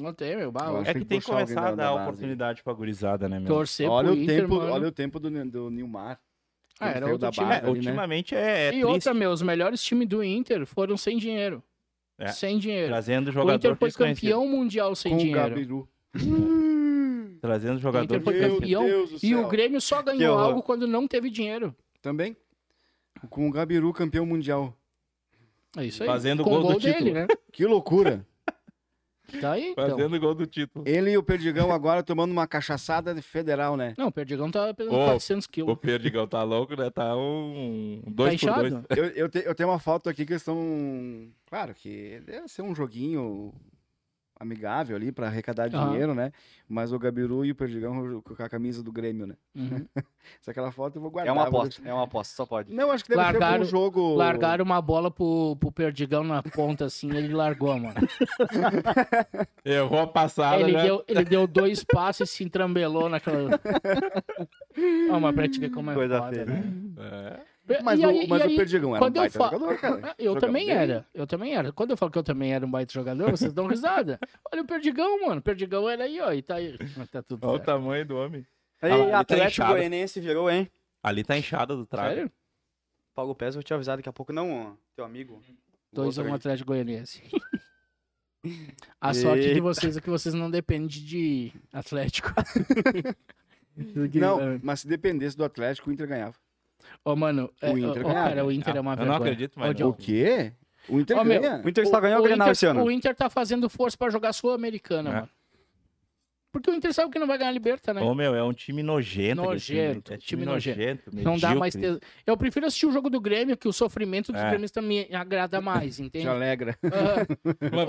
[SPEAKER 1] Não tem, meu. bah,
[SPEAKER 2] Eu acho
[SPEAKER 3] É que tem que
[SPEAKER 2] puxar alguém
[SPEAKER 3] começar a
[SPEAKER 2] da-
[SPEAKER 3] dar
[SPEAKER 2] da base.
[SPEAKER 3] oportunidade pra gurizada, né, meu?
[SPEAKER 1] torcer
[SPEAKER 2] olha,
[SPEAKER 1] pro
[SPEAKER 2] o
[SPEAKER 1] Inter,
[SPEAKER 2] tempo,
[SPEAKER 1] mano.
[SPEAKER 2] olha o tempo do, do Nilmar.
[SPEAKER 1] Ah,
[SPEAKER 2] Ele
[SPEAKER 1] era
[SPEAKER 2] saiu
[SPEAKER 1] outro
[SPEAKER 2] da
[SPEAKER 1] time.
[SPEAKER 2] base
[SPEAKER 3] É,
[SPEAKER 2] ali, né?
[SPEAKER 3] ultimamente é, é
[SPEAKER 1] e
[SPEAKER 3] triste,
[SPEAKER 1] outra, meu, os melhores times do Inter foram sem dinheiro.
[SPEAKER 3] É.
[SPEAKER 1] Sem dinheiro.
[SPEAKER 3] trazendo
[SPEAKER 1] O
[SPEAKER 3] jogador
[SPEAKER 1] Inter foi
[SPEAKER 3] desconhecido.
[SPEAKER 1] campeão mundial sem
[SPEAKER 2] Com o
[SPEAKER 1] dinheiro.
[SPEAKER 2] Gabiru.
[SPEAKER 4] Hum,
[SPEAKER 3] Trazendo
[SPEAKER 1] O
[SPEAKER 3] jogador
[SPEAKER 1] Inter foi
[SPEAKER 3] desconhecido.
[SPEAKER 1] campeão.
[SPEAKER 2] Deus do
[SPEAKER 1] E o
[SPEAKER 2] céu.
[SPEAKER 1] Grêmio só
[SPEAKER 4] Que
[SPEAKER 1] ganhou
[SPEAKER 4] horror.
[SPEAKER 1] algo quando não teve dinheiro.
[SPEAKER 2] Também. Com o Gabiru campeão mundial.
[SPEAKER 1] É isso aí.
[SPEAKER 3] Fazendo
[SPEAKER 1] Com
[SPEAKER 3] gol
[SPEAKER 1] o
[SPEAKER 3] do
[SPEAKER 1] gol
[SPEAKER 3] título.
[SPEAKER 1] dele, né?
[SPEAKER 2] Que loucura.
[SPEAKER 1] Tá aí, então.
[SPEAKER 3] Fazendo gol do título.
[SPEAKER 2] Ele e o Perdigão agora tomando uma cachaçada de federal, né?
[SPEAKER 1] Não, o Perdigão tá pesando
[SPEAKER 3] Ô,
[SPEAKER 1] 400 quilos.
[SPEAKER 3] O Perdigão tá louco, né? Tá um.
[SPEAKER 1] Tá
[SPEAKER 3] Dois por dois.
[SPEAKER 1] inchado?
[SPEAKER 2] Eu, eu, te- eu tenho uma foto aqui que eles estão. Claro que deve ser um joguinho amigável ali pra arrecadar
[SPEAKER 1] Aham.
[SPEAKER 2] dinheiro, né? Mas o Gabiru e o Perdigão com a camisa do Grêmio, né?
[SPEAKER 1] Uhum.
[SPEAKER 2] Se aquela foto eu vou guardar.
[SPEAKER 4] É uma
[SPEAKER 2] vou
[SPEAKER 4] aposta, é uma aposta, só
[SPEAKER 2] deixar-
[SPEAKER 4] pode.
[SPEAKER 2] Não, acho que deve ser
[SPEAKER 1] Largaram-
[SPEAKER 2] um jogo.
[SPEAKER 1] Largaram uma bola pro, pro Perdigão na ponta, assim, ele largou, mano.
[SPEAKER 3] Errou a É, passada,
[SPEAKER 1] ele,
[SPEAKER 3] né?
[SPEAKER 1] deu, ele deu dois passos e se entrambelou naquela... Ah, mas pra te ver como é
[SPEAKER 4] Coisa
[SPEAKER 1] foda,
[SPEAKER 4] feia.
[SPEAKER 1] né?
[SPEAKER 3] É.
[SPEAKER 2] Mas,
[SPEAKER 1] E
[SPEAKER 2] o,
[SPEAKER 1] aí-
[SPEAKER 2] mas
[SPEAKER 1] e
[SPEAKER 2] o
[SPEAKER 1] aí-
[SPEAKER 2] Perdigão era um
[SPEAKER 1] quando eu
[SPEAKER 2] baita
[SPEAKER 1] falo-
[SPEAKER 2] jogador, cara.
[SPEAKER 1] Eu
[SPEAKER 2] Jogava
[SPEAKER 1] também
[SPEAKER 2] bem.
[SPEAKER 1] era, eu também era. Quando eu falo que eu também era um baita jogador, vocês dão risada. Olha o Perdigão, mano. O Perdigão era aí, ó, e tá aí. Mas tá tudo
[SPEAKER 3] Olha o
[SPEAKER 1] certo.
[SPEAKER 3] tamanho do homem. Ah, ele
[SPEAKER 4] Ei,
[SPEAKER 3] tá
[SPEAKER 4] Atlético
[SPEAKER 3] inchado.
[SPEAKER 4] Goianiense virou, hein?
[SPEAKER 3] Ali tá inchado do trago.
[SPEAKER 1] Sério?
[SPEAKER 4] Paulo Pés, eu vou te avisar daqui a pouco. Não, ó, teu amigo.
[SPEAKER 1] 2
[SPEAKER 4] Outro
[SPEAKER 1] 1 um
[SPEAKER 4] aí.
[SPEAKER 1] Atlético Goianiense. A sorte de
[SPEAKER 4] Eita.
[SPEAKER 1] vocês é que vocês não dependem de Atlético. Do que-
[SPEAKER 2] Não, mas se dependesse do Atlético, o Inter ganhava.
[SPEAKER 1] Ô, mano, é,
[SPEAKER 2] O Inter
[SPEAKER 1] ô, ô, cara,
[SPEAKER 2] ganhava.
[SPEAKER 1] o Inter é uma
[SPEAKER 3] Ah, eu
[SPEAKER 1] vergonha.
[SPEAKER 3] não acredito mais.
[SPEAKER 1] Ô,
[SPEAKER 3] não.
[SPEAKER 2] O
[SPEAKER 1] Diogo,
[SPEAKER 2] quê? O Inter
[SPEAKER 1] Ó, meu,
[SPEAKER 2] ganha.
[SPEAKER 4] O Inter está ganhando o Grenal
[SPEAKER 1] um. Inter-
[SPEAKER 4] esse ano.
[SPEAKER 1] O Inter tá fazendo força pra jogar Sul-Americana,
[SPEAKER 3] É.
[SPEAKER 1] mano. Porque o Inter sabe que não vai ganhar a Liberta, né?
[SPEAKER 3] Ô, meu, é um time nojento. aquele
[SPEAKER 1] Nojento, um
[SPEAKER 3] Time. É
[SPEAKER 1] time
[SPEAKER 3] time nojento.
[SPEAKER 1] Não dá mais
[SPEAKER 3] medíocre.
[SPEAKER 1] ter... Eu prefiro assistir o jogo do Grêmio, que o sofrimento dos
[SPEAKER 3] É.
[SPEAKER 1] gremistas me agrada mais,
[SPEAKER 2] Te
[SPEAKER 1] entende?
[SPEAKER 2] alegra.
[SPEAKER 1] Aham.
[SPEAKER 3] Mas,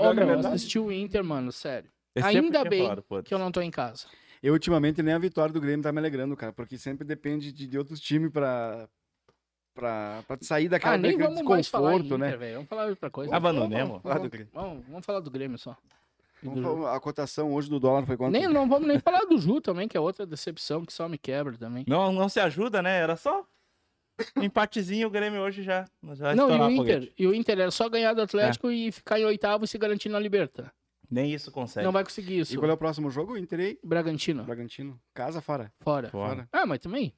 [SPEAKER 1] Ô,
[SPEAKER 3] velho, é
[SPEAKER 1] meu,
[SPEAKER 3] verdade.
[SPEAKER 1] assisti o Inter, mano, sério.
[SPEAKER 3] É sempre
[SPEAKER 1] ainda
[SPEAKER 3] tinha
[SPEAKER 1] bem
[SPEAKER 3] falado, pô.
[SPEAKER 1] Que eu não tô em casa. Ah,
[SPEAKER 2] Eu ultimamente nem a vitória do Grêmio tá me alegrando, cara, porque sempre depende de, de outros times pra, pra, pra te sair daquela
[SPEAKER 1] ah, nem
[SPEAKER 2] daquele
[SPEAKER 1] vamos mais falar em
[SPEAKER 2] desconforto,
[SPEAKER 1] Inter,
[SPEAKER 2] né?
[SPEAKER 1] velho. Vamos falar outra coisa.
[SPEAKER 3] Ah, mas não, né, mano?
[SPEAKER 4] Lá do Grêmio.
[SPEAKER 1] Vamos, vamos falar do Grêmio só. E do
[SPEAKER 2] Vamos
[SPEAKER 1] Ju.
[SPEAKER 2] falar- A cotação hoje do dólar foi quanto?
[SPEAKER 1] Nem, não vamos nem falar do Ju também, que é outra decepção que só me quebra também.
[SPEAKER 3] Não, não se ajuda, né? Era só um empatezinho o Grêmio hoje já. já
[SPEAKER 1] não, e
[SPEAKER 3] estourar
[SPEAKER 1] o,
[SPEAKER 3] foguete. É.
[SPEAKER 1] Inter, e o Inter era só ganhar do Atlético e ficar em oitavo e se garantir na Liberta.
[SPEAKER 3] Nem isso consegue.
[SPEAKER 1] Não vai conseguir isso.
[SPEAKER 2] E qual é o próximo jogo? Inter e
[SPEAKER 1] Bragantino,
[SPEAKER 2] Bragantino. Casa fora.
[SPEAKER 1] fora.
[SPEAKER 3] Fora.
[SPEAKER 1] Ah, mas também.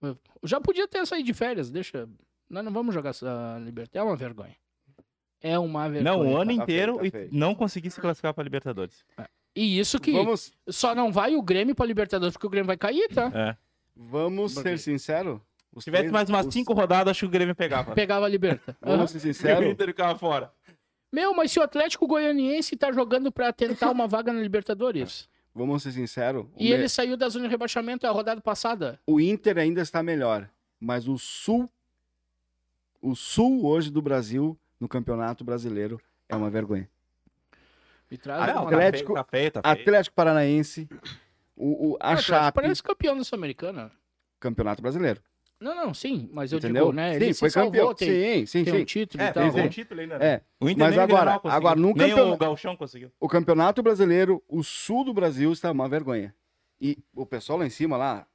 [SPEAKER 1] Eu já podia ter saído de férias, deixa. Nós não vamos jogar essa Liberta. É uma vergonha. É uma vergonha.
[SPEAKER 3] Não, o ano
[SPEAKER 2] Tá feio,
[SPEAKER 3] inteiro
[SPEAKER 2] tá
[SPEAKER 3] e
[SPEAKER 2] feio.
[SPEAKER 3] não consegui se classificar pra Libertadores.
[SPEAKER 1] E isso que
[SPEAKER 2] Vamos,
[SPEAKER 1] só não vai o Grêmio pra Libertadores, porque o Grêmio vai cair, tá?
[SPEAKER 3] É.
[SPEAKER 2] vamos ser
[SPEAKER 1] Bragantino.
[SPEAKER 2] sinceros. Os
[SPEAKER 3] Se tivesse
[SPEAKER 2] três-
[SPEAKER 3] mais umas
[SPEAKER 2] os-
[SPEAKER 3] cinco rodadas, acho que o Grêmio pegava.
[SPEAKER 1] Pegava a Liberta. Aham.
[SPEAKER 2] Vamos ser
[SPEAKER 3] Se o
[SPEAKER 2] sinceros.
[SPEAKER 3] Inter ficava fora.
[SPEAKER 1] Meu, mas se o Atlético Goianiense tá jogando pra tentar uma vaga na Libertadores.
[SPEAKER 2] Vamos ser sinceros. O,
[SPEAKER 1] E
[SPEAKER 2] me-
[SPEAKER 1] ele saiu da zona de rebaixamento a rodada passada.
[SPEAKER 2] o Inter ainda está melhor. Mas o Sul. O Sul hoje do Brasil, no Campeonato Brasileiro, é uma vergonha.
[SPEAKER 1] Me traz
[SPEAKER 3] Ah, não,
[SPEAKER 1] uma-
[SPEAKER 3] tá
[SPEAKER 2] Atlético-
[SPEAKER 3] feio, tá feio, tá feio.
[SPEAKER 2] Atlético Paranaense, o, o- a
[SPEAKER 1] Ah,
[SPEAKER 2] Chape,
[SPEAKER 1] Parece campeão da Sul-Americana.
[SPEAKER 2] Campeonato Brasileiro.
[SPEAKER 1] Não, não, sim. Mas eu
[SPEAKER 2] entendeu?
[SPEAKER 1] digo, né?
[SPEAKER 2] sim,
[SPEAKER 1] ele
[SPEAKER 2] foi
[SPEAKER 1] se salvou,
[SPEAKER 2] campeão.
[SPEAKER 1] Tem,
[SPEAKER 2] Sim, sim,
[SPEAKER 1] tem
[SPEAKER 2] sim.
[SPEAKER 1] um título
[SPEAKER 3] É,
[SPEAKER 1] e
[SPEAKER 3] tem
[SPEAKER 1] tal.
[SPEAKER 2] sim,
[SPEAKER 3] um
[SPEAKER 2] sim.
[SPEAKER 3] título ainda. né?
[SPEAKER 2] É,
[SPEAKER 3] O Inter
[SPEAKER 2] mas
[SPEAKER 3] nem o
[SPEAKER 2] agora-
[SPEAKER 3] Grenal conseguiu.
[SPEAKER 2] agora no
[SPEAKER 3] nem
[SPEAKER 2] campeonato-
[SPEAKER 3] o Galchão conseguiu.
[SPEAKER 2] o Campeonato Brasileiro, o sul do Brasil está uma vergonha. E o pessoal lá em cima lá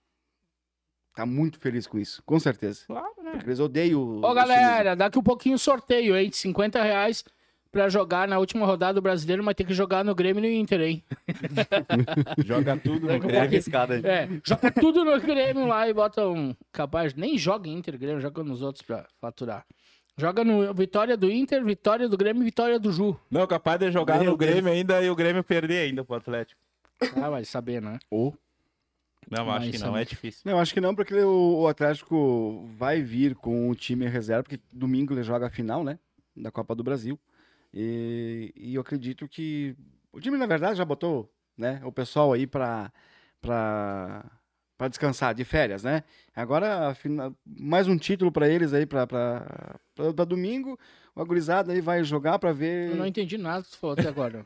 [SPEAKER 2] tá muito feliz com isso, com certeza.
[SPEAKER 3] Claro, né?
[SPEAKER 2] Porque eles odeiam o.
[SPEAKER 1] Ô, galera, daqui um pouquinho sorteio, hein? De 50 reais. pra jogar na última rodada do brasileiro, mas tem que jogar no Grêmio e no Inter, hein?
[SPEAKER 3] Joga tudo no
[SPEAKER 4] É
[SPEAKER 3] Grêmio.
[SPEAKER 4] arriscado, hein?
[SPEAKER 1] É, joga tudo no Grêmio lá e bota um. Capaz, nem joga Inter Grêmio, joga nos outros pra faturar. Joga no vitória do Inter, vitória do Grêmio e vitória do Ju.
[SPEAKER 3] Não, capaz de jogar
[SPEAKER 4] Meu
[SPEAKER 3] no
[SPEAKER 4] Deus.
[SPEAKER 3] Grêmio ainda e o Grêmio perder ainda pro Atlético.
[SPEAKER 1] Ah, vai saber, né?
[SPEAKER 3] Não, acho
[SPEAKER 1] Mas
[SPEAKER 3] que
[SPEAKER 1] são-
[SPEAKER 3] não, é difícil.
[SPEAKER 2] Não, acho que não, porque o, o Atlético vai vir com o time em reserva, porque domingo ele joga a final, né? Da Copa do Brasil. E, e eu acredito que. O time, na verdade, já botou né, o pessoal aí pra, pra, pra descansar de férias, né? Agora, a fina- mais um título pra eles aí pra, pra, pra- pra domingo. O agorizado aí vai jogar pra ver.
[SPEAKER 1] Eu não entendi nada que você falou até agora.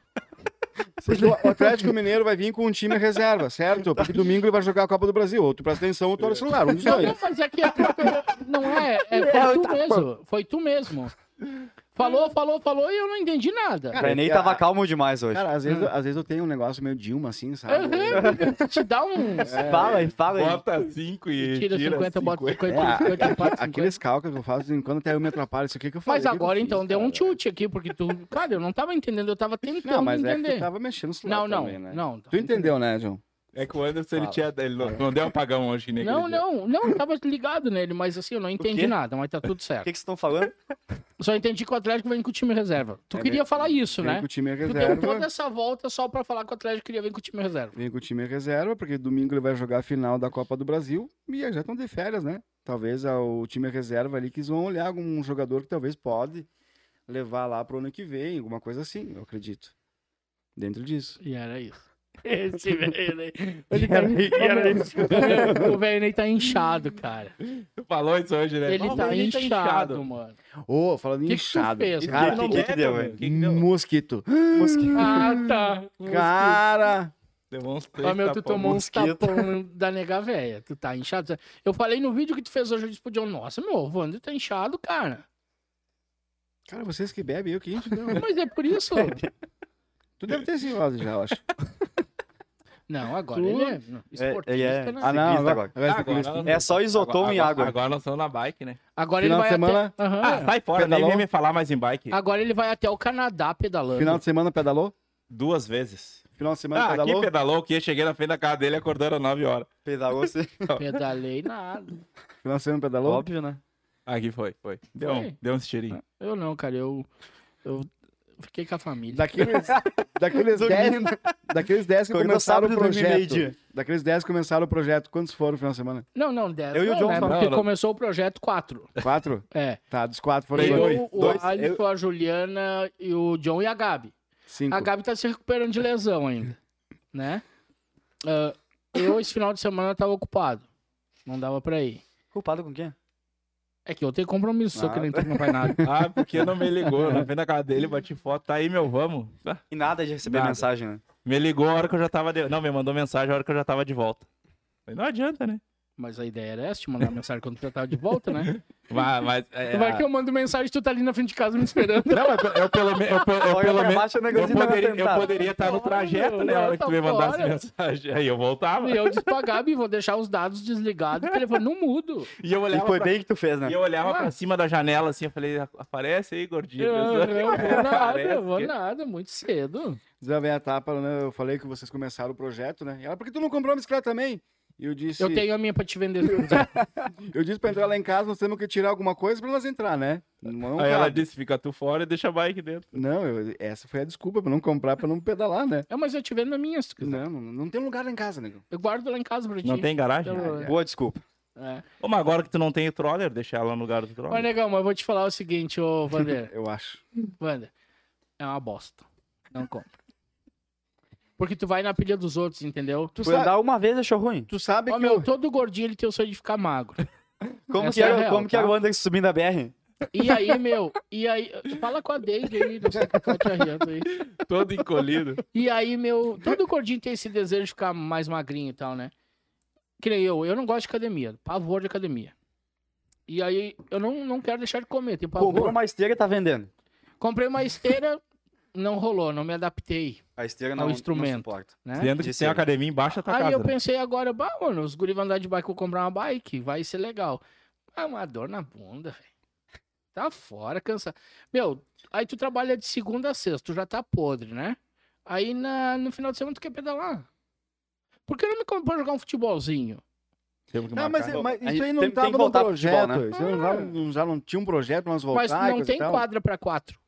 [SPEAKER 2] Porque o Atlético Mineiro vai vir com um time em reserva, certo? Porque domingo ele vai jogar a Copa do Brasil. Outro presta atenção, outro olha o celular, um dos
[SPEAKER 1] Não,
[SPEAKER 2] dois.
[SPEAKER 1] não, mas é que a troca não é, é foi tu mesmo, foi tu mesmo. Falou, falou, falou e eu não entendi nada.
[SPEAKER 4] O Enem tava calmo demais hoje.
[SPEAKER 2] Cara, às vezes, às vezes eu tenho um negócio meio Dilma, assim, sabe?
[SPEAKER 1] Hum. Aham, Te dá um.
[SPEAKER 4] Fala aí, fala
[SPEAKER 1] é.
[SPEAKER 4] aí.
[SPEAKER 3] Bota 5 e
[SPEAKER 1] Tira 50, bota 50, tira
[SPEAKER 2] É,
[SPEAKER 1] 50, bota 50.
[SPEAKER 2] Aqueles cálculos que eu faço, de vez em quando até eu me atrapalho. Isso aqui que eu falei.
[SPEAKER 1] Mas
[SPEAKER 2] o que que eu
[SPEAKER 1] agora
[SPEAKER 2] fiz,
[SPEAKER 1] então deu
[SPEAKER 2] cara?
[SPEAKER 1] um chute aqui, porque tu. Cara, eu não tava entendendo, eu tava tentando
[SPEAKER 2] Não, mas é que
[SPEAKER 1] entender.
[SPEAKER 2] tu tava mexendo no celular
[SPEAKER 1] Não, não,
[SPEAKER 2] também, né?
[SPEAKER 1] não. tá
[SPEAKER 2] Tu entendeu, né, João?
[SPEAKER 3] É que o Anderson ele
[SPEAKER 2] Fala.
[SPEAKER 3] tinha. Ele não, não deu apagão hoje, né?
[SPEAKER 1] Não,
[SPEAKER 3] aquele dia.
[SPEAKER 1] não, não, eu tava ligado nele, mas assim, eu não entendi
[SPEAKER 4] quê?
[SPEAKER 1] nada, mas tá tudo
[SPEAKER 4] O
[SPEAKER 1] certo.
[SPEAKER 4] que que vocês estão falando?
[SPEAKER 1] Só entendi que o Atlético vem com o time reserva. Tu
[SPEAKER 2] É,
[SPEAKER 1] queria
[SPEAKER 2] vem-
[SPEAKER 1] falar isso,
[SPEAKER 2] Vem
[SPEAKER 1] né?
[SPEAKER 2] com o time em
[SPEAKER 1] Tu deu toda
[SPEAKER 2] reserva.
[SPEAKER 1] essa volta só pra falar que o Atlético queria vir com o time reserva.
[SPEAKER 2] Vem com o time em reserva, porque domingo ele vai jogar a final da Copa do Brasil e aí já estão de férias, né? Talvez ah, o time em reserva ali que vão olhar algum jogador que talvez pode levar lá pro ano que vem, alguma coisa assim, eu acredito. Dentro disso.
[SPEAKER 1] E era isso. Esse velho aí. Ele tá...
[SPEAKER 2] Era- era
[SPEAKER 1] o velho Ney tá inchado, cara.
[SPEAKER 3] Tu falou isso hoje, né?
[SPEAKER 1] Ele
[SPEAKER 3] Ó,
[SPEAKER 1] tá
[SPEAKER 3] o Inter
[SPEAKER 1] inchado, mano.
[SPEAKER 2] Ô, falando
[SPEAKER 1] Que
[SPEAKER 2] em
[SPEAKER 1] que tu
[SPEAKER 2] inchado.
[SPEAKER 1] fez,
[SPEAKER 2] cara,
[SPEAKER 4] mano?
[SPEAKER 3] Não
[SPEAKER 4] que que deu,
[SPEAKER 3] meu?
[SPEAKER 4] velho?
[SPEAKER 3] O Ah, que que deu?
[SPEAKER 2] Mosquito.
[SPEAKER 1] Ah, tá.
[SPEAKER 2] Cara.
[SPEAKER 3] Levou uns três
[SPEAKER 1] Ah, meu, tu
[SPEAKER 3] tapão.
[SPEAKER 1] tomou uns
[SPEAKER 4] mosquito.
[SPEAKER 1] tapão da nega véia. Tu tá inchado. Eu falei no vídeo que tu fez hoje, eu disse pro John, nossa, meu, o Wander tá inchado, cara.
[SPEAKER 2] Cara, vocês que bebem, eu que encho, não.
[SPEAKER 1] Mas é por isso.
[SPEAKER 2] Tu deve ter cirrose já, eu acho.
[SPEAKER 1] Não, agora
[SPEAKER 2] Tu-
[SPEAKER 1] ele é não, esportista,
[SPEAKER 4] ele é-
[SPEAKER 1] né?
[SPEAKER 4] Ah, não, agora-
[SPEAKER 3] Ah, agora nós-
[SPEAKER 4] É só isotão
[SPEAKER 3] agora-
[SPEAKER 4] e água.
[SPEAKER 3] Agora nós estamos na bike, né?
[SPEAKER 1] Agora
[SPEAKER 2] Final
[SPEAKER 1] ele vai
[SPEAKER 2] de semana-
[SPEAKER 1] até... Aham.
[SPEAKER 3] Ah, sai fora, nem
[SPEAKER 2] Pedalou.
[SPEAKER 3] vem me falar mais em bike.
[SPEAKER 1] Agora ele vai até o Canadá pedalando.
[SPEAKER 2] Final de semana pedalou?
[SPEAKER 3] Duas vezes.
[SPEAKER 2] Final de semana
[SPEAKER 3] Ah, aqui
[SPEAKER 2] pedalou?
[SPEAKER 3] pedalou, que eu cheguei na frente da casa dele acordando às 9 horas.
[SPEAKER 4] Pedalou você.
[SPEAKER 1] Pedalei nada.
[SPEAKER 2] Final de semana pedalou?
[SPEAKER 4] Óbvio, né?
[SPEAKER 3] Aqui foi, foi. Deu,
[SPEAKER 1] Foi? Ah,
[SPEAKER 3] Um, deu um tirinhos.
[SPEAKER 1] Eu não, cara, eu... Eu fiquei com a família.
[SPEAKER 2] Daqueles, daqueles,
[SPEAKER 4] Dormindo.
[SPEAKER 2] 10, daqueles 10 que
[SPEAKER 4] Acordou
[SPEAKER 2] começaram
[SPEAKER 4] sábado
[SPEAKER 2] o
[SPEAKER 4] e dormi
[SPEAKER 2] projeto.
[SPEAKER 4] meio-dia.
[SPEAKER 2] Daqueles 10 que começaram o projeto, quantos foram no final de semana?
[SPEAKER 1] Não, não, 10.
[SPEAKER 4] Eu e o
[SPEAKER 1] não,
[SPEAKER 4] John
[SPEAKER 1] né?
[SPEAKER 4] só.
[SPEAKER 1] Porque
[SPEAKER 3] Não, não.
[SPEAKER 1] começou o projeto 4.
[SPEAKER 2] Quatro?
[SPEAKER 1] É.
[SPEAKER 2] Tá, dos quatro foram
[SPEAKER 1] Eu,
[SPEAKER 3] Tem
[SPEAKER 2] dois.
[SPEAKER 3] dois,
[SPEAKER 1] o
[SPEAKER 3] dois.
[SPEAKER 1] Alisson, a Juliana e o John e a Gabi.
[SPEAKER 2] Cinco.
[SPEAKER 1] A Gabi tá se recuperando de lesão ainda, né? Ah, eu, esse final de semana, tava ocupado. Não dava pra ir.
[SPEAKER 4] Culpado com quem?
[SPEAKER 1] É que eu tenho compromisso, só que
[SPEAKER 2] Ah,
[SPEAKER 1] nem tu não vai nada.
[SPEAKER 3] Ah, porque não me ligou. Na frente da casa dele, bati foto. Tá aí, meu, vamos. Ah,
[SPEAKER 4] E nada de receber
[SPEAKER 3] Nada.
[SPEAKER 4] mensagem, né?
[SPEAKER 3] Me ligou a hora que eu já tava. De... Não, me mandou mensagem a hora que eu já tava de volta. Falei, Não adianta, né?
[SPEAKER 1] Mas a ideia era essa, te mandar mensagem quando tu já tava de volta, né?
[SPEAKER 3] Mas. mas é,
[SPEAKER 1] Vai que eu mando mensagem tu tá ali na frente de casa me esperando.
[SPEAKER 3] Não, mas eu pelo menos. Eu, pe- eu
[SPEAKER 4] Olha
[SPEAKER 3] pelo
[SPEAKER 4] pra
[SPEAKER 3] menos.
[SPEAKER 4] baixo, o
[SPEAKER 3] Eu
[SPEAKER 4] negocinho tava
[SPEAKER 3] poderia, eu
[SPEAKER 4] sentado.
[SPEAKER 3] poderia estar no
[SPEAKER 1] Fora,
[SPEAKER 3] trajeto,
[SPEAKER 1] meu,
[SPEAKER 3] né? A hora que
[SPEAKER 1] tá
[SPEAKER 3] tu me mandasse
[SPEAKER 1] fora.
[SPEAKER 3] mensagem. Aí eu voltava.
[SPEAKER 1] E eu disse pra Gabi, vou deixar os dados desligados, o telefone no mudo.
[SPEAKER 3] E eu
[SPEAKER 4] E
[SPEAKER 3] olhava
[SPEAKER 4] foi
[SPEAKER 3] pra
[SPEAKER 4] bem que tu fez, né?
[SPEAKER 3] E eu olhava
[SPEAKER 1] Ah.
[SPEAKER 3] pra cima da janela assim, eu falei, aparece aí, gordinho.
[SPEAKER 1] Eu não vou nada, eu vou
[SPEAKER 3] Parece que-
[SPEAKER 1] nada, muito cedo.
[SPEAKER 2] Já vem a tapa, né? Eu falei que vocês começaram o projeto, né? E ela, por que tu não comprou uma bicicleta também? E eu disse,
[SPEAKER 1] Eu
[SPEAKER 2] eu,
[SPEAKER 1] tenho a minha pra te vender.
[SPEAKER 2] disse pra entrar lá em casa, nós temos que tirar alguma coisa pra nós entrar, né? Não,
[SPEAKER 3] Aí ela
[SPEAKER 2] cabe.
[SPEAKER 3] disse, fica tu fora e deixa a bike dentro.
[SPEAKER 2] não eu- essa foi a desculpa pra não comprar, pra não pedalar, né?
[SPEAKER 1] É, mas eu te vendo na minha, se tu quiser.
[SPEAKER 2] Não, não, não tem lugar lá em casa, nego.
[SPEAKER 1] Eu guardo lá em casa pra ti.
[SPEAKER 3] Não tem Ah, garagem?
[SPEAKER 1] Eu-
[SPEAKER 4] Boa desculpa.
[SPEAKER 1] É.
[SPEAKER 3] Ô, mas agora que tu não tem o troller, deixa ela no lugar do troller.
[SPEAKER 1] Mas, negão, mas eu vou te falar o seguinte, ô, Vander.
[SPEAKER 2] Eu acho.
[SPEAKER 1] Vander, é uma bosta. Não compra. Porque tu vai na pilha dos outros, entendeu? Tu
[SPEAKER 4] Foi andar uma vez achou ruim.
[SPEAKER 2] Tu sabe
[SPEAKER 1] Ó,
[SPEAKER 2] que
[SPEAKER 1] meu, tá,
[SPEAKER 2] eu...
[SPEAKER 1] todo gordinho ele tem o sonho de ficar magro.
[SPEAKER 4] Como,
[SPEAKER 1] Essa
[SPEAKER 4] que,
[SPEAKER 1] é a
[SPEAKER 4] era,
[SPEAKER 1] real,
[SPEAKER 4] como que
[SPEAKER 1] tá?
[SPEAKER 4] era o Anderson subindo a BR?
[SPEAKER 1] E aí, meu, e aí... Fala com a Deide aí, não sei o que tá te arriando aí.
[SPEAKER 3] Todo encolhido.
[SPEAKER 1] E aí, meu, todo gordinho tem esse desejo de ficar mais magrinho e tal, né? Que nem eu, eu não gosto de academia, pavor de academia. E aí, eu não, não quero deixar de comer, tem pavor.
[SPEAKER 4] Comprou uma esteira e tá vendendo.
[SPEAKER 1] Comprei uma esteira, não rolou, não me adaptei,
[SPEAKER 4] A esteira
[SPEAKER 1] não- não instrumento.
[SPEAKER 4] suporta.
[SPEAKER 1] né?
[SPEAKER 3] Dentro que
[SPEAKER 4] Disse
[SPEAKER 3] tem
[SPEAKER 4] ele.
[SPEAKER 3] academia embaixo da tua
[SPEAKER 1] Aí
[SPEAKER 3] casa.
[SPEAKER 1] eu
[SPEAKER 3] né?
[SPEAKER 1] pensei agora, bah, mano, os guri vão andar de bike, vou comprar uma bike, vai ser legal. Ah, uma dor na bunda, velho. Tá fora, cansa. Meu, aí tu trabalha de segunda a sexta, tu já tá podre, né? Aí na, no final de semana tu quer pedalar. Por que não me compra pra jogar um futebolzinho?
[SPEAKER 3] Temos que
[SPEAKER 2] Ah, mas,
[SPEAKER 3] marcar.
[SPEAKER 2] mas
[SPEAKER 4] A gente
[SPEAKER 2] isso aí
[SPEAKER 4] tem-
[SPEAKER 2] não
[SPEAKER 4] tem que
[SPEAKER 2] estava no
[SPEAKER 4] voltar pro
[SPEAKER 2] projeto.
[SPEAKER 4] futebol, né?
[SPEAKER 2] Isso aí não
[SPEAKER 1] Ah.
[SPEAKER 2] tava- não- já não tinha um projeto, nós voltar
[SPEAKER 1] Mas
[SPEAKER 2] e
[SPEAKER 1] não
[SPEAKER 2] coisa
[SPEAKER 1] tem
[SPEAKER 2] e
[SPEAKER 3] um.
[SPEAKER 2] tal.
[SPEAKER 1] quadra pra quatro.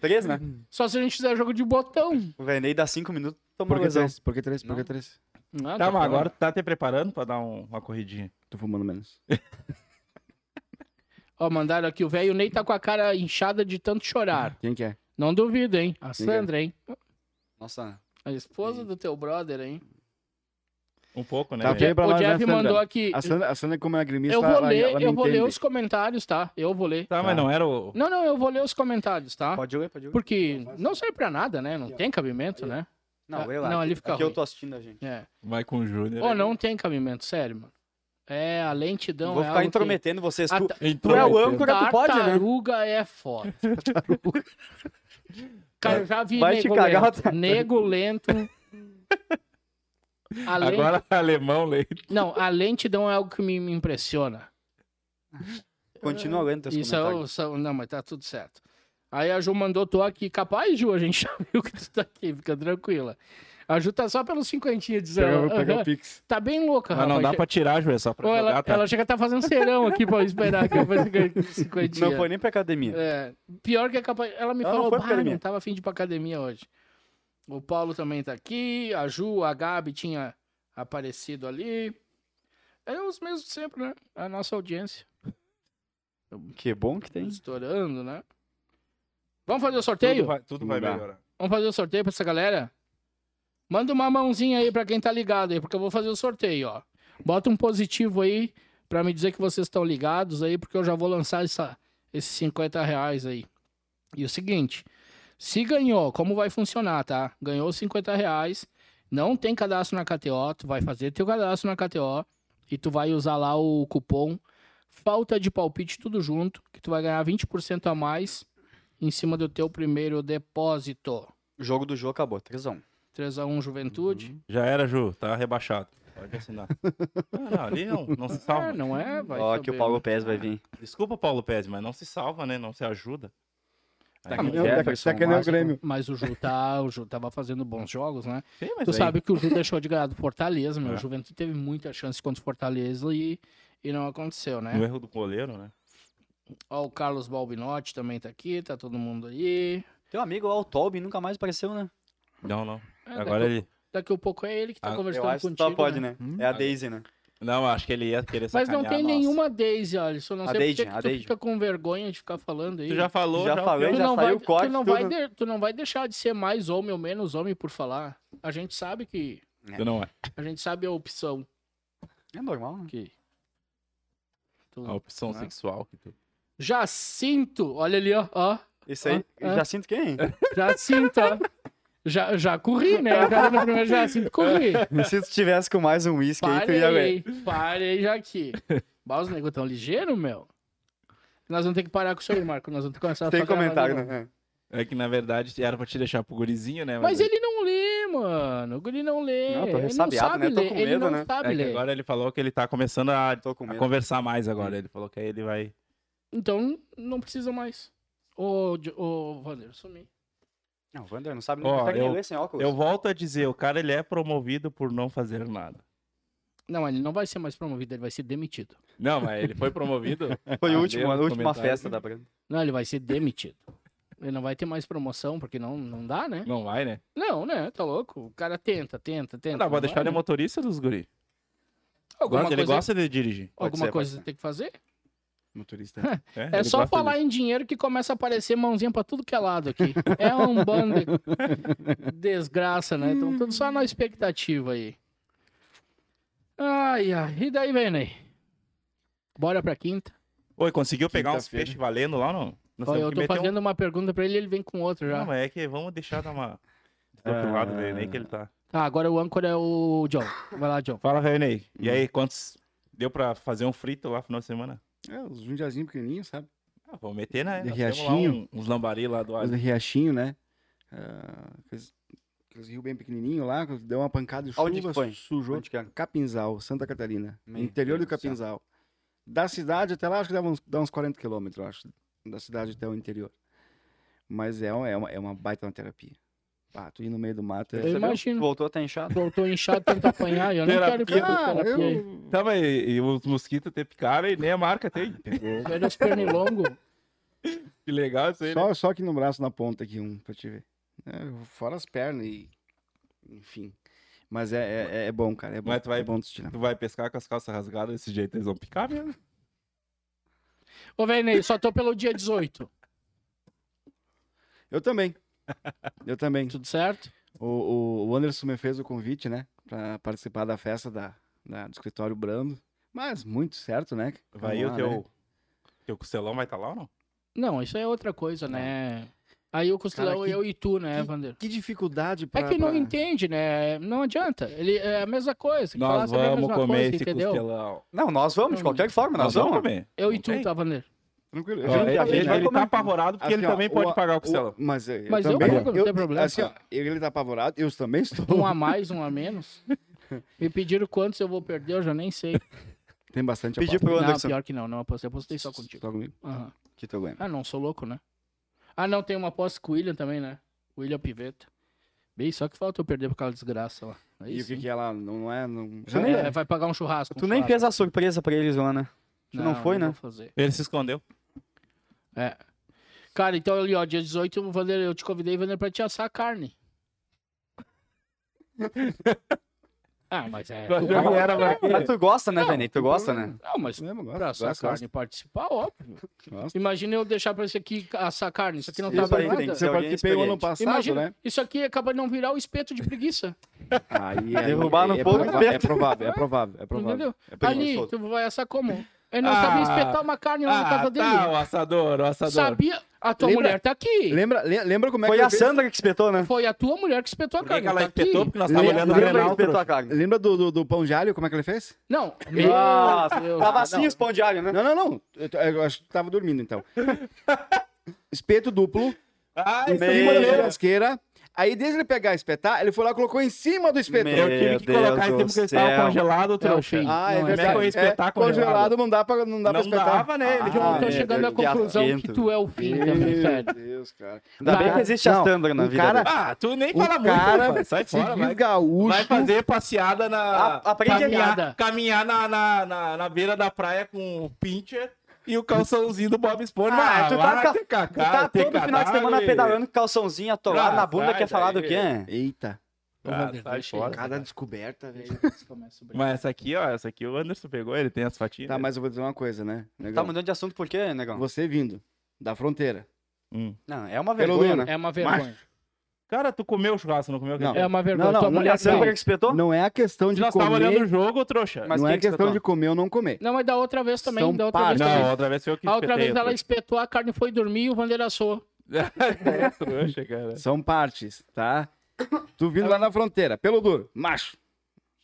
[SPEAKER 4] Três, né?
[SPEAKER 1] Só se a gente fizer jogo de botão.
[SPEAKER 4] O Vernei dá cinco minutos, toma
[SPEAKER 2] Por que
[SPEAKER 4] lesão.
[SPEAKER 2] três? Por que três? Por que
[SPEAKER 4] Não.
[SPEAKER 2] três?
[SPEAKER 1] Ah,
[SPEAKER 3] Tá,
[SPEAKER 1] tá
[SPEAKER 3] mas
[SPEAKER 1] bom.
[SPEAKER 3] agora tu tá te preparando pra dar um- uma corridinha.
[SPEAKER 2] Tô fumando menos.
[SPEAKER 1] Ó, mandaram aqui, o velho Ney tá com a cara inchada de tanto chorar.
[SPEAKER 2] Quem que é?
[SPEAKER 1] Não duvido, hein? A
[SPEAKER 2] Quem que é?
[SPEAKER 1] Sandra, hein?
[SPEAKER 4] Nossa,
[SPEAKER 1] A esposa do teu brother, hein?
[SPEAKER 3] Um pouco, né?
[SPEAKER 2] Tá,
[SPEAKER 3] velho?
[SPEAKER 2] ok. Vem pra
[SPEAKER 1] É. o
[SPEAKER 2] lá,
[SPEAKER 4] é
[SPEAKER 1] Jeff
[SPEAKER 2] né, Sandra?
[SPEAKER 1] mandou aqui.
[SPEAKER 2] A Sandra, a Sandra como é gremista,
[SPEAKER 1] Eu vou
[SPEAKER 2] ela-
[SPEAKER 1] ler,
[SPEAKER 2] ela me
[SPEAKER 1] eu vou ler
[SPEAKER 2] entende.
[SPEAKER 1] os comentários, tá? Eu vou ler.
[SPEAKER 3] Tá, mas não era o.
[SPEAKER 1] Não, não, eu vou ler os comentários, tá?
[SPEAKER 4] pode ler, pode ler.
[SPEAKER 1] Porque não serve pra nada, né? Não tem cabimento, né?
[SPEAKER 4] Não, lê lá.
[SPEAKER 1] Não, ali fica
[SPEAKER 4] Aqui eu
[SPEAKER 1] ruim.
[SPEAKER 4] tô assistindo a gente.
[SPEAKER 1] É.
[SPEAKER 3] Vai com o Júnior. né?
[SPEAKER 1] Ou não tem cabimento, sério, mano. É, a lentidão
[SPEAKER 4] Não vou
[SPEAKER 1] é
[SPEAKER 4] ficar
[SPEAKER 1] algo que-
[SPEAKER 4] intrometendo vocês.
[SPEAKER 1] Ah,
[SPEAKER 4] Tu,
[SPEAKER 1] tá.
[SPEAKER 4] tu é o
[SPEAKER 3] Intrometendo.
[SPEAKER 4] âncora, tu pode, né?
[SPEAKER 1] Tartaruga é foda. Cara, eu já vi
[SPEAKER 4] Vai te
[SPEAKER 1] nego,
[SPEAKER 4] cagar,
[SPEAKER 1] lento.
[SPEAKER 4] tartaruga.
[SPEAKER 1] nego lento. A lente-
[SPEAKER 3] Agora é alemão, leite.
[SPEAKER 1] Não, a lentidão é algo que me, me impressiona.
[SPEAKER 4] Continua lendo teus
[SPEAKER 1] tá. Isso é o-
[SPEAKER 4] comentários.
[SPEAKER 1] são- Não, mas tá tudo certo. Aí a Ju mandou, tô aqui. Capaz, Ju, a gente já viu que tu tá aqui, fica tranquila. A Ju tá só pelos cinquentinha
[SPEAKER 2] Pega,
[SPEAKER 1] dizendo.
[SPEAKER 2] vou pegar
[SPEAKER 1] "Aham,
[SPEAKER 2] o Pix.
[SPEAKER 1] Tá bem louca,
[SPEAKER 3] Mas não
[SPEAKER 1] rapaz.
[SPEAKER 3] dá pra tirar, Júnior, só pra
[SPEAKER 1] Ou
[SPEAKER 3] jogar,
[SPEAKER 1] ela,
[SPEAKER 3] tá?
[SPEAKER 1] ela chega tá fazendo serão aqui pra eu esperar que eu faça cinquentinha.
[SPEAKER 4] Não foi nem pra academia.
[SPEAKER 1] É, pior que é capaz. Ela me
[SPEAKER 4] Ela não
[SPEAKER 1] falou,
[SPEAKER 4] foi pra
[SPEAKER 1] bah, não
[SPEAKER 4] academia."
[SPEAKER 1] tava afim de ir pra academia hoje. O Paulo também tá aqui, a Ju, a Gabi tinha aparecido ali. É os mesmos de sempre, né? A nossa audiência.
[SPEAKER 4] Que bom que tem.
[SPEAKER 1] Estourando, né? Vamos fazer o
[SPEAKER 3] Tudo
[SPEAKER 1] sorteio?
[SPEAKER 3] vai, tudo vai
[SPEAKER 2] Não dá.
[SPEAKER 3] melhorar.
[SPEAKER 1] Vamos fazer o sorteio pra essa galera? Manda uma mãozinha aí pra quem tá ligado aí, porque eu vou fazer o sorteio, ó. Bota um positivo aí pra me dizer que vocês estão ligados aí, porque eu já vou lançar essa, esses 50 reais aí. E o seguinte, se ganhou, como vai funcionar, tá? Ganhou os 50 reais, não tem cadastro na KTO, tu vai fazer teu cadastro na KTO e tu vai usar lá o cupom Falta de Palpite Tudo Junto, que tu vai ganhar 20% a mais em cima do teu primeiro depósito.
[SPEAKER 4] O jogo do jogo acabou, 3x1.
[SPEAKER 1] 3x1 Juventude.
[SPEAKER 3] Já era, Ju, tá rebaixado. Pode assinar. não, Ah, não, ali não, não se salva.
[SPEAKER 1] Ah, não é? Vai
[SPEAKER 4] Ó, que o
[SPEAKER 1] saber,
[SPEAKER 4] Paulo
[SPEAKER 1] né?
[SPEAKER 4] Pérez vai vir.
[SPEAKER 3] Desculpa, Paulo Pérez, mas não se salva, né? Não se ajuda. Aí
[SPEAKER 4] Ah,
[SPEAKER 3] não-
[SPEAKER 2] Não,
[SPEAKER 4] meu-
[SPEAKER 2] tá-
[SPEAKER 4] Jefferson,
[SPEAKER 2] tá que nem o
[SPEAKER 4] Márcio.
[SPEAKER 2] Grêmio.
[SPEAKER 1] Mas o Ju, tá, o Ju tava fazendo bons jogos, né?
[SPEAKER 3] Sim, mas
[SPEAKER 1] Tu
[SPEAKER 3] aí-
[SPEAKER 1] sabe que o Ju deixou de ganhar do Fortaleza, meu.
[SPEAKER 3] É.
[SPEAKER 1] O Juventude teve muita chance contra o Fortaleza e, e não aconteceu,
[SPEAKER 3] No
[SPEAKER 1] né?
[SPEAKER 3] erro do goleiro, né?
[SPEAKER 1] Ó, o Carlos Balbinotti também tá aqui, tá todo mundo aí.
[SPEAKER 4] Teu amigo lá, o Toby, nunca mais apareceu, né?
[SPEAKER 3] Não, não.
[SPEAKER 1] É,
[SPEAKER 3] Agora
[SPEAKER 1] daqui,
[SPEAKER 3] ele.
[SPEAKER 1] daqui a pouco é ele que tá
[SPEAKER 3] Ah,
[SPEAKER 1] conversando
[SPEAKER 4] Eu acho que
[SPEAKER 1] contigo.
[SPEAKER 4] só pode, né?
[SPEAKER 2] Hum.
[SPEAKER 4] É a Daisy, né?
[SPEAKER 3] Não, acho que ele ia querer
[SPEAKER 1] Mas não
[SPEAKER 3] sacanear
[SPEAKER 1] tem
[SPEAKER 3] nós.
[SPEAKER 1] nenhuma Daisy, Alisson. Não
[SPEAKER 4] A
[SPEAKER 1] sei
[SPEAKER 4] Deise,
[SPEAKER 1] por que
[SPEAKER 4] a
[SPEAKER 1] que tu
[SPEAKER 4] Deise.
[SPEAKER 1] fica com vergonha de ficar falando aí.
[SPEAKER 3] Tu já falou,
[SPEAKER 4] Já falei,
[SPEAKER 1] tu
[SPEAKER 4] já
[SPEAKER 1] não
[SPEAKER 4] saiu
[SPEAKER 1] vai,
[SPEAKER 4] o corte,
[SPEAKER 1] tu não,
[SPEAKER 4] tudo.
[SPEAKER 1] vai de- tu não vai deixar de ser mais homem ou menos homem por falar. A gente sabe que
[SPEAKER 3] Tu não é.
[SPEAKER 1] a gente sabe a opção
[SPEAKER 4] É normal, né?
[SPEAKER 1] que tu-
[SPEAKER 3] A opção
[SPEAKER 4] Não.
[SPEAKER 3] sexual que tu.
[SPEAKER 1] Jacinto, olha ali, ó, ó.
[SPEAKER 4] Isso aí.
[SPEAKER 1] Ah, ah.
[SPEAKER 4] Já sinto quem?
[SPEAKER 1] Jacinto, ó. Já, já corri, né? O cara da primeira Jacinto corri.
[SPEAKER 4] Se tu tivesse com mais um uísque aí, tu
[SPEAKER 1] Pare
[SPEAKER 4] ia ver.
[SPEAKER 1] aí, pare aí já aqui. Bah, os negros tão ligeiro, meu. Nós vamos ter que parar com isso aí, Marco. Nós vamos ter que começar a
[SPEAKER 4] Tem
[SPEAKER 1] ficar gravando,
[SPEAKER 4] comentário,
[SPEAKER 1] mano.
[SPEAKER 4] né?
[SPEAKER 3] É que na verdade era pra te deixar pro gurizinho, né?
[SPEAKER 1] Mas ele não lê, mano. O guri não lê.
[SPEAKER 4] Não, tô
[SPEAKER 1] ele não
[SPEAKER 4] ressabiado,
[SPEAKER 1] sabe
[SPEAKER 4] né? Tô
[SPEAKER 1] ler.
[SPEAKER 4] com
[SPEAKER 1] ele
[SPEAKER 4] medo,
[SPEAKER 1] não
[SPEAKER 4] né?
[SPEAKER 1] sabe
[SPEAKER 3] É que
[SPEAKER 1] ler.
[SPEAKER 3] agora ele falou que ele tá começando a,
[SPEAKER 4] É. Tô com
[SPEAKER 3] a
[SPEAKER 4] medo.
[SPEAKER 3] conversar mais agora. Ele falou que aí ele vai.
[SPEAKER 1] Então, não precisa mais. Ô, Jo- ô Vander, sumi.
[SPEAKER 4] Não, o Wander não sabe
[SPEAKER 3] Ó,
[SPEAKER 4] nem consegue
[SPEAKER 3] eu-
[SPEAKER 4] nem ler sem óculos.
[SPEAKER 3] Eu volto a dizer, o cara ele é promovido por não fazer nada.
[SPEAKER 1] Não, ele não vai ser mais promovido, ele vai ser demitido.
[SPEAKER 3] Não, mas ele foi promovido.
[SPEAKER 4] Foi
[SPEAKER 3] Ah,
[SPEAKER 4] o último,
[SPEAKER 3] leu
[SPEAKER 4] a
[SPEAKER 3] nos
[SPEAKER 4] última
[SPEAKER 3] comentários.
[SPEAKER 4] festa da Brenda.
[SPEAKER 1] Não, ele vai ser demitido. Ele não vai ter mais promoção, porque não, não dá, né?
[SPEAKER 3] Não vai, né?
[SPEAKER 1] Não, né? Tá louco? O cara tenta, tenta, tenta.
[SPEAKER 3] Não, dá pra deixar
[SPEAKER 1] vai,
[SPEAKER 3] ele
[SPEAKER 1] né?
[SPEAKER 3] motorista dos guri.
[SPEAKER 1] Alguma
[SPEAKER 3] Gosta-
[SPEAKER 1] coisa,
[SPEAKER 3] ele gosta de dirigir.
[SPEAKER 4] pode
[SPEAKER 1] alguma
[SPEAKER 4] ser, pode
[SPEAKER 1] coisa
[SPEAKER 4] ser.
[SPEAKER 1] tem que fazer.
[SPEAKER 2] Motorista.
[SPEAKER 1] É
[SPEAKER 3] ele
[SPEAKER 1] só
[SPEAKER 3] gosta
[SPEAKER 1] falar
[SPEAKER 3] de-
[SPEAKER 1] em dinheiro que começa a aparecer mãozinha pra tudo que é lado aqui. É um bando de desgraça, né? Então, tudo só na expectativa aí. Ai, ai. E daí, Venei? Bora pra quinta?
[SPEAKER 3] Oi, conseguiu pegar uns
[SPEAKER 2] Quinta-feira.
[SPEAKER 3] peixes valendo lá não? Nós
[SPEAKER 1] Ó,
[SPEAKER 3] temos
[SPEAKER 1] eu
[SPEAKER 3] que
[SPEAKER 1] tô
[SPEAKER 3] meter um-
[SPEAKER 1] fazendo uma pergunta pra ele ele vem com outra já.
[SPEAKER 3] Não, mas é que vamos deixar dar uma. Do outro lado,
[SPEAKER 2] Ah.
[SPEAKER 3] Renei, que ele tá.
[SPEAKER 1] Tá, agora o âncora é o John. Vai lá, John.
[SPEAKER 3] Fala, Renei. E
[SPEAKER 2] Hum.
[SPEAKER 3] aí, quantos. Deu pra fazer um frito lá no final de semana?
[SPEAKER 2] É, os jundiazinhos pequenininhos, sabe?
[SPEAKER 3] Ah, vamos meter, né?
[SPEAKER 2] De
[SPEAKER 3] Nós temos lá
[SPEAKER 2] riachinho?
[SPEAKER 3] um- uns lambari lá do
[SPEAKER 2] Os
[SPEAKER 3] ar.
[SPEAKER 2] de Riachinho, né? Ah, aqueles, aqueles rios bem pequenininhos lá, que deu uma pancada de
[SPEAKER 4] Aonde que
[SPEAKER 2] chuva,
[SPEAKER 4] foi?
[SPEAKER 2] sujou.
[SPEAKER 4] Onde que é?
[SPEAKER 2] Capinzal, Santa Catarina.
[SPEAKER 4] Meu
[SPEAKER 2] interior do
[SPEAKER 4] Deus do céu.
[SPEAKER 2] Capinzal. Da cidade até lá, acho que dá uns, dá uns 40 quilômetros, eu acho. Da cidade até o interior. Mas é, um- é, uma, é uma baita uma terapia. Ah, tu ir no meio do mato
[SPEAKER 1] Eu
[SPEAKER 2] é.
[SPEAKER 1] imagino.
[SPEAKER 4] Voltou até inchado.
[SPEAKER 1] Voltou inchado, tenta apanhar. Eu não quero ir pra
[SPEAKER 3] Terapia.
[SPEAKER 1] terapia.
[SPEAKER 2] Ah,
[SPEAKER 1] aí.
[SPEAKER 2] eu...
[SPEAKER 3] Tá, mas e os mosquitos te picaram e nem a marca Ah, tem.
[SPEAKER 2] Pegou.
[SPEAKER 1] Velho, os pernilongos.
[SPEAKER 3] Que legal isso aí. né?
[SPEAKER 2] Só, só aqui no braço, na ponta aqui, um, pra te ver. É, fora as pernas e... Enfim. Mas é, é, é bom, cara. É bom,
[SPEAKER 3] Mas tu vai-
[SPEAKER 2] é bom de se tirar.
[SPEAKER 3] Tu vai pescar com as calças rasgadas desse jeito, eles vão picar mesmo.
[SPEAKER 1] Ô, velho, Ney, só tô pelo dia 18.
[SPEAKER 2] Eu também. Eu também.
[SPEAKER 1] Tudo certo?
[SPEAKER 2] O, o, o Anderson me fez o convite, né? Pra participar da festa da, da- do escritório Brando. Mas muito certo, né?
[SPEAKER 3] Vai
[SPEAKER 2] Vamos
[SPEAKER 3] o
[SPEAKER 2] lá,
[SPEAKER 3] teu.
[SPEAKER 2] né?
[SPEAKER 3] Teu costelão vai estar lá ou não?
[SPEAKER 1] Não, isso aí é outra coisa, né? Aí o Costelão,
[SPEAKER 2] Cara, que-
[SPEAKER 1] eu e tu, né,
[SPEAKER 2] que-
[SPEAKER 1] Vander?
[SPEAKER 2] Que dificuldade pra...
[SPEAKER 1] É que não
[SPEAKER 2] pra-
[SPEAKER 1] entende, né? Não adianta. Ele é a mesma coisa. que fala
[SPEAKER 3] Nós
[SPEAKER 1] sobre a
[SPEAKER 3] vamos
[SPEAKER 1] mesma
[SPEAKER 3] comer
[SPEAKER 1] coisa,
[SPEAKER 3] esse costelão.
[SPEAKER 4] Não, nós vamos, de qualquer forma, nós, vamos.
[SPEAKER 3] comer.
[SPEAKER 1] Eu e
[SPEAKER 3] Não
[SPEAKER 1] tu,
[SPEAKER 3] tem?
[SPEAKER 1] tá, Vander?
[SPEAKER 2] Tranquilo.
[SPEAKER 3] Ó,
[SPEAKER 2] A gente-
[SPEAKER 3] ele
[SPEAKER 2] a gente
[SPEAKER 3] ele,
[SPEAKER 2] vai
[SPEAKER 3] ele
[SPEAKER 2] comer.
[SPEAKER 3] tá apavorado porque
[SPEAKER 2] Assim,
[SPEAKER 3] ele
[SPEAKER 2] ó,
[SPEAKER 3] também pode
[SPEAKER 2] o-
[SPEAKER 3] pagar o
[SPEAKER 2] O,
[SPEAKER 3] costelão.
[SPEAKER 2] mas eh, eu,
[SPEAKER 1] Mas eu
[SPEAKER 2] também.
[SPEAKER 1] pago, não tem problema.
[SPEAKER 2] Assim, ó, ele tá apavorado, eu também estou.
[SPEAKER 1] Um a mais, um a menos. Me pediram quantos eu vou perder, eu já nem sei.
[SPEAKER 2] Tem bastante
[SPEAKER 4] Pedir pro
[SPEAKER 1] Não,
[SPEAKER 4] Anderson.
[SPEAKER 1] pior que não, não apostei. Apostei só
[SPEAKER 2] aposta.
[SPEAKER 1] contigo.
[SPEAKER 2] Só comigo.
[SPEAKER 1] Aham.
[SPEAKER 2] Que tu aguenta.
[SPEAKER 1] Ah, não, sou louco, né? Ah, não, tem uma aposta com o William também, né? William Piveta. Bem, só que falta eu perder por causa da desgraça lá. Aí
[SPEAKER 2] E o que
[SPEAKER 1] sim.
[SPEAKER 2] que é lá? Não é... Não...
[SPEAKER 4] Tu nem-
[SPEAKER 1] É, vai pagar um churrasco.
[SPEAKER 4] Tu
[SPEAKER 1] um
[SPEAKER 4] nem
[SPEAKER 1] churrasco.
[SPEAKER 4] fez a surpresa pra eles, Ana. Tu não foi, né?
[SPEAKER 1] vou fazer.
[SPEAKER 3] Ele se escondeu.
[SPEAKER 1] É. Cara, então ali, ó, dia 18, o Vander, eu te convidei, Vander, pra te assar a carne. ah, mas é.
[SPEAKER 3] Eu
[SPEAKER 1] tu
[SPEAKER 3] achei que
[SPEAKER 1] gosta-
[SPEAKER 3] era pra quê?
[SPEAKER 4] Mas tu gosta, né,
[SPEAKER 1] Não,
[SPEAKER 4] Vene? Tu gosta, né?
[SPEAKER 1] Não, mas
[SPEAKER 2] Isso é mesmo,
[SPEAKER 1] pra
[SPEAKER 2] agora.
[SPEAKER 1] assar a
[SPEAKER 2] Gosto,
[SPEAKER 1] carne e participar, óbvio.
[SPEAKER 2] gosto.
[SPEAKER 1] Imagina eu deixar pra esse aqui assar a carne. Isso aqui não tá
[SPEAKER 4] Isso
[SPEAKER 1] tava
[SPEAKER 4] aí tem
[SPEAKER 1] nada.
[SPEAKER 4] que ser
[SPEAKER 2] Você
[SPEAKER 4] alguém
[SPEAKER 2] participei o ano
[SPEAKER 4] experiente.
[SPEAKER 2] passado,
[SPEAKER 1] Imagina,
[SPEAKER 2] né?
[SPEAKER 1] isso aqui acaba de não virar o espeto de preguiça.
[SPEAKER 2] Aí, aí,
[SPEAKER 4] Derrubar no
[SPEAKER 2] é,
[SPEAKER 4] fogo,
[SPEAKER 2] prova- é provável, é provável, é provável.
[SPEAKER 1] Entendeu?
[SPEAKER 2] É provável.
[SPEAKER 1] Ali, tu vai assar como? Ele não
[SPEAKER 3] Ah,
[SPEAKER 1] sabia espetar uma carne lá na
[SPEAKER 3] Ah,
[SPEAKER 1] casa dele.
[SPEAKER 3] tá, o assador, o assador.
[SPEAKER 1] Sabia? A tua
[SPEAKER 2] Lembra-
[SPEAKER 1] mulher tá aqui.
[SPEAKER 2] Lembra, le- lembra como é
[SPEAKER 4] Foi
[SPEAKER 2] que eu
[SPEAKER 4] a
[SPEAKER 2] fiz?
[SPEAKER 4] Sandra que espetou, né?
[SPEAKER 1] Foi a tua mulher que espetou a
[SPEAKER 3] Por que
[SPEAKER 1] carne.
[SPEAKER 3] que ela
[SPEAKER 1] tá aqui.
[SPEAKER 3] espetou? Porque nós estávamos
[SPEAKER 2] Lembra-
[SPEAKER 3] olhando o
[SPEAKER 2] lembra-
[SPEAKER 4] Lembra que
[SPEAKER 3] Grenal.
[SPEAKER 4] espetou a carne?
[SPEAKER 2] Lembra do, do, do pão de alho, como é que ele fez?
[SPEAKER 1] Não. Meu
[SPEAKER 4] Ah,
[SPEAKER 1] Deus.
[SPEAKER 4] Tava
[SPEAKER 1] Ah,
[SPEAKER 4] assim os pão de alho, né?
[SPEAKER 2] Não, não, não. Eu, t- eu acho que tu tava dormindo, então. Espeto duplo,
[SPEAKER 3] Ah,
[SPEAKER 2] em
[SPEAKER 3] isso
[SPEAKER 2] cima da
[SPEAKER 3] aí, mano.
[SPEAKER 2] churrasqueira. Aí, desde ele pegar e espetar, ele foi lá e colocou em cima do espeto.
[SPEAKER 4] Meu
[SPEAKER 3] Eu tive que
[SPEAKER 4] Deus
[SPEAKER 3] colocar em
[SPEAKER 4] do
[SPEAKER 3] cima porque ele
[SPEAKER 4] céu.
[SPEAKER 3] estava congelado,
[SPEAKER 1] É o
[SPEAKER 3] trouxa.
[SPEAKER 1] fim.
[SPEAKER 2] Ah, é
[SPEAKER 1] Não, é
[SPEAKER 2] verdade.
[SPEAKER 3] Como é que eu ia espetar
[SPEAKER 2] é, congelado?
[SPEAKER 3] congelado?
[SPEAKER 2] não dá pra, não dá pra
[SPEAKER 3] Não
[SPEAKER 2] espetar.
[SPEAKER 3] dava, né? Ele
[SPEAKER 1] Eu tô
[SPEAKER 2] Ah,
[SPEAKER 1] chegando à
[SPEAKER 4] meu Deus.
[SPEAKER 1] conclusão
[SPEAKER 4] Viado
[SPEAKER 1] que
[SPEAKER 4] quento.
[SPEAKER 1] tu é o fim também,
[SPEAKER 2] Meu
[SPEAKER 1] velho.
[SPEAKER 2] Deus, cara.
[SPEAKER 4] Ainda bem que existe a
[SPEAKER 2] Não,
[SPEAKER 4] Sandra na
[SPEAKER 2] o
[SPEAKER 4] vida.
[SPEAKER 2] cara-
[SPEAKER 4] dele.
[SPEAKER 3] Ah, tu nem
[SPEAKER 2] O
[SPEAKER 3] fala muito,
[SPEAKER 2] cara
[SPEAKER 3] rapaz. sai
[SPEAKER 2] se
[SPEAKER 3] fora,
[SPEAKER 2] diz
[SPEAKER 3] vai.
[SPEAKER 2] gaúcho.
[SPEAKER 3] Vai fazer passeada na.
[SPEAKER 4] A- aprende a
[SPEAKER 1] nadar.
[SPEAKER 3] caminhar, caminhar na, na, na, na beira da praia com o pincher e o calçãozinho do Bob Esponja.
[SPEAKER 4] Ah,
[SPEAKER 3] Ah,
[SPEAKER 4] tu tá,
[SPEAKER 3] vai
[SPEAKER 4] ca-
[SPEAKER 3] ter
[SPEAKER 4] tu
[SPEAKER 3] cacá,
[SPEAKER 4] tá
[SPEAKER 3] ter
[SPEAKER 4] todo final de
[SPEAKER 3] cadáver.
[SPEAKER 4] semana pedalando com calçãozinho atolado
[SPEAKER 3] Ah,
[SPEAKER 4] na bunda,
[SPEAKER 3] sai
[SPEAKER 4] quer falar do
[SPEAKER 3] daí.
[SPEAKER 4] quê?
[SPEAKER 2] Eita.
[SPEAKER 1] Ô,
[SPEAKER 3] Ah,
[SPEAKER 1] Vander,
[SPEAKER 3] sai
[SPEAKER 1] deixa
[SPEAKER 3] fora.
[SPEAKER 1] ele.
[SPEAKER 2] Cada descoberta, velho.
[SPEAKER 1] Começa a brincar.
[SPEAKER 3] Mas essa aqui, ó, essa aqui o Anderson pegou, ele tem as fatinhas.
[SPEAKER 2] Tá, mas eu vou dizer uma coisa, né?
[SPEAKER 4] Tá
[SPEAKER 2] negão?
[SPEAKER 4] mudando de assunto por quê, negão?
[SPEAKER 2] Você vindo da fronteira.
[SPEAKER 3] Hum.
[SPEAKER 4] Não, é uma
[SPEAKER 2] Pelo
[SPEAKER 4] vergonha,
[SPEAKER 2] Lula.
[SPEAKER 4] né?
[SPEAKER 1] É uma vergonha.
[SPEAKER 3] Cara, tu comeu o churrasco, não comeu aquele
[SPEAKER 2] Não.
[SPEAKER 3] dia?
[SPEAKER 1] É uma vergonha.
[SPEAKER 2] Não, não,
[SPEAKER 1] tua
[SPEAKER 2] não é
[SPEAKER 1] mulher
[SPEAKER 4] A Sandra
[SPEAKER 1] não.
[SPEAKER 4] que espetou?
[SPEAKER 2] Não é a questão de
[SPEAKER 3] Nós tava
[SPEAKER 2] comer.
[SPEAKER 3] olhando o jogo, trouxa.
[SPEAKER 4] Mas
[SPEAKER 2] não
[SPEAKER 4] quem
[SPEAKER 2] é
[SPEAKER 4] que
[SPEAKER 2] questão
[SPEAKER 4] espetou?
[SPEAKER 2] de comer ou não comer.
[SPEAKER 1] Não, mas da outra vez também.
[SPEAKER 2] São
[SPEAKER 1] da outra vez
[SPEAKER 2] partes.
[SPEAKER 1] também.
[SPEAKER 3] Não, outra vez foi eu que
[SPEAKER 1] A outra vez ela
[SPEAKER 3] espetei,
[SPEAKER 1] espetou, a carne foi dormir e o Vander assou.
[SPEAKER 3] trouxa. É, trouxa, cara.
[SPEAKER 2] São partes, tá? Tu vindo lá na fronteira, pelo duro, macho.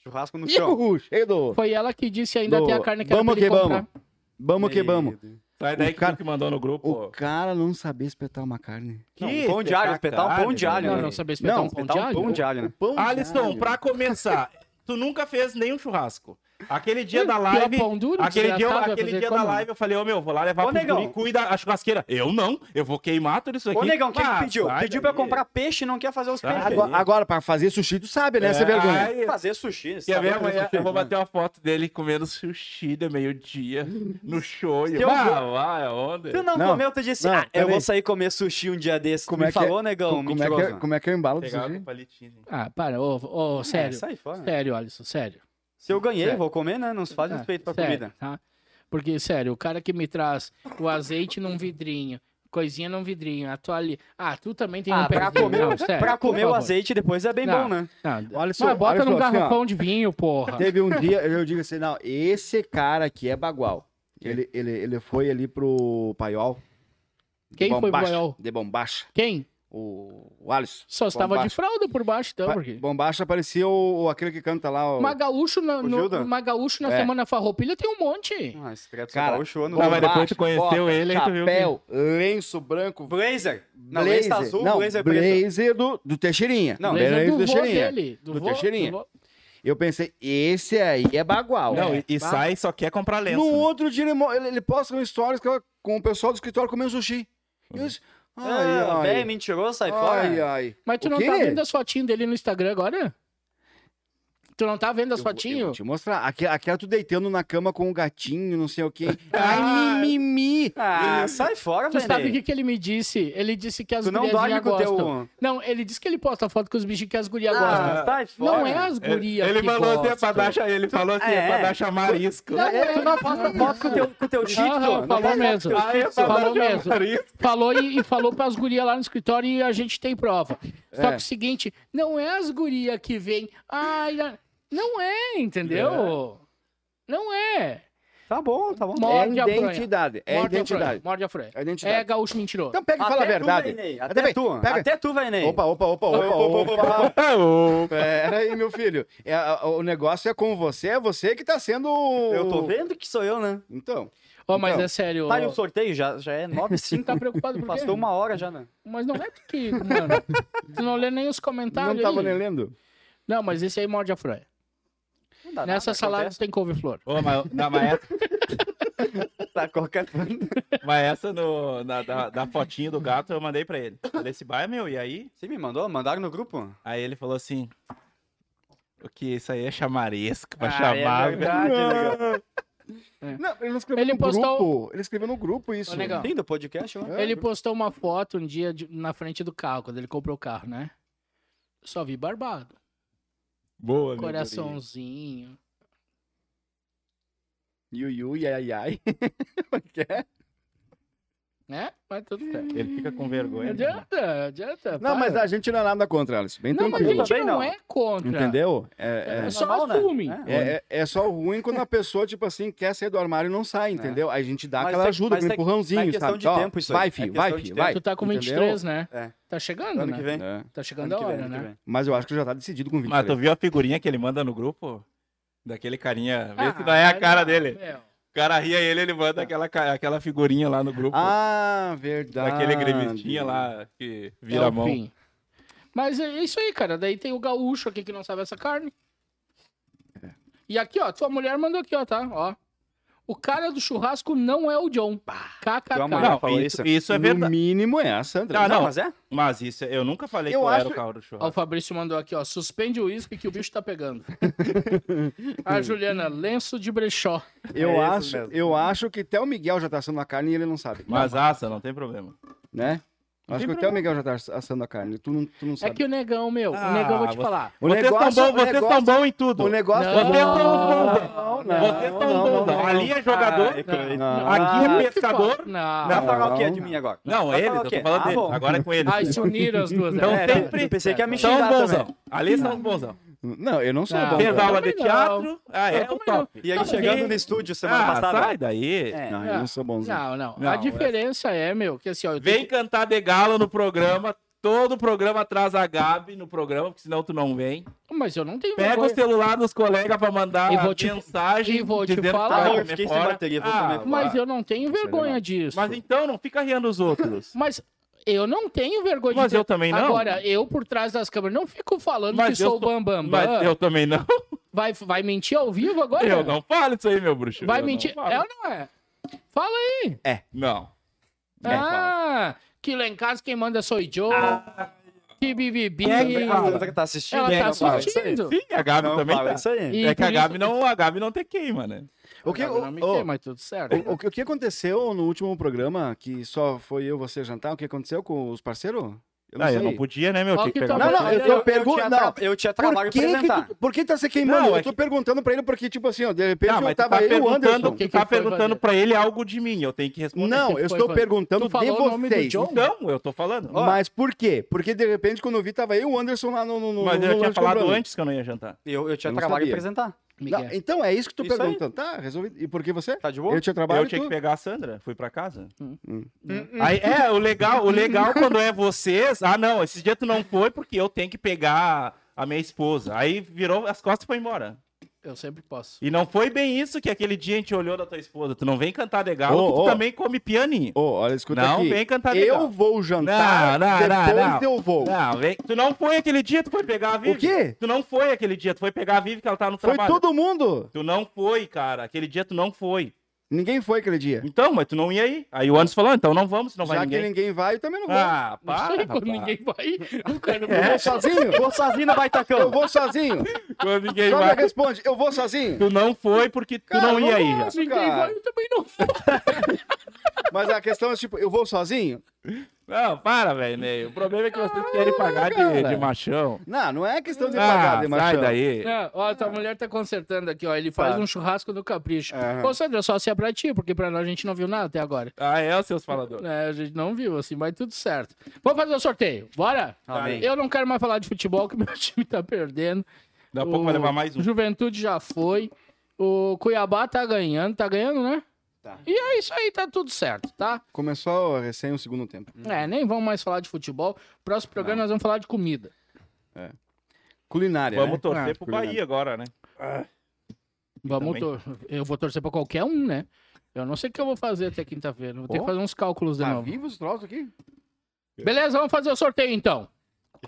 [SPEAKER 4] Churrasco no chão.
[SPEAKER 2] Iuhu, cheio do.
[SPEAKER 1] Foi ela que disse ainda
[SPEAKER 2] do-
[SPEAKER 1] tem a carne que
[SPEAKER 2] vamos
[SPEAKER 1] era pra ele
[SPEAKER 2] que
[SPEAKER 1] comprar.
[SPEAKER 2] vamos. Vamos que
[SPEAKER 4] Meu
[SPEAKER 2] vamos.
[SPEAKER 4] Deus.
[SPEAKER 3] Sai daí
[SPEAKER 2] O
[SPEAKER 3] que
[SPEAKER 2] cara-
[SPEAKER 3] tu que mandou no grupo.
[SPEAKER 2] O cara não saber espetar uma carne.
[SPEAKER 4] Não, um pão de alho, espetar um pão de alho,
[SPEAKER 1] Não,
[SPEAKER 4] né?
[SPEAKER 1] não sabia espetar
[SPEAKER 2] Não,
[SPEAKER 1] um pão de
[SPEAKER 4] Espetar um
[SPEAKER 1] alho.
[SPEAKER 4] pão de alho, né?
[SPEAKER 2] Pão de
[SPEAKER 3] Alisson,
[SPEAKER 2] alho.
[SPEAKER 3] pra começar, tu nunca fez nenhum churrasco. Aquele dia da
[SPEAKER 1] Pior
[SPEAKER 3] live.
[SPEAKER 1] pão duro,
[SPEAKER 3] aquele dia,
[SPEAKER 1] desgraçado, vai
[SPEAKER 3] aquele
[SPEAKER 1] fazer
[SPEAKER 3] dia da
[SPEAKER 1] como?
[SPEAKER 3] live eu falei, ô meu, vou lá levar
[SPEAKER 4] Ô,
[SPEAKER 3] pro
[SPEAKER 4] negão.
[SPEAKER 3] guri, cuida a churrasqueira. Eu não, eu vou queimar tudo isso aqui.
[SPEAKER 4] Ô, negão, quem
[SPEAKER 3] Ah,
[SPEAKER 4] que pediu?
[SPEAKER 3] sai
[SPEAKER 4] Pediu pra
[SPEAKER 3] daí.
[SPEAKER 4] eu comprar peixe e não quer fazer os
[SPEAKER 3] Sai
[SPEAKER 4] peixes.
[SPEAKER 2] Agora, agora, pra fazer sushi, tu sabe, né? Essa
[SPEAKER 3] É,
[SPEAKER 2] vergonha.
[SPEAKER 3] aí,
[SPEAKER 4] Fazer sushi,
[SPEAKER 3] Quer ver
[SPEAKER 4] sabe?
[SPEAKER 3] amanhã? Eu vou bater uma foto dele comendo sushi de meio-dia no show.
[SPEAKER 4] Se eu
[SPEAKER 3] Ah,
[SPEAKER 4] vou-
[SPEAKER 3] vai, é onda.
[SPEAKER 4] Tu não,
[SPEAKER 2] Não,
[SPEAKER 4] comeu, tu disse,
[SPEAKER 2] não,
[SPEAKER 4] ah, eu
[SPEAKER 2] peraí.
[SPEAKER 4] vou sair comer sushi um dia desse. Tu me falou, negão,
[SPEAKER 2] como, como é que é,
[SPEAKER 4] mentiroso.
[SPEAKER 2] como é que é o embalo do
[SPEAKER 3] Pegava com
[SPEAKER 2] sushi?
[SPEAKER 3] o palitinho.
[SPEAKER 1] Ah, para, ô, ô,
[SPEAKER 4] É,
[SPEAKER 1] sério.
[SPEAKER 4] sai fora.
[SPEAKER 1] Sério, Alisson, sério.
[SPEAKER 4] Se eu ganhei,
[SPEAKER 1] Sério.
[SPEAKER 4] vou comer, né? Não se faz
[SPEAKER 1] Ah,
[SPEAKER 4] respeito pra
[SPEAKER 1] sério,
[SPEAKER 4] comida.
[SPEAKER 1] Tá? Porque, sério, o cara que me traz o azeite num vidrinho, coisinha num vidrinho, a tua ali. Ah, tu também tem
[SPEAKER 4] Ah,
[SPEAKER 1] um
[SPEAKER 4] pra
[SPEAKER 1] pezinho,
[SPEAKER 4] comer,
[SPEAKER 1] não, sério,
[SPEAKER 4] pra
[SPEAKER 1] por
[SPEAKER 4] comer o
[SPEAKER 1] favor.
[SPEAKER 4] azeite depois é bem
[SPEAKER 1] Não.
[SPEAKER 4] bom, né?
[SPEAKER 1] Não,
[SPEAKER 2] Alisson,
[SPEAKER 1] mas bota
[SPEAKER 2] Alisson,
[SPEAKER 1] num
[SPEAKER 2] assim, ó.
[SPEAKER 1] garrafão de vinho, porra.
[SPEAKER 2] Teve um dia, eu digo assim, não, esse cara aqui é bagual. Ele, ele, ele foi ali pro Paiol. de
[SPEAKER 1] Quem foi pro
[SPEAKER 2] bombacha,
[SPEAKER 1] Paiol?
[SPEAKER 2] De bombacha.
[SPEAKER 1] Quem?
[SPEAKER 2] O, o Alisson.
[SPEAKER 1] Só estava de
[SPEAKER 2] Bombacha.
[SPEAKER 1] fralda por baixo, então,
[SPEAKER 2] Pa-
[SPEAKER 1] porque...
[SPEAKER 2] Bombacha parecia o, o- aquele que canta lá. O...
[SPEAKER 1] Magaúcho na,
[SPEAKER 4] O
[SPEAKER 1] no,
[SPEAKER 4] Gilda?
[SPEAKER 1] Magaúcho na
[SPEAKER 2] É.
[SPEAKER 1] Semana Farroupilha tem um monte.
[SPEAKER 4] Ah, esse treto
[SPEAKER 2] Cara,
[SPEAKER 4] cara, show no
[SPEAKER 3] Tá, mas
[SPEAKER 2] Bombacha,
[SPEAKER 3] depois tu conheceu
[SPEAKER 2] bota,
[SPEAKER 3] ele, aí tu viu que-
[SPEAKER 2] Chapéu, lenço branco,
[SPEAKER 4] Blazer. Não, blazer
[SPEAKER 2] blazer.
[SPEAKER 4] azul,
[SPEAKER 2] não,
[SPEAKER 4] blazer preto.
[SPEAKER 2] blazer do, do Teixeirinha.
[SPEAKER 4] Não,
[SPEAKER 1] Blazer
[SPEAKER 2] blazer
[SPEAKER 1] do vô dele. Do,
[SPEAKER 2] Do
[SPEAKER 1] vô,
[SPEAKER 2] Teixeirinha.
[SPEAKER 1] vô-
[SPEAKER 2] Eu pensei, esse aí é bagual.
[SPEAKER 3] Não, e, e
[SPEAKER 2] Bah.
[SPEAKER 3] sai e só quer comprar lenço.
[SPEAKER 2] No
[SPEAKER 3] né?
[SPEAKER 2] outro dia ele, mo- ele- ele posta um stories com, com o pessoal do escritório comendo sushi. E eu disse, ai,
[SPEAKER 4] Ah,
[SPEAKER 2] ai,
[SPEAKER 4] Bem, mentiroso, sai
[SPEAKER 2] ai,
[SPEAKER 4] fora.
[SPEAKER 2] ai.
[SPEAKER 1] Mas tu
[SPEAKER 2] O
[SPEAKER 1] não
[SPEAKER 2] quê?
[SPEAKER 1] tá vendo as fotinhas dele no Instagram agora? Tu não tá vendo as
[SPEAKER 2] Eu vou- Eu vou
[SPEAKER 1] fotinhas?
[SPEAKER 2] te mostrar. Aquela, aquela tu deitando na cama com o gatinho, não sei o quê.
[SPEAKER 4] Ah.
[SPEAKER 2] Ai, mimimi.
[SPEAKER 4] Ah, sai fora,
[SPEAKER 1] Hum. Tu sabe o
[SPEAKER 4] velho.
[SPEAKER 1] que, que ele me disse? Ele disse que as
[SPEAKER 4] Tu não dorme
[SPEAKER 1] guriazinhas
[SPEAKER 4] com o
[SPEAKER 1] gostam.
[SPEAKER 4] teu...
[SPEAKER 1] Não, ele disse que ele posta foto com os bichinhos que as gurias gostam.
[SPEAKER 4] Ah, sai fora.
[SPEAKER 1] Não é as
[SPEAKER 3] né? Ele,
[SPEAKER 1] gurias
[SPEAKER 3] ele
[SPEAKER 1] que
[SPEAKER 3] falou assim, é
[SPEAKER 1] gostam.
[SPEAKER 3] pra dar, cha- ele falou assim, é,
[SPEAKER 4] É.
[SPEAKER 3] pra dar chamarisco.
[SPEAKER 1] Não,
[SPEAKER 4] É, tu não posta foto com o teu, com o teu Cheeto.
[SPEAKER 1] Aham,
[SPEAKER 4] não
[SPEAKER 1] falou
[SPEAKER 4] posta
[SPEAKER 1] mesmo.
[SPEAKER 4] com o teu
[SPEAKER 3] Aí é
[SPEAKER 4] Cheeto.
[SPEAKER 3] pra
[SPEAKER 1] Falou
[SPEAKER 3] dar
[SPEAKER 1] mesmo.
[SPEAKER 3] chamarisco.
[SPEAKER 1] Falou e, e falou pras gurias lá no escritório e a gente tem prova. Só que o seguinte, não é as gurias que vêm. Ai, a- não é, entendeu? Não é.
[SPEAKER 4] Tá bom, tá bom.
[SPEAKER 1] Morde a
[SPEAKER 2] é
[SPEAKER 1] fronha.
[SPEAKER 2] identidade. É
[SPEAKER 1] Morde a
[SPEAKER 2] identidade.
[SPEAKER 1] fronha, Morde a fronha.
[SPEAKER 2] É identidade.
[SPEAKER 1] É gaúcho mentiroso.
[SPEAKER 2] Então pega e fala a
[SPEAKER 4] Até tu,
[SPEAKER 2] verdade.
[SPEAKER 4] Vainei,
[SPEAKER 2] Até
[SPEAKER 4] Até
[SPEAKER 2] bem,
[SPEAKER 4] tu,
[SPEAKER 2] pega-
[SPEAKER 4] até tu, Vainei.
[SPEAKER 2] Opa, opa, opa, opa, opa, opa.
[SPEAKER 3] é Ô,
[SPEAKER 2] Pera aí, meu filho. É, a- o negócio é com você, é você que tá sendo. o-
[SPEAKER 4] Eu tô vendo que sou eu, né?
[SPEAKER 2] Então.
[SPEAKER 1] Ó, mas
[SPEAKER 2] Então,
[SPEAKER 1] é sério.
[SPEAKER 4] Tá, e
[SPEAKER 1] ó,
[SPEAKER 4] o sorteio já, já é 9
[SPEAKER 1] Você tá preocupado por quê?
[SPEAKER 4] Passou uma hora já, né?
[SPEAKER 1] Mas não é porque, mano. tu não lê nem os comentários.
[SPEAKER 2] não tava
[SPEAKER 1] Tá, aí.
[SPEAKER 2] nem lendo.
[SPEAKER 1] Não, mas esse aí morde a fronha.
[SPEAKER 4] Não dá
[SPEAKER 1] Nessa
[SPEAKER 4] Ah, nada,
[SPEAKER 1] salada tem couve-flor.
[SPEAKER 3] Ô, mas, não, mas essa,
[SPEAKER 4] acontece. Tá, qualquer...
[SPEAKER 3] mas essa no, na, da, da fotinha do gato eu mandei pra ele. Falei assim, vai meu, e aí?
[SPEAKER 4] Você me mandou? Mandaram no grupo?
[SPEAKER 3] Aí ele falou assim, o que isso aí é chamaresco pra
[SPEAKER 4] Ah,
[SPEAKER 3] chamar.
[SPEAKER 4] É verdade, legal.
[SPEAKER 2] Não, ele não escreveu
[SPEAKER 1] Ele
[SPEAKER 2] no
[SPEAKER 1] postou-
[SPEAKER 2] grupo. Ele escreveu no grupo isso.
[SPEAKER 1] Ô, negão.
[SPEAKER 4] Tem do podcast, ó.
[SPEAKER 2] É.
[SPEAKER 1] Ele postou uma foto um dia de- na frente do carro, quando ele comprou o carro, né? Só vi barbado.
[SPEAKER 3] Boa, né, meu guri.
[SPEAKER 1] Coraçãozinho.
[SPEAKER 2] Yu, yu, ai, ai, ai.
[SPEAKER 1] Né? Mas tudo certo.
[SPEAKER 3] Ele fica com
[SPEAKER 1] Não
[SPEAKER 3] vergonha. né?
[SPEAKER 1] adianta, adianta.
[SPEAKER 2] Não,
[SPEAKER 1] para.
[SPEAKER 2] mas a gente não é nada contra, Alice. Bem
[SPEAKER 1] Tá Não, mas a
[SPEAKER 2] tranquilo.
[SPEAKER 1] gente
[SPEAKER 4] Também
[SPEAKER 1] não,
[SPEAKER 4] não.
[SPEAKER 1] é contra.
[SPEAKER 2] Entendeu? É, é-
[SPEAKER 1] É só
[SPEAKER 4] normal, né?
[SPEAKER 1] assume.
[SPEAKER 4] É.
[SPEAKER 2] é- é- é só ruim quando a pessoa, tipo assim, quer sair do armário e não sai, entendeu? Aí a gente dá
[SPEAKER 4] Mas
[SPEAKER 2] aquela
[SPEAKER 4] é-
[SPEAKER 2] ajuda,
[SPEAKER 4] mas
[SPEAKER 2] um
[SPEAKER 4] é-
[SPEAKER 2] empurrãozinho,
[SPEAKER 4] é questão
[SPEAKER 2] sabe?
[SPEAKER 4] de
[SPEAKER 2] Ó,
[SPEAKER 4] tempo isso aí.
[SPEAKER 2] vai,
[SPEAKER 4] É
[SPEAKER 2] filho,
[SPEAKER 4] questão
[SPEAKER 2] vai,
[SPEAKER 4] de
[SPEAKER 2] filho,
[SPEAKER 4] tempo.
[SPEAKER 2] vai.
[SPEAKER 1] Tu tá com
[SPEAKER 2] entendeu?
[SPEAKER 1] 23, né?
[SPEAKER 4] É.
[SPEAKER 1] Tá chegando,
[SPEAKER 4] Ano que
[SPEAKER 1] né?
[SPEAKER 4] vem.
[SPEAKER 2] É.
[SPEAKER 1] Tá chegando
[SPEAKER 4] Ano
[SPEAKER 1] a
[SPEAKER 4] que vem,
[SPEAKER 1] hora,
[SPEAKER 4] ano que
[SPEAKER 1] né?
[SPEAKER 4] vem.
[SPEAKER 2] Mas eu acho que já tá decidido com 23.
[SPEAKER 3] Mas tu viu a figurinha que ele manda no grupo? Daquele carinha, vê se
[SPEAKER 1] Ah,
[SPEAKER 3] não é a
[SPEAKER 1] mas
[SPEAKER 3] cara
[SPEAKER 1] não,
[SPEAKER 3] dele.
[SPEAKER 1] meu.
[SPEAKER 3] O cara ria ele, ele manda aquela, ca- aquela figurinha lá no grupo.
[SPEAKER 2] Ah, verdade.
[SPEAKER 3] daquele gremistinha lá que
[SPEAKER 1] É
[SPEAKER 3] vira
[SPEAKER 1] o
[SPEAKER 3] a mão.
[SPEAKER 1] fim. Mas é isso aí, cara. Daí tem o gaúcho aqui que não sabe essa carne.
[SPEAKER 3] É.
[SPEAKER 1] E aqui, ó, tua mulher mandou aqui, ó, tá? Ó. O cara do churrasco não é o John. KKK.
[SPEAKER 4] Tua
[SPEAKER 1] tá,
[SPEAKER 4] mulher
[SPEAKER 3] Não,
[SPEAKER 4] falou
[SPEAKER 3] isso,
[SPEAKER 4] isso.
[SPEAKER 3] isso é
[SPEAKER 2] No
[SPEAKER 3] verdade.
[SPEAKER 2] mínimo é a Sandra.
[SPEAKER 3] Ah, não.
[SPEAKER 4] mas é?
[SPEAKER 3] Mas isso, eu nunca falei
[SPEAKER 2] Eu
[SPEAKER 3] que eu era
[SPEAKER 2] acho-
[SPEAKER 3] o carro do
[SPEAKER 1] Ó, o
[SPEAKER 3] churrasco.
[SPEAKER 1] Fabrício mandou aqui, ó. Suspende o uísque que o bicho tá pegando. a Juliana, lenço de brechó.
[SPEAKER 2] Eu,
[SPEAKER 4] É isso
[SPEAKER 2] acho,
[SPEAKER 4] mesmo.
[SPEAKER 2] eu acho que até o Miguel já tá assando a carne e ele não sabe.
[SPEAKER 3] Mas assa, não tem problema.
[SPEAKER 2] Né? Eu acho
[SPEAKER 3] tem
[SPEAKER 2] que até o Miguel já tá assando a carne. Tu não, tu não
[SPEAKER 1] É
[SPEAKER 2] sabe.
[SPEAKER 1] que o negão, meu.
[SPEAKER 3] Ah,
[SPEAKER 1] o negão, vou te
[SPEAKER 3] você-
[SPEAKER 1] falar.
[SPEAKER 2] O
[SPEAKER 3] vocês
[SPEAKER 2] negócio-
[SPEAKER 3] tão bom,
[SPEAKER 2] o
[SPEAKER 3] vocês
[SPEAKER 2] negócio-
[SPEAKER 3] tão bom em tudo.
[SPEAKER 2] O negócio é
[SPEAKER 1] Não.
[SPEAKER 3] Vocês tão bom.
[SPEAKER 1] tá
[SPEAKER 2] Não, não,
[SPEAKER 3] vocês
[SPEAKER 1] um
[SPEAKER 3] tão
[SPEAKER 2] não, não,
[SPEAKER 3] bom.
[SPEAKER 2] não.
[SPEAKER 3] Ali é jogador.
[SPEAKER 4] Ah, é
[SPEAKER 1] Não,
[SPEAKER 4] que-
[SPEAKER 2] não.
[SPEAKER 3] Aqui é
[SPEAKER 1] Ah,
[SPEAKER 3] pescador.
[SPEAKER 1] Não.
[SPEAKER 4] Vai falar o que é
[SPEAKER 2] Não.
[SPEAKER 4] de mim agora?
[SPEAKER 3] Não,
[SPEAKER 4] Vai
[SPEAKER 3] eles,
[SPEAKER 4] falar o
[SPEAKER 3] eu
[SPEAKER 4] quê?
[SPEAKER 3] tô falando
[SPEAKER 4] Ah,
[SPEAKER 3] deles.
[SPEAKER 4] bom.
[SPEAKER 3] Agora é com eles.
[SPEAKER 1] Ai, se uniram as duas.
[SPEAKER 3] Então
[SPEAKER 1] né?
[SPEAKER 4] É,
[SPEAKER 3] sempre-
[SPEAKER 4] Eu pensei que ia me
[SPEAKER 3] São
[SPEAKER 4] xingar também.
[SPEAKER 3] bonzão. Ali são bonzão.
[SPEAKER 2] Não, eu não sou
[SPEAKER 1] Não.
[SPEAKER 2] bom.
[SPEAKER 3] Fez
[SPEAKER 1] eu
[SPEAKER 3] aula de
[SPEAKER 1] também
[SPEAKER 3] teatro. Ah, é
[SPEAKER 1] Eu
[SPEAKER 3] o
[SPEAKER 1] também não.
[SPEAKER 3] top.
[SPEAKER 4] E aí,
[SPEAKER 1] Não,
[SPEAKER 4] chegando
[SPEAKER 1] mas-
[SPEAKER 4] no estúdio semana
[SPEAKER 3] Ah,
[SPEAKER 4] passada...
[SPEAKER 3] sai daí.
[SPEAKER 4] É.
[SPEAKER 2] Não, eu não sou bonzinho.
[SPEAKER 1] Não, não.
[SPEAKER 3] Não,
[SPEAKER 1] A
[SPEAKER 3] é-
[SPEAKER 1] diferença é, meu, que assim, ó. eu tenho
[SPEAKER 3] Vem cantar de galo no programa. Todo programa traz a Gabi no programa, porque senão tu não vem.
[SPEAKER 1] que- Mas eu não tenho
[SPEAKER 3] Pega o
[SPEAKER 1] vergonha.
[SPEAKER 3] celular dos colegas pra mandar
[SPEAKER 1] E vou te-
[SPEAKER 3] mensagem.
[SPEAKER 1] e vou te
[SPEAKER 3] dizendo que
[SPEAKER 1] falar.
[SPEAKER 3] vai
[SPEAKER 1] Ah, eu
[SPEAKER 3] comer
[SPEAKER 4] fiquei sem
[SPEAKER 3] fora. Ah,
[SPEAKER 4] bateria, vou comer fora.
[SPEAKER 1] Mas eu não tenho
[SPEAKER 2] Isso é
[SPEAKER 1] vergonha
[SPEAKER 2] legal.
[SPEAKER 1] disso.
[SPEAKER 3] Mas então não fica riando os outros.
[SPEAKER 1] Mas eu não tenho vergonha
[SPEAKER 3] Mas
[SPEAKER 1] disso.
[SPEAKER 3] eu também não.
[SPEAKER 1] Agora, eu por trás das câmeras não fico falando
[SPEAKER 3] Mas
[SPEAKER 1] que
[SPEAKER 3] eu
[SPEAKER 1] sou o
[SPEAKER 3] tô-
[SPEAKER 1] Bambam. Bam,
[SPEAKER 3] Mas
[SPEAKER 1] Bam.
[SPEAKER 3] eu também não.
[SPEAKER 1] vai, vai mentir ao vivo agora?
[SPEAKER 3] Eu não falo isso aí, meu bruxo.
[SPEAKER 1] é. Vai
[SPEAKER 3] Eu
[SPEAKER 1] mentir.
[SPEAKER 3] Não.
[SPEAKER 1] é
[SPEAKER 3] falo.
[SPEAKER 1] ou não é? Fala aí.
[SPEAKER 3] Não. Não falo.
[SPEAKER 1] Ah, que lá em casa quem manda sou o Joe.
[SPEAKER 3] Ah.
[SPEAKER 1] Que bibibi.
[SPEAKER 4] Ela tá- tá assistindo?
[SPEAKER 1] Ela
[SPEAKER 4] né?
[SPEAKER 1] tá
[SPEAKER 4] Não fala isso aí.
[SPEAKER 1] assistindo.
[SPEAKER 3] Sim, a Gabi
[SPEAKER 4] Não
[SPEAKER 3] também
[SPEAKER 4] fala
[SPEAKER 3] tá.
[SPEAKER 4] isso aí.
[SPEAKER 1] E
[SPEAKER 3] É que a
[SPEAKER 1] por
[SPEAKER 3] Gabi não, a Gabi não te queima, né?
[SPEAKER 2] O que,
[SPEAKER 1] Não,
[SPEAKER 2] o,
[SPEAKER 1] não me
[SPEAKER 2] o-
[SPEAKER 1] queima, mas tudo certo.
[SPEAKER 2] o- o que- o que aconteceu no último programa, que só foi eu você jantar, o que aconteceu com os parceiros? Eu não
[SPEAKER 3] Ah,
[SPEAKER 2] sei.
[SPEAKER 3] eu não podia, né,
[SPEAKER 1] Ó,
[SPEAKER 3] meu? Tinha
[SPEAKER 1] que
[SPEAKER 3] que pegar
[SPEAKER 1] tá-
[SPEAKER 2] Não, não, eu,
[SPEAKER 1] Eu-
[SPEAKER 2] eu,
[SPEAKER 1] eu
[SPEAKER 2] pergunto.
[SPEAKER 4] tinha
[SPEAKER 2] Não,
[SPEAKER 4] tra- Eu tinha
[SPEAKER 2] por
[SPEAKER 4] trabalho pra
[SPEAKER 2] que, que
[SPEAKER 4] apresentar.
[SPEAKER 2] tu, por que tá se queimando?
[SPEAKER 3] Não, é
[SPEAKER 2] eu tô perguntando pra ele porque, tipo assim, ó, de repente
[SPEAKER 3] Não,
[SPEAKER 2] eu
[SPEAKER 3] mas tu
[SPEAKER 2] tava
[SPEAKER 3] tá
[SPEAKER 2] aí e o
[SPEAKER 3] perguntando,
[SPEAKER 2] Anderson.
[SPEAKER 1] O que
[SPEAKER 3] tu
[SPEAKER 1] que
[SPEAKER 3] tá
[SPEAKER 1] foi,
[SPEAKER 3] perguntando
[SPEAKER 1] Vander?
[SPEAKER 3] pra ele algo de mim, eu tenho que responder.
[SPEAKER 1] É que
[SPEAKER 2] Não,
[SPEAKER 1] que
[SPEAKER 2] eu
[SPEAKER 1] foi,
[SPEAKER 2] estou
[SPEAKER 1] Vander?
[SPEAKER 2] perguntando
[SPEAKER 1] Tu
[SPEAKER 2] de
[SPEAKER 1] falou o nome do
[SPEAKER 2] vocês.
[SPEAKER 1] John?
[SPEAKER 3] Então, eu tô falando.
[SPEAKER 4] Ó,
[SPEAKER 2] Mas por quê? Porque de repente, quando eu vi, tava aí o Anderson lá no. no- no-
[SPEAKER 3] Mas
[SPEAKER 2] no
[SPEAKER 3] eu já tinha
[SPEAKER 2] lanche
[SPEAKER 3] falado
[SPEAKER 2] comprando.
[SPEAKER 3] antes que eu não ia jantar.
[SPEAKER 4] Eu eu tinha
[SPEAKER 2] Eu não
[SPEAKER 4] trabalho pra
[SPEAKER 2] sabia.
[SPEAKER 4] apresentar.
[SPEAKER 2] Não,
[SPEAKER 1] Miguel.
[SPEAKER 2] então é isso que tu
[SPEAKER 4] Isso aí.
[SPEAKER 2] perguntando. Tá, resolvido. E por que você?
[SPEAKER 4] Tá de boa?
[SPEAKER 2] Eu tinha trabalho.
[SPEAKER 3] Eu
[SPEAKER 2] e
[SPEAKER 3] tinha que
[SPEAKER 2] tu-
[SPEAKER 3] pegar a Sandra, fui pra casa.
[SPEAKER 4] Hum, hum.
[SPEAKER 3] Aí, é, o legal, o legal quando é vocês. Ah, não, esse dia tu não foi porque eu tenho que pegar a minha esposa. Aí virou as costas e foi embora.
[SPEAKER 1] Eu sempre posso.
[SPEAKER 3] E não foi bem isso que aquele dia a gente olhou da tua esposa. Tu não vem cantar de galo,
[SPEAKER 2] Ô,
[SPEAKER 3] que tu
[SPEAKER 2] ô.
[SPEAKER 3] também come pianinho.
[SPEAKER 2] Ô, olha, escuta
[SPEAKER 3] não
[SPEAKER 2] aqui.
[SPEAKER 3] vem cantar de
[SPEAKER 2] Eu
[SPEAKER 3] galo.
[SPEAKER 2] vou jantar,
[SPEAKER 3] Não, não, não,
[SPEAKER 2] depois
[SPEAKER 3] não.
[SPEAKER 2] eu vou.
[SPEAKER 3] Não, vem... Tu não foi aquele dia, tu foi pegar a Vivi.
[SPEAKER 2] O quê?
[SPEAKER 3] Tu não foi aquele dia, tu foi pegar a Vivi que ela tá no
[SPEAKER 2] Foi
[SPEAKER 3] trabalho.
[SPEAKER 2] todo mundo.
[SPEAKER 3] Tu não foi, cara. Aquele dia tu não foi.
[SPEAKER 2] Ninguém foi aquele dia.
[SPEAKER 3] Então, mas tu não ia aí. Aí o Anderson falou, então não vamos, senão vai
[SPEAKER 2] Já
[SPEAKER 3] ninguém.
[SPEAKER 2] que ninguém vai, eu também não vou.
[SPEAKER 3] Ah,
[SPEAKER 1] Não
[SPEAKER 3] para,
[SPEAKER 1] sei quando
[SPEAKER 3] rapaz. É
[SPEAKER 1] ninguém vai. O cara
[SPEAKER 2] Eu
[SPEAKER 1] não
[SPEAKER 2] vou sozinho?
[SPEAKER 4] Vou sozinho na
[SPEAKER 2] Eu
[SPEAKER 4] baitacão.
[SPEAKER 2] vou sozinho.
[SPEAKER 3] Quando ninguém
[SPEAKER 2] Só me
[SPEAKER 3] vai.
[SPEAKER 2] responde, eu vou sozinho.
[SPEAKER 3] Tu não foi porque tu
[SPEAKER 2] Cara,
[SPEAKER 3] não ia aí.
[SPEAKER 2] vamos
[SPEAKER 3] já.
[SPEAKER 2] lá.
[SPEAKER 1] Ninguém
[SPEAKER 2] cara.
[SPEAKER 1] vai, eu também não vou.
[SPEAKER 2] Mas a questão é tipo, eu vou sozinho?
[SPEAKER 3] Não, para, velho, Ney. O problema é que vocês querem pagar de,
[SPEAKER 2] cara.
[SPEAKER 3] de machão.
[SPEAKER 2] Não, não é questão de pagar,
[SPEAKER 3] Ah,
[SPEAKER 2] de
[SPEAKER 3] sai
[SPEAKER 2] machão.
[SPEAKER 3] daí.
[SPEAKER 1] Não, ó,
[SPEAKER 3] Ah.
[SPEAKER 1] tua mulher tá consertando aqui, ó. Ele faz
[SPEAKER 2] Tá.
[SPEAKER 1] um churrasco no capricho.
[SPEAKER 2] Aham.
[SPEAKER 1] Ô, Sandra, só se é pra ti, porque pra nós a gente não viu nada até agora.
[SPEAKER 3] Ah, é os seus faladores.
[SPEAKER 1] É, a gente não viu, assim, mas tudo certo. Vamos fazer o sorteio, bora?
[SPEAKER 4] Amém.
[SPEAKER 1] Eu não quero mais falar de futebol, que meu time tá perdendo.
[SPEAKER 3] Daqui a pouco
[SPEAKER 1] O
[SPEAKER 3] vai levar mais um.
[SPEAKER 1] Juventude já foi. O Cuiabá tá ganhando, tá ganhando, né?
[SPEAKER 4] Tá.
[SPEAKER 1] E é isso aí, tá tudo certo, tá?
[SPEAKER 2] Começou recém o segundo tempo.
[SPEAKER 1] É, nem vamos mais falar de futebol. Próximo programa nós vamos falar de comida.
[SPEAKER 2] Culinária,
[SPEAKER 3] Vamos
[SPEAKER 2] né?
[SPEAKER 3] torcer
[SPEAKER 1] Ah,
[SPEAKER 3] pro
[SPEAKER 2] cuidado.
[SPEAKER 3] Bahia agora, né?
[SPEAKER 1] Vamos
[SPEAKER 3] também.
[SPEAKER 1] tor eu vou torcer pra qualquer um, né? Eu não sei o que eu vou fazer até quinta-feira. Vou ter
[SPEAKER 2] Pô.
[SPEAKER 1] que fazer uns cálculos de
[SPEAKER 2] Tá
[SPEAKER 1] novo.
[SPEAKER 2] vivo os troços aqui?
[SPEAKER 1] Beleza, vamos fazer o sorteio então.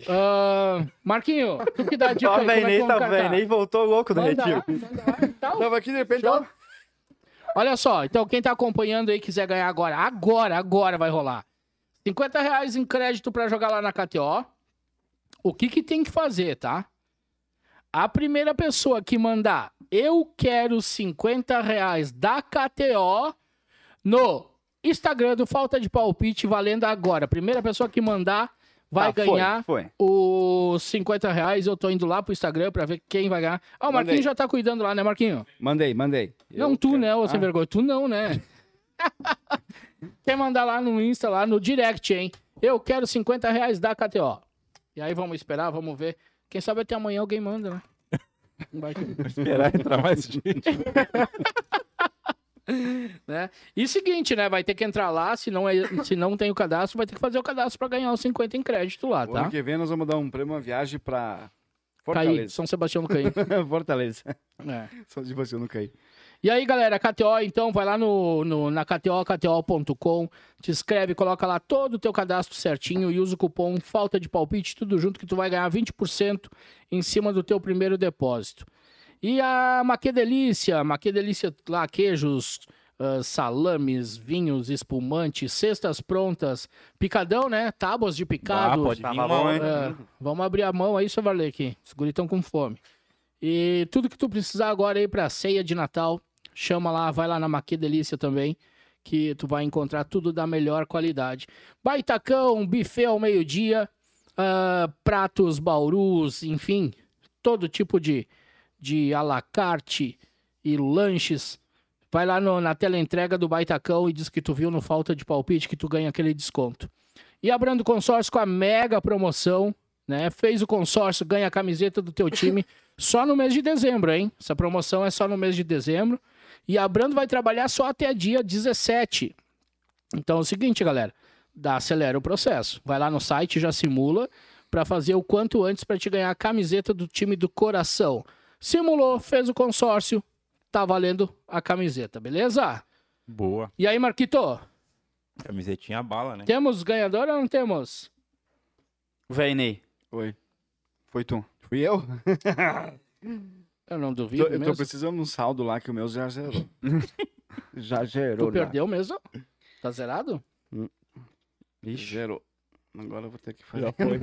[SPEAKER 1] Ah, Marquinho, tu que dá a dica
[SPEAKER 4] Ó,
[SPEAKER 1] aí, como é
[SPEAKER 4] velho,
[SPEAKER 1] que
[SPEAKER 4] nem
[SPEAKER 1] vamos
[SPEAKER 4] tá
[SPEAKER 1] catar?
[SPEAKER 4] velho, nem voltou louco do
[SPEAKER 1] Manda lá,
[SPEAKER 4] retiro.
[SPEAKER 1] manda lá e tal.
[SPEAKER 2] Tava aqui, de repente...
[SPEAKER 1] Show.
[SPEAKER 2] ó.
[SPEAKER 1] Olha só, então quem tá acompanhando aí quiser ganhar agora, agora, agora vai rolar. 50 reais em crédito pra jogar lá na KTO. O que que tem que fazer, tá? A primeira pessoa que mandar eu quero 50 reais da KTO no Instagram do Falta de Palpite valendo agora. Primeira pessoa que mandar
[SPEAKER 2] Ah,
[SPEAKER 1] vai
[SPEAKER 4] Tá, foi,
[SPEAKER 1] ganhar
[SPEAKER 4] Foi.
[SPEAKER 1] os 50 reais. Eu tô indo lá pro Instagram pra ver quem vai ganhar. Ah, o
[SPEAKER 2] Mandei.
[SPEAKER 1] Marquinho já tá cuidando lá, né, Marquinho?
[SPEAKER 2] Mandei, mandei.
[SPEAKER 1] Não,
[SPEAKER 2] Eu
[SPEAKER 1] tu
[SPEAKER 2] quero-
[SPEAKER 1] né, ô sem
[SPEAKER 2] Ah,
[SPEAKER 1] vergonha. Tu não, né? Quer mandar lá no Insta, lá no direct, hein? Eu quero 50 reais da KTO. E aí vamos esperar, vamos ver. Quem sabe até amanhã alguém manda, né? Vai que-
[SPEAKER 3] Esperar entrar mais gente.
[SPEAKER 1] né? E seguinte, né? Vai ter que entrar lá, se não, é, se não tem o cadastro, vai ter que fazer o cadastro pra ganhar os 50 em crédito lá,
[SPEAKER 2] o Ano
[SPEAKER 1] tá?
[SPEAKER 2] que vem nós vamos dar um prêmio, uma viagem pra...
[SPEAKER 1] Caí,
[SPEAKER 2] Fortaleza.
[SPEAKER 1] São Sebastião do Caí.
[SPEAKER 2] Fortaleza.
[SPEAKER 1] É.
[SPEAKER 2] Só de você não cair.
[SPEAKER 1] E aí, galera, KTO, então, vai lá no, no- na KTO, KTO.com, te inscreve, coloca lá todo o teu cadastro certinho e usa o cupom Falta de Palpite, tudo junto, que tu vai ganhar 20% em cima do teu primeiro depósito. E a Maquê Delícia, Maquê Delícia, lá, queijos, ah, salames, vinhos, espumantes, cestas prontas, picadão, né? Tábuas de picado,
[SPEAKER 3] pode vir
[SPEAKER 4] Tava
[SPEAKER 3] uma
[SPEAKER 4] bom,
[SPEAKER 3] hora.
[SPEAKER 4] hein?
[SPEAKER 1] é, vamos abrir a mão aí, seu Varleque. Os guris estão com fome. E tudo que tu precisar agora aí pra ceia de Natal, chama lá, vai lá na Maquê Delícia também, que tu vai encontrar tudo da melhor qualidade. Baitacão, buffet ao meio-dia, ah, pratos, baurus, enfim, todo tipo de, de à la carte e lanches. Vai lá no- na tela entrega do Baitacão e diz que tu viu no Falta de Palpite que tu ganha aquele desconto. E a Brando Consórcio com a mega promoção, né? Fez o consórcio, ganha a camiseta do teu time só no mês de dezembro, hein? Essa promoção é só no mês de dezembro. E a Brando vai trabalhar só até dia 17. Então é o seguinte, galera, dá, acelera o processo. Vai lá no site, já simula para fazer o quanto antes para te ganhar a camiseta do time do coração. Simulou, fez o consórcio, tá valendo a camiseta, beleza?
[SPEAKER 3] Boa.
[SPEAKER 1] E aí, Marquito,
[SPEAKER 3] Camisetinha bala, né?
[SPEAKER 1] temos ganhador ou não temos?
[SPEAKER 4] Véi, Ney.
[SPEAKER 2] Oi.
[SPEAKER 4] Foi tu.
[SPEAKER 2] Fui eu?
[SPEAKER 1] Eu não duvido
[SPEAKER 2] Tô- eu tô
[SPEAKER 1] mesmo.
[SPEAKER 2] precisando de um saldo lá que o meu já zerou. já né? gerou.
[SPEAKER 1] Tu perdeu mesmo? Tá zerado?
[SPEAKER 2] Gerou. Agora eu vou ter que fazer.
[SPEAKER 3] Já foi.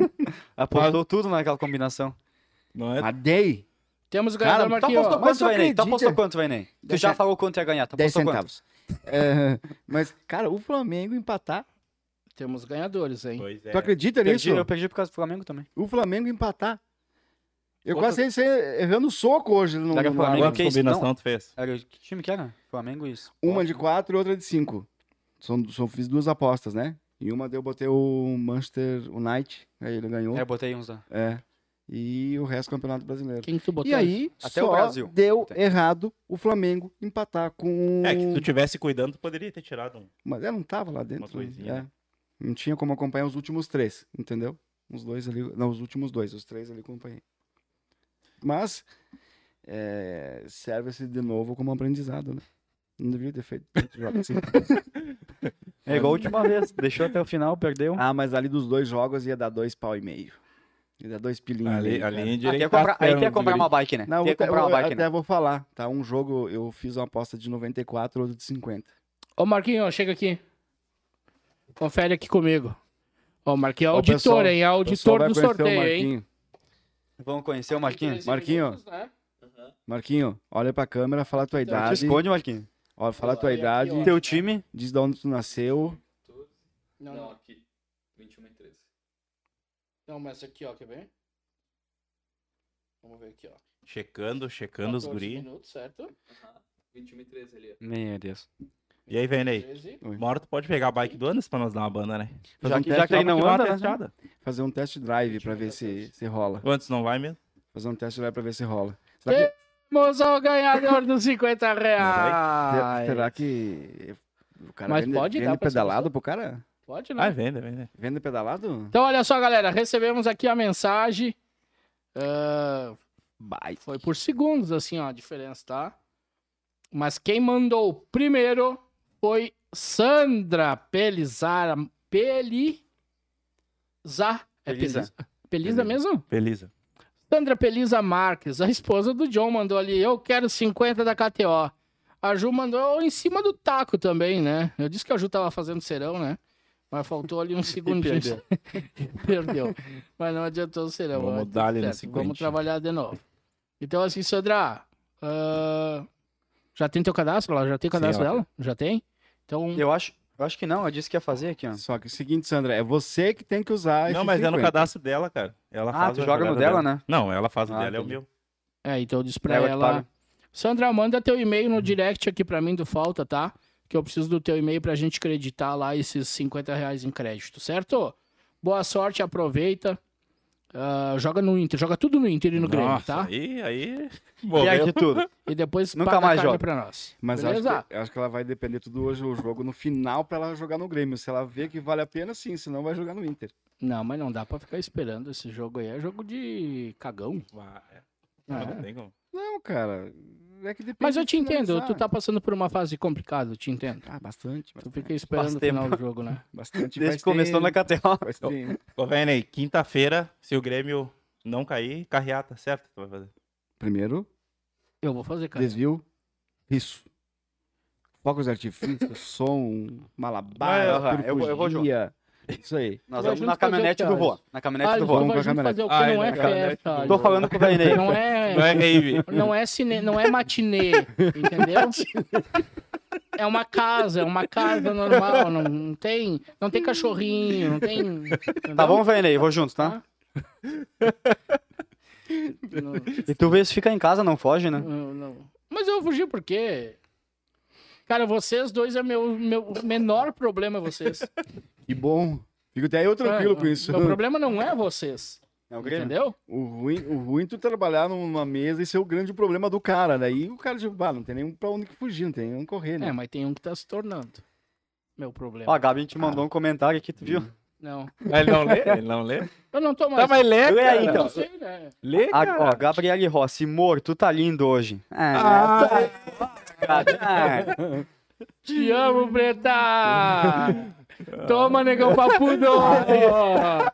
[SPEAKER 4] Apontou tudo naquela combinação.
[SPEAKER 3] Não é?
[SPEAKER 2] Madei?
[SPEAKER 1] Temos o
[SPEAKER 2] Cara, tá
[SPEAKER 1] ganhador,
[SPEAKER 4] Tu
[SPEAKER 1] Marquinhos.
[SPEAKER 4] apostou
[SPEAKER 2] Mas
[SPEAKER 4] quanto,
[SPEAKER 2] tu
[SPEAKER 4] Véi, Ney? Tu
[SPEAKER 2] acredita?
[SPEAKER 4] apostou quanto, Véi, Ney? Tu
[SPEAKER 2] Dez
[SPEAKER 4] já
[SPEAKER 2] cen-
[SPEAKER 4] falou quanto ia ganhar. Tu
[SPEAKER 2] 10
[SPEAKER 4] apostou quanto?
[SPEAKER 2] centavos. É, mas, cara, o Flamengo empatar.
[SPEAKER 1] Temos ganhadores, hein?
[SPEAKER 3] Pois é.
[SPEAKER 2] Tu acredita nisso?
[SPEAKER 4] Perdi, eu perdi por causa do Flamengo também.
[SPEAKER 2] O Flamengo empatar. Eu
[SPEAKER 4] Outra-
[SPEAKER 2] quase sei errando soco hoje no,
[SPEAKER 4] Pega
[SPEAKER 2] no
[SPEAKER 4] Flamengo,
[SPEAKER 2] Flamengo.
[SPEAKER 3] Qual
[SPEAKER 4] que isso?
[SPEAKER 3] combinação tu fez?
[SPEAKER 4] Era o que time que era? Flamengo e isso.
[SPEAKER 2] Uma de quatro e outra de cinco. Só, só fiz duas apostas, né? E uma deu, botei o Manchester United, aí ele ganhou.
[SPEAKER 4] É, eu botei uns lá.
[SPEAKER 2] É. E o resto do Campeonato Brasileiro.
[SPEAKER 1] Quem que tu botou?
[SPEAKER 2] E aí,
[SPEAKER 4] Até
[SPEAKER 2] só
[SPEAKER 4] o Brasil.
[SPEAKER 2] deu
[SPEAKER 4] Tem.
[SPEAKER 2] errado o Flamengo empatar com...
[SPEAKER 3] É, que se tu tivesse cuidando, tu poderia ter tirado um.
[SPEAKER 2] Mas ela não tava lá dentro. né?
[SPEAKER 3] coisinha,
[SPEAKER 2] É. Não tinha como acompanhar os últimos três, entendeu? Os dois ali. Não, os últimos dois, os três ali acompanhei. Mas é, serve-se de novo como aprendizado, né? Não deveria ter feito tantos jogos assim.
[SPEAKER 4] É igual a última vez. Deixou até o final, perdeu.
[SPEAKER 2] Ah, mas ali dos dois jogos ia dar dois pau e meio. Ia dar dois pilinhos. e
[SPEAKER 3] Ali,
[SPEAKER 2] meio,
[SPEAKER 3] ali
[SPEAKER 2] cara.
[SPEAKER 3] em
[SPEAKER 4] Aí
[SPEAKER 3] direito.
[SPEAKER 4] quer comprar, aí quer comprar uma bike, né?
[SPEAKER 2] Não,
[SPEAKER 4] quer
[SPEAKER 2] eu,
[SPEAKER 4] comprar uma
[SPEAKER 2] eu
[SPEAKER 4] bike,
[SPEAKER 2] até
[SPEAKER 4] né?
[SPEAKER 2] vou falar, tá? Um jogo, eu fiz uma aposta de 94, outro de 50.
[SPEAKER 1] Ô, Marquinhos, chega aqui. Confere aqui comigo. Ô, Marquinhos é
[SPEAKER 2] Ô,
[SPEAKER 1] auditor,
[SPEAKER 2] pessoal,
[SPEAKER 1] hein? É
[SPEAKER 2] O pessoal
[SPEAKER 1] auditor
[SPEAKER 2] vai
[SPEAKER 1] do
[SPEAKER 2] conhecer o
[SPEAKER 1] sorteio, hein?
[SPEAKER 2] Marquinho.
[SPEAKER 4] Vamos conhecer o Marquinhos?
[SPEAKER 2] Marquinhos.
[SPEAKER 3] né?
[SPEAKER 2] Marquinho, olha pra câmera, fala a tua
[SPEAKER 1] Então,
[SPEAKER 2] idade.
[SPEAKER 4] Responde, Marquinhos.
[SPEAKER 2] Ó, fala a
[SPEAKER 1] Olha
[SPEAKER 2] tua
[SPEAKER 1] aqui,
[SPEAKER 2] idade,
[SPEAKER 1] ó.
[SPEAKER 4] Teu time,
[SPEAKER 2] diz de onde tu nasceu.
[SPEAKER 1] Não,
[SPEAKER 5] Não,
[SPEAKER 1] não.
[SPEAKER 5] aqui. 21 e 13.
[SPEAKER 1] Não, mas aqui, ó, quer ver? Vamos ver aqui, ó.
[SPEAKER 3] Checando, checando os
[SPEAKER 1] 14
[SPEAKER 3] guri.
[SPEAKER 1] minutos, certo?
[SPEAKER 5] Aham. 21 e 13 ali. ó.
[SPEAKER 4] Meu Deus.
[SPEAKER 3] E aí, Venei?
[SPEAKER 1] 13.
[SPEAKER 3] Uma hora tu pode pegar a bike do Anderson pra nós dar uma banda, né?
[SPEAKER 2] Fazer
[SPEAKER 4] Já
[SPEAKER 2] um
[SPEAKER 4] que,
[SPEAKER 2] teste
[SPEAKER 4] já que
[SPEAKER 3] Só pra
[SPEAKER 4] ele não
[SPEAKER 3] te dar uma
[SPEAKER 4] anda, né?
[SPEAKER 3] testada.
[SPEAKER 2] Fazer um test drive pra ver se, se rola.
[SPEAKER 3] O Anderson não vai mesmo?
[SPEAKER 2] Fazer um test drive pra ver se rola. Será que,
[SPEAKER 1] Vamos ao ganhador dos 50
[SPEAKER 2] será-
[SPEAKER 1] reais.
[SPEAKER 2] será que o cara
[SPEAKER 1] Mas
[SPEAKER 2] vende,
[SPEAKER 1] pode dar
[SPEAKER 2] vende
[SPEAKER 1] pra essa
[SPEAKER 2] pedalado pro cara?
[SPEAKER 1] Pode,
[SPEAKER 3] Vai,
[SPEAKER 1] né?
[SPEAKER 3] vende, vende.
[SPEAKER 2] Vende pedalado?
[SPEAKER 1] Então, olha só, galera. Recebemos aqui a mensagem. Ah,
[SPEAKER 2] Vai.
[SPEAKER 1] Foi por segundos, assim, ó, a diferença, tá? Mas quem mandou primeiro foi Sandra Pelizar. Pelizar. É
[SPEAKER 4] Peliza.
[SPEAKER 1] Peliza. Peliza mesmo?
[SPEAKER 3] Beleza.
[SPEAKER 1] Sandra Pelisa Marques, a esposa do John, mandou ali: Eu quero 50 da KTO. A Ju mandou em cima do taco também, né? Eu disse que a Ju tava fazendo serão, né? Mas faltou ali um segundinho.
[SPEAKER 4] perdeu.
[SPEAKER 1] Perdeu. Mas não adiantou o serão.
[SPEAKER 3] Vamos
[SPEAKER 1] Mas Então,
[SPEAKER 3] dar
[SPEAKER 1] tudo
[SPEAKER 3] ali no
[SPEAKER 1] certo.
[SPEAKER 3] 50.
[SPEAKER 1] Vamos trabalhar de novo. Então, assim, Sandra, ah, já tem teu cadastro lá? Já tem o
[SPEAKER 3] Sim,
[SPEAKER 1] cadastro
[SPEAKER 3] ela
[SPEAKER 1] dela? Já tem? Então,
[SPEAKER 4] Eu acho, eu acho que não, eu disse que ia fazer aqui, ó.
[SPEAKER 2] Só que é o seguinte, Sandra, é você que tem que usar
[SPEAKER 3] não,
[SPEAKER 2] esse
[SPEAKER 3] mas é no
[SPEAKER 2] 50.
[SPEAKER 3] cadastro dela, cara. Ela
[SPEAKER 4] Ah,
[SPEAKER 3] faz
[SPEAKER 4] tu
[SPEAKER 3] a
[SPEAKER 4] joga no
[SPEAKER 3] jogada
[SPEAKER 4] dela, né?
[SPEAKER 3] Não, ela faz o
[SPEAKER 2] Ah,
[SPEAKER 3] dela, é o
[SPEAKER 2] entendi.
[SPEAKER 3] meu.
[SPEAKER 1] É, então eu disse pra
[SPEAKER 4] Ela
[SPEAKER 1] ela.
[SPEAKER 4] que paga.
[SPEAKER 1] Sandra, manda teu e-mail no direct aqui pra mim do Falta, tá? Que eu preciso do teu e-mail pra gente creditar lá esses 50 reais em crédito, certo? Boa sorte, aproveita. Ah, joga no Inter, joga tudo no Inter e no Grêmio,
[SPEAKER 3] Nossa,
[SPEAKER 1] tá?
[SPEAKER 3] Aí, aí.
[SPEAKER 4] Perde
[SPEAKER 3] Morreu.
[SPEAKER 4] tudo.
[SPEAKER 1] E depois
[SPEAKER 4] Nunca
[SPEAKER 1] paga a
[SPEAKER 4] mais
[SPEAKER 1] carne
[SPEAKER 4] joga.
[SPEAKER 1] pra nós.
[SPEAKER 2] Mas acho
[SPEAKER 1] beleza?
[SPEAKER 2] que, acho que ela vai depender tudo hoje o jogo no final pra ela jogar no Grêmio. Se ela vê que vale a pena, sim, senão vai jogar no Inter.
[SPEAKER 1] Não, mas não dá pra ficar esperando esse jogo aí. É jogo de cagão.
[SPEAKER 3] Ah, é.
[SPEAKER 1] Ah,
[SPEAKER 3] Não
[SPEAKER 1] é.
[SPEAKER 3] tem como.
[SPEAKER 2] Não, cara. É que depende.
[SPEAKER 1] Mas eu
[SPEAKER 2] de
[SPEAKER 1] te entendo,
[SPEAKER 2] finalizar.
[SPEAKER 1] tu tá passando por uma fase complicada, eu te entendo.
[SPEAKER 2] Ah, bastante.
[SPEAKER 1] Tu
[SPEAKER 2] bastante.
[SPEAKER 1] fica esperando o
[SPEAKER 4] Faz tempo.
[SPEAKER 1] final do jogo, né?
[SPEAKER 2] bastante
[SPEAKER 4] Desde
[SPEAKER 2] faz
[SPEAKER 4] que começou
[SPEAKER 2] tempo,
[SPEAKER 4] na KTO.
[SPEAKER 2] faz tempo.
[SPEAKER 3] Ô, Venei, quinta-feira, se o Grêmio não cair, carreata, certo? Tu vai fazer.
[SPEAKER 2] Primeiro,
[SPEAKER 1] Eu vou fazer, cara.
[SPEAKER 2] desvio. Isso. Fogos de artifício, som,
[SPEAKER 4] Vai,
[SPEAKER 2] malabar,
[SPEAKER 4] aham, eu vou- eu vou junto.
[SPEAKER 2] liturgia. Isso aí.
[SPEAKER 1] Vai
[SPEAKER 4] Nós vamos na
[SPEAKER 1] junto fazer o
[SPEAKER 4] caminhonete
[SPEAKER 1] quê,
[SPEAKER 4] do
[SPEAKER 1] Alisson?
[SPEAKER 4] Rô. Na caminhonete
[SPEAKER 1] Ah,
[SPEAKER 4] do
[SPEAKER 1] então
[SPEAKER 4] Rô.
[SPEAKER 2] Vamos
[SPEAKER 1] vai
[SPEAKER 2] pra
[SPEAKER 1] junto
[SPEAKER 2] caminhonete.
[SPEAKER 1] fazer o que
[SPEAKER 3] Ah,
[SPEAKER 1] não é
[SPEAKER 3] ele vai
[SPEAKER 1] festa.
[SPEAKER 3] caminhonete.
[SPEAKER 4] Tô
[SPEAKER 1] Alisson.
[SPEAKER 4] falando com o Dainei.
[SPEAKER 1] Não
[SPEAKER 3] Não
[SPEAKER 1] é,
[SPEAKER 3] é rave.
[SPEAKER 1] não é cine, não é matinê, entendeu? É uma casa, é uma casa normal, não, não tem, não tem cachorrinho, não tem. entendeu?
[SPEAKER 4] Tá bom, Dainei? Vou junto, tá?
[SPEAKER 1] Tá? Não,
[SPEAKER 4] E tu vê se fica em casa, não foge, né?
[SPEAKER 1] não, não. Mas eu vou fugir porque, cara, vocês dois é meu meu menor problema vocês. Ah,
[SPEAKER 2] Que bom. Fico até eu tranquilo com isso.
[SPEAKER 1] Meu problema não é vocês,
[SPEAKER 4] É o Grêmio.
[SPEAKER 1] entendeu?
[SPEAKER 2] O ruim, o ruim é tu trabalhar numa mesa e ser o grande problema do cara. Daí o cara, tipo, ah, não tem nem pra onde que fugir, não tem nem onde correr, né?
[SPEAKER 1] É, mas tem um que tá se tornando meu
[SPEAKER 4] Ó,
[SPEAKER 1] problema.
[SPEAKER 4] a Gabi te mandou um comentário aqui, tu viu?
[SPEAKER 1] Não,
[SPEAKER 3] Mas ele não lê? Ele não lê?
[SPEAKER 1] eu não tô mais.
[SPEAKER 3] Tá, mas lê,
[SPEAKER 4] Lê aí,
[SPEAKER 3] cara.
[SPEAKER 4] então.
[SPEAKER 1] Eu sei, né?
[SPEAKER 3] Lê,
[SPEAKER 4] A,
[SPEAKER 3] cara.
[SPEAKER 4] ó, Gabriele Rossi, amor, tu tá lindo hoje. Ah,
[SPEAKER 3] Ah,
[SPEAKER 4] tá, cara. Ah,
[SPEAKER 1] Te amo, Preta! Toma, negão papudo!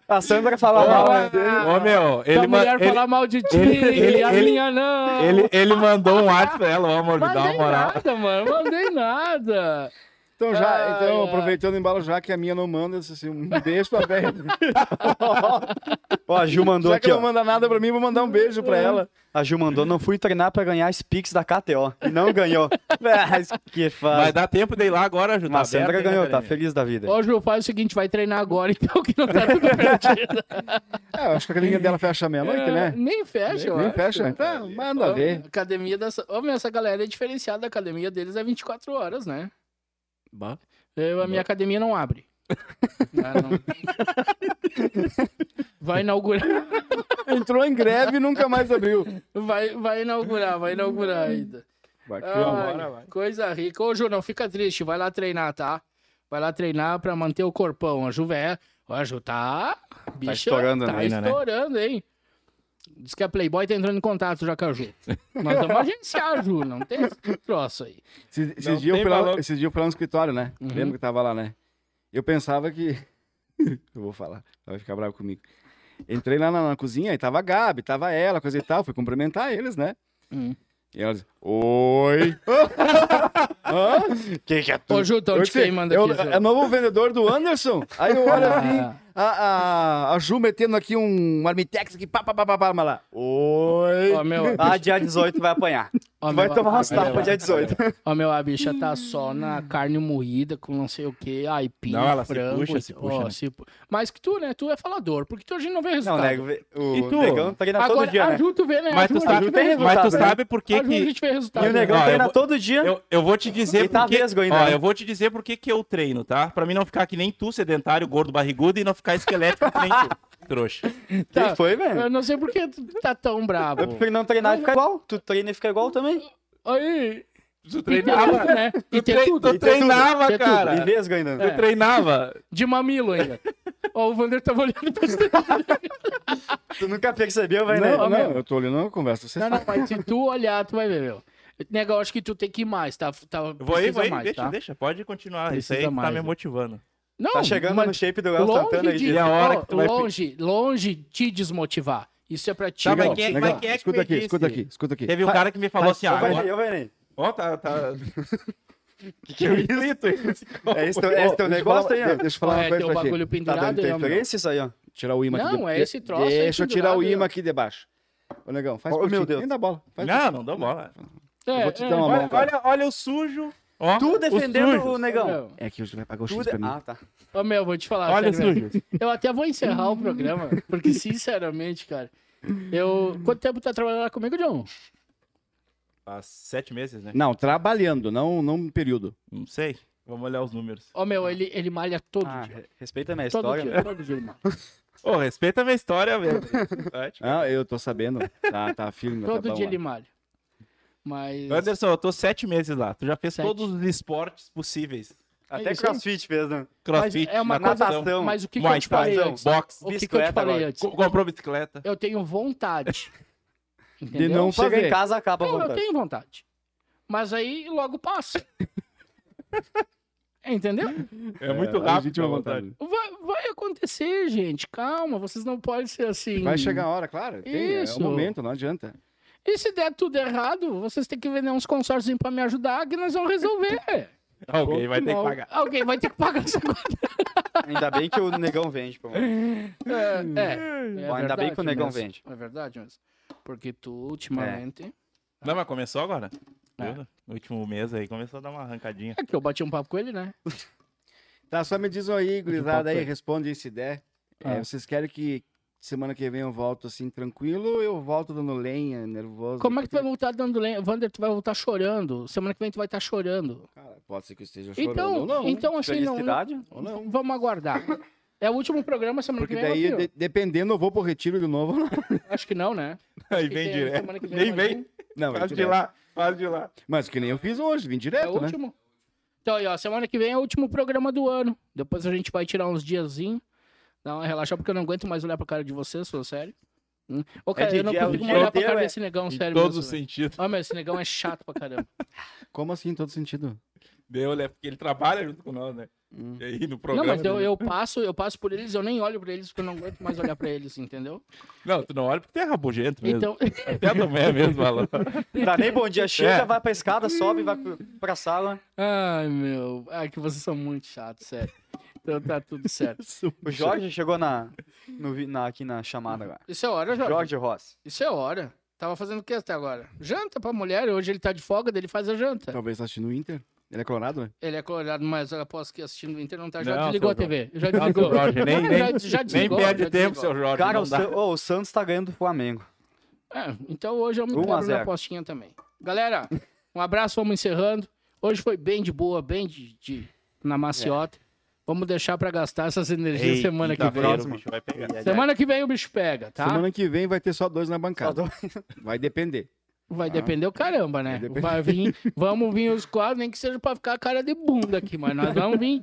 [SPEAKER 4] a Sandra fala mal. né?
[SPEAKER 1] Ah,
[SPEAKER 3] Ô, meu, ele,
[SPEAKER 1] Tua
[SPEAKER 3] ma-
[SPEAKER 1] mulher
[SPEAKER 3] ele,
[SPEAKER 1] falar mal de ti,
[SPEAKER 3] ele- ele-
[SPEAKER 1] a
[SPEAKER 3] ele-
[SPEAKER 1] minha não!
[SPEAKER 3] ele, ele mandou um WhatsApp pra ela, ô, amor, me dá uma
[SPEAKER 1] mandei um
[SPEAKER 3] moral.
[SPEAKER 1] nada, mano, mandei nada!
[SPEAKER 2] Então, já,
[SPEAKER 1] Ai,
[SPEAKER 2] então
[SPEAKER 1] ai.
[SPEAKER 2] aproveitando o embalo, já que a minha não manda, assim, um beijo pra velha.
[SPEAKER 4] Ó, a Ju mandou
[SPEAKER 2] já que
[SPEAKER 4] aqui,
[SPEAKER 2] não
[SPEAKER 4] ó.
[SPEAKER 2] manda nada pra mim, vou mandar um beijo pra ela.
[SPEAKER 4] A Ju mandou, não fui treinar pra ganhar as Pix da KTO. E não ganhou. Ah, que
[SPEAKER 3] Vai
[SPEAKER 4] faz.
[SPEAKER 3] dar tempo de ir lá agora, ajudar.
[SPEAKER 4] Mas a Sandra ganhou,
[SPEAKER 3] né?
[SPEAKER 4] tá feliz da vida.
[SPEAKER 1] Ô, Ju, faz o seguinte, vai treinar agora, então, que não tá tudo perdido.
[SPEAKER 2] É, eu acho que a academia dela fecha meia-noite, né?
[SPEAKER 1] Nem fecha, É, eu
[SPEAKER 2] Nem
[SPEAKER 1] acho. é.
[SPEAKER 2] fecha. Então, manda
[SPEAKER 1] Ô,
[SPEAKER 2] ver.
[SPEAKER 1] Academia dessa... Ô, meu, essa galera é diferenciada, a academia deles é 24 horas, né? Eu, a minha academia não abre. Ah, não. Vai inaugurar,
[SPEAKER 2] Entrou em greve e nunca mais abriu.
[SPEAKER 1] vai, vai inaugurar, vai inaugurar ainda. Ai,
[SPEAKER 2] Bacana.
[SPEAKER 1] Coisa rica. Ô, Ju, não fica triste, vai lá treinar, tá? Vai lá treinar pra manter o corpão. A Ju, é... Ó, a Ju tá... Bicha,
[SPEAKER 4] estourando a
[SPEAKER 1] tá
[SPEAKER 4] mina,
[SPEAKER 3] né?
[SPEAKER 1] estourando, hein? Diz que a Playboy tá entrando em contato já com a Ju. Nós vamos agenciar a Ju, não tem esse troço aí.
[SPEAKER 2] Esses, esses
[SPEAKER 3] Não
[SPEAKER 2] dias eu
[SPEAKER 3] tem
[SPEAKER 2] fui lá,
[SPEAKER 3] valor.
[SPEAKER 2] esses dias eu fui lá no escritório, né?
[SPEAKER 1] Uhum.
[SPEAKER 2] Lembra que tava lá, né? Eu pensava que. eu vou falar, ela vai ficar brava comigo. Entrei lá na, na cozinha e tava a Gabi, tava ela, coisa e tal. Fui cumprimentar eles, né?
[SPEAKER 3] Hum.
[SPEAKER 1] Uhum.
[SPEAKER 2] E ela disse: Oi! Hã? que que é
[SPEAKER 1] Ô, Ju, então
[SPEAKER 2] Eu
[SPEAKER 1] de
[SPEAKER 2] disse,
[SPEAKER 1] quem manda
[SPEAKER 2] "Eu-
[SPEAKER 1] aqui, Ju?
[SPEAKER 2] É novo vendedor do Anderson. Aí eu olho assim,
[SPEAKER 1] Ah,
[SPEAKER 2] a, a, a Ju metendo aqui um Armitex aqui, pá, pá, pá, pá, pá, mas lá. Oi!
[SPEAKER 1] ó, meu,
[SPEAKER 4] Ah, dia 18 vai apanhar.
[SPEAKER 1] ó,
[SPEAKER 4] vai
[SPEAKER 1] meu-
[SPEAKER 4] tomar umas
[SPEAKER 1] olha lá.
[SPEAKER 4] tapas dia 18.
[SPEAKER 1] Ó, meu, a bicha tá só na carne moída com não sei o que, aipim,
[SPEAKER 3] Não, ela se
[SPEAKER 1] frango.
[SPEAKER 3] puxa, se
[SPEAKER 1] ó,
[SPEAKER 3] puxa, né?
[SPEAKER 1] se pu- Mais que tu, né? Tu é falador, porque tu a gente não vê
[SPEAKER 4] Não,
[SPEAKER 1] resultado.
[SPEAKER 4] nego, o
[SPEAKER 3] E tu?
[SPEAKER 4] negão treina
[SPEAKER 1] Agora,
[SPEAKER 4] todo dia,
[SPEAKER 1] a
[SPEAKER 4] né?
[SPEAKER 1] Ju tu vê, né?
[SPEAKER 3] Mas
[SPEAKER 1] a
[SPEAKER 3] tu
[SPEAKER 1] Ju,
[SPEAKER 3] sabe,
[SPEAKER 1] a Ju vê resultado,
[SPEAKER 3] mas tu
[SPEAKER 4] né?
[SPEAKER 3] sabe por
[SPEAKER 1] A
[SPEAKER 3] que
[SPEAKER 1] Ju a
[SPEAKER 3] que...
[SPEAKER 1] gente vê resultado. né?
[SPEAKER 4] E o negão
[SPEAKER 3] Não, eu
[SPEAKER 4] treina
[SPEAKER 3] vou-
[SPEAKER 4] todo dia.
[SPEAKER 3] Eu, eu vou te dizer
[SPEAKER 4] E tá
[SPEAKER 3] porque...
[SPEAKER 4] vesgo ainda,
[SPEAKER 3] Ó,
[SPEAKER 4] né?
[SPEAKER 3] eu vou te dizer por que que eu treino, tá? Pra mim não ficar que nem tu, sedentário, gordo, barrigudo, e não ficar esquelético que nem tu, trouxa.
[SPEAKER 1] tá.
[SPEAKER 4] Quem foi, velho?
[SPEAKER 1] Eu não sei por que tu tá tão brabo.
[SPEAKER 4] Eu prefiro não treinar e ficar igual. Tu treina e fica igual também.
[SPEAKER 1] Aí,
[SPEAKER 3] Tu
[SPEAKER 1] e ter tudo, né? E
[SPEAKER 3] Tu,
[SPEAKER 1] ter
[SPEAKER 3] tre-
[SPEAKER 1] tudo.
[SPEAKER 3] tu treinava,
[SPEAKER 1] Tem tudo. É.
[SPEAKER 3] cara.
[SPEAKER 4] E vesgo ainda.
[SPEAKER 3] Tu treinava.
[SPEAKER 1] De mamilo ainda. Ó, o Vander tava olhando pra você.
[SPEAKER 4] Tu nunca percebeu, velho, né?
[SPEAKER 2] Não, não,
[SPEAKER 3] é-
[SPEAKER 1] meu.
[SPEAKER 2] eu tô olhando a conversa. Você
[SPEAKER 1] Não, não, mas se tu olhar, tu vai ver, meu. Negão, acho que tu tem que ir mais, tá? tá
[SPEAKER 3] Eu Vou aí,
[SPEAKER 1] precisa
[SPEAKER 3] vou aí,
[SPEAKER 1] mais,
[SPEAKER 3] deixa,
[SPEAKER 1] tá?
[SPEAKER 3] deixa. Pode continuar.
[SPEAKER 1] Precisa
[SPEAKER 3] Isso aí
[SPEAKER 1] mais,
[SPEAKER 3] tá me
[SPEAKER 1] né?
[SPEAKER 3] motivando.
[SPEAKER 1] Não,
[SPEAKER 4] Tá chegando
[SPEAKER 1] mas
[SPEAKER 4] no shape do El Santana
[SPEAKER 1] longe
[SPEAKER 4] aí.
[SPEAKER 1] de,
[SPEAKER 4] diz.
[SPEAKER 3] é a hora
[SPEAKER 1] ó,
[SPEAKER 3] que tu vai-
[SPEAKER 1] longe, longe te desmotivar. Isso é pra ti.
[SPEAKER 3] Tá,
[SPEAKER 1] ó.
[SPEAKER 3] mas
[SPEAKER 2] Legal,
[SPEAKER 3] quem é-
[SPEAKER 2] legal.
[SPEAKER 3] mas quem é que
[SPEAKER 2] escuta
[SPEAKER 3] me
[SPEAKER 2] aqui,
[SPEAKER 3] disse?
[SPEAKER 2] escuta aqui, escuta aqui.
[SPEAKER 3] Teve um cara que me falou assim, ah,
[SPEAKER 4] Ô, Vernei,
[SPEAKER 3] agora...
[SPEAKER 4] ô, Vernei.
[SPEAKER 3] Ó, tá, tá... Que que é isso?
[SPEAKER 4] É esse teu, é esse teu
[SPEAKER 2] Deixa eu
[SPEAKER 4] negócio
[SPEAKER 2] falar-
[SPEAKER 4] aí, ó.
[SPEAKER 2] de- Deixa
[SPEAKER 1] Ó,
[SPEAKER 2] eu falar
[SPEAKER 1] é
[SPEAKER 2] uma coisa
[SPEAKER 1] teu
[SPEAKER 2] pra
[SPEAKER 1] bagulho
[SPEAKER 2] ti.
[SPEAKER 4] Tá dando
[SPEAKER 1] pendurado aí, ó, meu.
[SPEAKER 4] interferência isso aí, ó.
[SPEAKER 2] Tirar o imã aqui.
[SPEAKER 1] Não,
[SPEAKER 2] do-
[SPEAKER 1] é
[SPEAKER 2] de-
[SPEAKER 1] esse troço aí tá
[SPEAKER 2] Deixa eu tirar
[SPEAKER 1] pendurado
[SPEAKER 2] o
[SPEAKER 1] aí, ó.
[SPEAKER 2] imã aqui de baixo. Ô, negão, faz
[SPEAKER 4] Ô,
[SPEAKER 2] por
[SPEAKER 4] meu
[SPEAKER 2] ti.
[SPEAKER 4] Deus.
[SPEAKER 2] Nem dá bola. Faz por
[SPEAKER 3] Não,
[SPEAKER 2] ti.
[SPEAKER 3] não dou bola.
[SPEAKER 1] É,
[SPEAKER 2] Eu vou te
[SPEAKER 1] é,
[SPEAKER 2] dar uma
[SPEAKER 3] Olha,
[SPEAKER 2] mão, cara.
[SPEAKER 3] olha, olha o sujo. Ó,
[SPEAKER 4] Tu
[SPEAKER 3] o
[SPEAKER 4] defendendo
[SPEAKER 3] sujo.
[SPEAKER 4] o negão.
[SPEAKER 1] Meu,
[SPEAKER 2] É que hoje vai pagar o
[SPEAKER 4] Tu
[SPEAKER 2] X
[SPEAKER 4] de-
[SPEAKER 2] pra mim.
[SPEAKER 4] Ah, tá.
[SPEAKER 1] Ô, meu, vou te falar.
[SPEAKER 3] Olha o
[SPEAKER 1] Ah, sério, meu.
[SPEAKER 3] sujo.
[SPEAKER 1] Eu até vou encerrar o programa, porque, sinceramente, cara, eu. Quanto tempo tá trabalhando lá comigo, John?
[SPEAKER 3] Há sete meses, né?
[SPEAKER 2] Não, trabalhando, não, não um período.
[SPEAKER 3] Não sei. Vamos olhar os números.
[SPEAKER 1] Ó, meu, ele, ele malha todo
[SPEAKER 4] Ah,
[SPEAKER 1] dia.
[SPEAKER 4] re- respeita a minha
[SPEAKER 1] Todo
[SPEAKER 4] história,
[SPEAKER 1] dia,
[SPEAKER 4] né?
[SPEAKER 1] todo dia ele malha.
[SPEAKER 3] Ô, respeita a minha história, velho. Tá Ótimo.
[SPEAKER 2] Ah, eu tô sabendo. Tá, tá firme. tá
[SPEAKER 1] Todo
[SPEAKER 2] bom,
[SPEAKER 1] dia
[SPEAKER 2] ó.
[SPEAKER 1] ele malha. Mas.
[SPEAKER 3] Anderson, eu tô sete meses lá. Tu já fez
[SPEAKER 1] Sete.
[SPEAKER 3] todos os esportes possíveis.
[SPEAKER 4] Até
[SPEAKER 1] É isso aí.
[SPEAKER 4] crossfit fez, né?
[SPEAKER 3] Crossfit,
[SPEAKER 1] Mas é uma coisa-
[SPEAKER 3] natação,
[SPEAKER 4] Natação,
[SPEAKER 1] Mas o que, que eu
[SPEAKER 3] Muay
[SPEAKER 1] te falei
[SPEAKER 3] Thai,
[SPEAKER 1] antes?
[SPEAKER 3] boxe,
[SPEAKER 1] O que, que eu te
[SPEAKER 4] bicicleta
[SPEAKER 1] falei
[SPEAKER 4] agora.
[SPEAKER 1] antes?
[SPEAKER 3] co- comprou bicicleta.
[SPEAKER 1] Eu tenho vontade.
[SPEAKER 2] De
[SPEAKER 1] entendeu?
[SPEAKER 2] não
[SPEAKER 4] Chega em
[SPEAKER 2] fazer.
[SPEAKER 4] casa, acaba a
[SPEAKER 1] Não, eu
[SPEAKER 4] vontade.
[SPEAKER 1] tenho vontade. Mas aí logo passa. Entendeu?
[SPEAKER 3] É, muito
[SPEAKER 2] a
[SPEAKER 3] rápido.
[SPEAKER 2] legítima
[SPEAKER 3] à vontade.
[SPEAKER 1] Vai, vai acontecer, gente. Calma, vocês não podem ser assim.
[SPEAKER 2] Vai chegar a hora, claro. Tem, é
[SPEAKER 1] Isso.
[SPEAKER 2] o momento, não adianta.
[SPEAKER 1] E se der tudo errado, vocês têm que vender uns consórcios pra me ajudar que nós vamos resolver.
[SPEAKER 3] Alguém Tá, vai ter que
[SPEAKER 1] Não,
[SPEAKER 3] pagar.
[SPEAKER 1] Alguém vai ter que pagar essa conta.
[SPEAKER 4] Ainda bem que o negão vende, pô.
[SPEAKER 1] É, é, é
[SPEAKER 4] Bom, ainda bem
[SPEAKER 1] verdade
[SPEAKER 4] que o negão
[SPEAKER 1] mesmo.
[SPEAKER 4] vende.
[SPEAKER 1] É verdade mesmo. Porque tu, ultimamente...
[SPEAKER 3] Não, mas começou agora.
[SPEAKER 1] É.
[SPEAKER 3] Viu? No último mês aí, começou a dar uma arrancadinha.
[SPEAKER 1] É que eu bati um papo com ele, né?
[SPEAKER 2] Tá, só me diz aí, gurizada, aí
[SPEAKER 3] é-
[SPEAKER 1] papo.
[SPEAKER 2] responde aí se der. É,
[SPEAKER 1] Ah.
[SPEAKER 2] vocês querem que semana que vem eu volto assim, tranquilo, ou eu volto dando lenha, nervoso?
[SPEAKER 1] Como é que tu vai voltar dando lenha? Vander, tu vai voltar chorando. Semana que vem tu vai estar chorando.
[SPEAKER 2] Cara, pode ser que eu esteja Tá chorando
[SPEAKER 1] Então,
[SPEAKER 2] ou não. né?
[SPEAKER 1] então assim, não,
[SPEAKER 4] Felicidade.
[SPEAKER 1] não- não- Vamos aguardar. É o último programa semana
[SPEAKER 2] Porque
[SPEAKER 1] que vem.
[SPEAKER 2] daí,
[SPEAKER 1] eu
[SPEAKER 2] de- dependendo, eu vou pro retiro de novo ou não.
[SPEAKER 1] Acho que não, né?
[SPEAKER 3] Aí
[SPEAKER 1] Acho que
[SPEAKER 3] vem
[SPEAKER 1] tem
[SPEAKER 3] direto.
[SPEAKER 1] semana que vem
[SPEAKER 3] Nem
[SPEAKER 1] mais
[SPEAKER 3] vem.
[SPEAKER 1] um.
[SPEAKER 2] Não, vai
[SPEAKER 3] Faz de
[SPEAKER 2] direto.
[SPEAKER 3] lá. Faz de lá.
[SPEAKER 2] Mas que nem eu fiz hoje, vim
[SPEAKER 1] É o
[SPEAKER 2] direto, né?
[SPEAKER 1] último. Então, aí, ó, semana que vem é o último programa do ano. Depois a gente vai tirar uns diazinhos, dar uma relaxada, porque eu não aguento mais olhar pra cara de vocês, sou sério. Hum. Ô, cara,
[SPEAKER 4] de
[SPEAKER 1] eu não
[SPEAKER 4] dia, o
[SPEAKER 1] consigo
[SPEAKER 4] dia
[SPEAKER 1] olhar pra
[SPEAKER 4] inteiro
[SPEAKER 1] cara
[SPEAKER 4] é-
[SPEAKER 1] desse negão,
[SPEAKER 3] Em
[SPEAKER 1] sério.
[SPEAKER 3] todos os
[SPEAKER 1] mesmo, né? velho.
[SPEAKER 3] sentidos.
[SPEAKER 1] Ó, meu, esse negão é chato pra caramba.
[SPEAKER 2] Como assim, em todo sentido?
[SPEAKER 3] Deu, né? Porque ele trabalha junto com nós, né?
[SPEAKER 2] Hum.
[SPEAKER 3] E aí no
[SPEAKER 1] Não,
[SPEAKER 3] programa. né?
[SPEAKER 1] mas eu, eu passo, eu passo por eles, eu nem olho pra eles, porque eu não aguento mais olhar pra eles, entendeu?
[SPEAKER 3] Não, tu não olha porque tu é rabugento mesmo.
[SPEAKER 1] Então,
[SPEAKER 3] Até a Tomé mesmo falou.
[SPEAKER 4] Dá nem bom dia. Chega,
[SPEAKER 3] É.
[SPEAKER 4] vai pra escada, sobe, vai pro- pra sala.
[SPEAKER 1] ai, meu, ai, que vocês são muito chatos, sério. Então tá tudo certo.
[SPEAKER 4] O Jorge chegou na, no vi- na- aqui na chamada agora.
[SPEAKER 1] Isso é hora, Jorge.
[SPEAKER 4] Jorge Ross.
[SPEAKER 1] Isso é hora. Tava fazendo o que até agora? Janta pra mulher, hoje ele tá de folga, daí ele faz a janta.
[SPEAKER 2] Talvez tá assistindo o Inter. Ele é colorado, né?
[SPEAKER 1] Ele é colorado, mas eu aposto que assistindo o Inter não tá. Já
[SPEAKER 3] Não,
[SPEAKER 1] desligou a
[SPEAKER 3] seu
[SPEAKER 1] TV. Já
[SPEAKER 3] Não,
[SPEAKER 1] desligou.
[SPEAKER 3] seu Jorge, nem- nem-
[SPEAKER 1] já, já
[SPEAKER 3] Nem
[SPEAKER 1] desligou,
[SPEAKER 3] perde
[SPEAKER 1] já
[SPEAKER 3] tempo,
[SPEAKER 1] desligou.
[SPEAKER 3] seu Jorge.
[SPEAKER 4] Cara,
[SPEAKER 3] não
[SPEAKER 4] o,
[SPEAKER 3] dá.
[SPEAKER 4] San- ô, o Santos tá ganhando do Flamengo.
[SPEAKER 1] É, então hoje eu me
[SPEAKER 4] 1 a
[SPEAKER 1] quebro na
[SPEAKER 4] 0.
[SPEAKER 1] apostinha também. Galera, um abraço, vamos encerrando. Hoje foi bem de boa, bem de, de- na
[SPEAKER 2] É.
[SPEAKER 1] maciota. Vamos deixar pra gastar essas energias
[SPEAKER 3] Ei,
[SPEAKER 1] semana que vem.
[SPEAKER 3] quinta-feira o bicho vai pegar.
[SPEAKER 2] é
[SPEAKER 1] Semana que vem o bicho pega, tá?
[SPEAKER 2] Semana que vem vai ter só dois na bancada.
[SPEAKER 4] Só
[SPEAKER 2] Vai depender.
[SPEAKER 1] Vai depender o caramba, né?
[SPEAKER 2] Ah. Vai depender.
[SPEAKER 1] Vai vir, vamos vir os quadros, nem que seja pra ficar a cara de bunda aqui, mas nós vamos vir.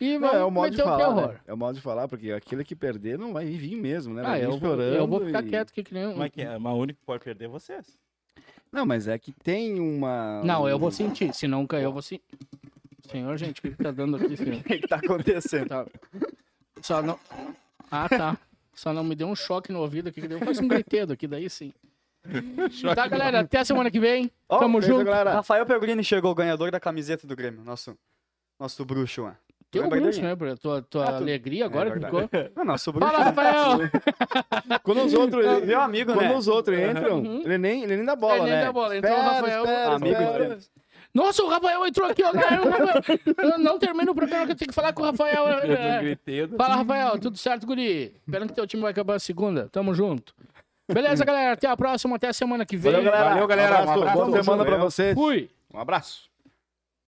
[SPEAKER 1] E
[SPEAKER 2] Não,
[SPEAKER 1] vamos
[SPEAKER 2] é o modo de
[SPEAKER 1] meter o
[SPEAKER 2] falar.
[SPEAKER 1] terror.
[SPEAKER 2] né? É o modo de falar, porque aquele que perder não vai vir mesmo, né?
[SPEAKER 1] Ah,
[SPEAKER 2] Vai vir
[SPEAKER 1] eu, vou-
[SPEAKER 2] chorando
[SPEAKER 1] eu vou ficar
[SPEAKER 2] e-
[SPEAKER 1] quieto que, que nem um.
[SPEAKER 3] Como é que é? Mas o único que pode perder é vocês.
[SPEAKER 2] Não, mas é que tem uma. um
[SPEAKER 1] Não, eu vou
[SPEAKER 2] sim.
[SPEAKER 1] sentir. Se não cair, eu vou sentir. Senhor, gente, o que que tá dando aqui, senhor?
[SPEAKER 4] O que que tá acontecendo?
[SPEAKER 1] Tá. Só não. Ah, tá. Só não me deu um choque no ouvido aqui, que deu quase um gritedo aqui, daí sim. tá, galera, até a semana que vem.
[SPEAKER 4] Ó,
[SPEAKER 1] Tamo
[SPEAKER 2] Feito,
[SPEAKER 1] junto.
[SPEAKER 2] galera.
[SPEAKER 4] Rafael Pellegrini chegou, o ganhador da camiseta do Grêmio, nosso, nosso bruxo lá.
[SPEAKER 1] Teu
[SPEAKER 4] Lembra
[SPEAKER 1] Bruce,
[SPEAKER 4] dele?
[SPEAKER 1] né, Bruno? Tua, tua
[SPEAKER 4] Ah, tu-
[SPEAKER 1] alegria agora
[SPEAKER 4] É
[SPEAKER 1] que ficou.
[SPEAKER 4] verdade. Não, nosso bruxo.
[SPEAKER 1] Fala, Rafael!
[SPEAKER 4] né?
[SPEAKER 2] Quando os outros.
[SPEAKER 4] É Meu amigo,
[SPEAKER 2] Quando
[SPEAKER 4] né?
[SPEAKER 2] os outros entram,
[SPEAKER 1] Tá. Uhum.
[SPEAKER 2] ele, nem, ele nem dá bola,
[SPEAKER 1] Ele nem
[SPEAKER 2] né?
[SPEAKER 1] dá bola, então o
[SPEAKER 2] Espera,
[SPEAKER 1] Rafael-
[SPEAKER 2] espera,
[SPEAKER 4] Amigo de
[SPEAKER 2] espera.
[SPEAKER 4] Deus.
[SPEAKER 1] Nossa, o Rafael entrou aqui, ó. galera, o Rafael- Eu não termino o programa que eu tenho que falar com o Rafael.
[SPEAKER 3] Eu
[SPEAKER 1] É.
[SPEAKER 3] gritei, eu-
[SPEAKER 1] Fala, Rafael, tudo certo, guri? Esperando que teu time vai acabar a segunda. Tamo junto. Beleza, galera, até a próxima, até a semana que vem.
[SPEAKER 2] Valeu, galera.
[SPEAKER 3] Valeu, galera.
[SPEAKER 2] Um abraço.
[SPEAKER 3] Um abraço.
[SPEAKER 2] Boa semana pra
[SPEAKER 4] Valeu.
[SPEAKER 2] vocês.
[SPEAKER 1] Fui!
[SPEAKER 2] Um abraço.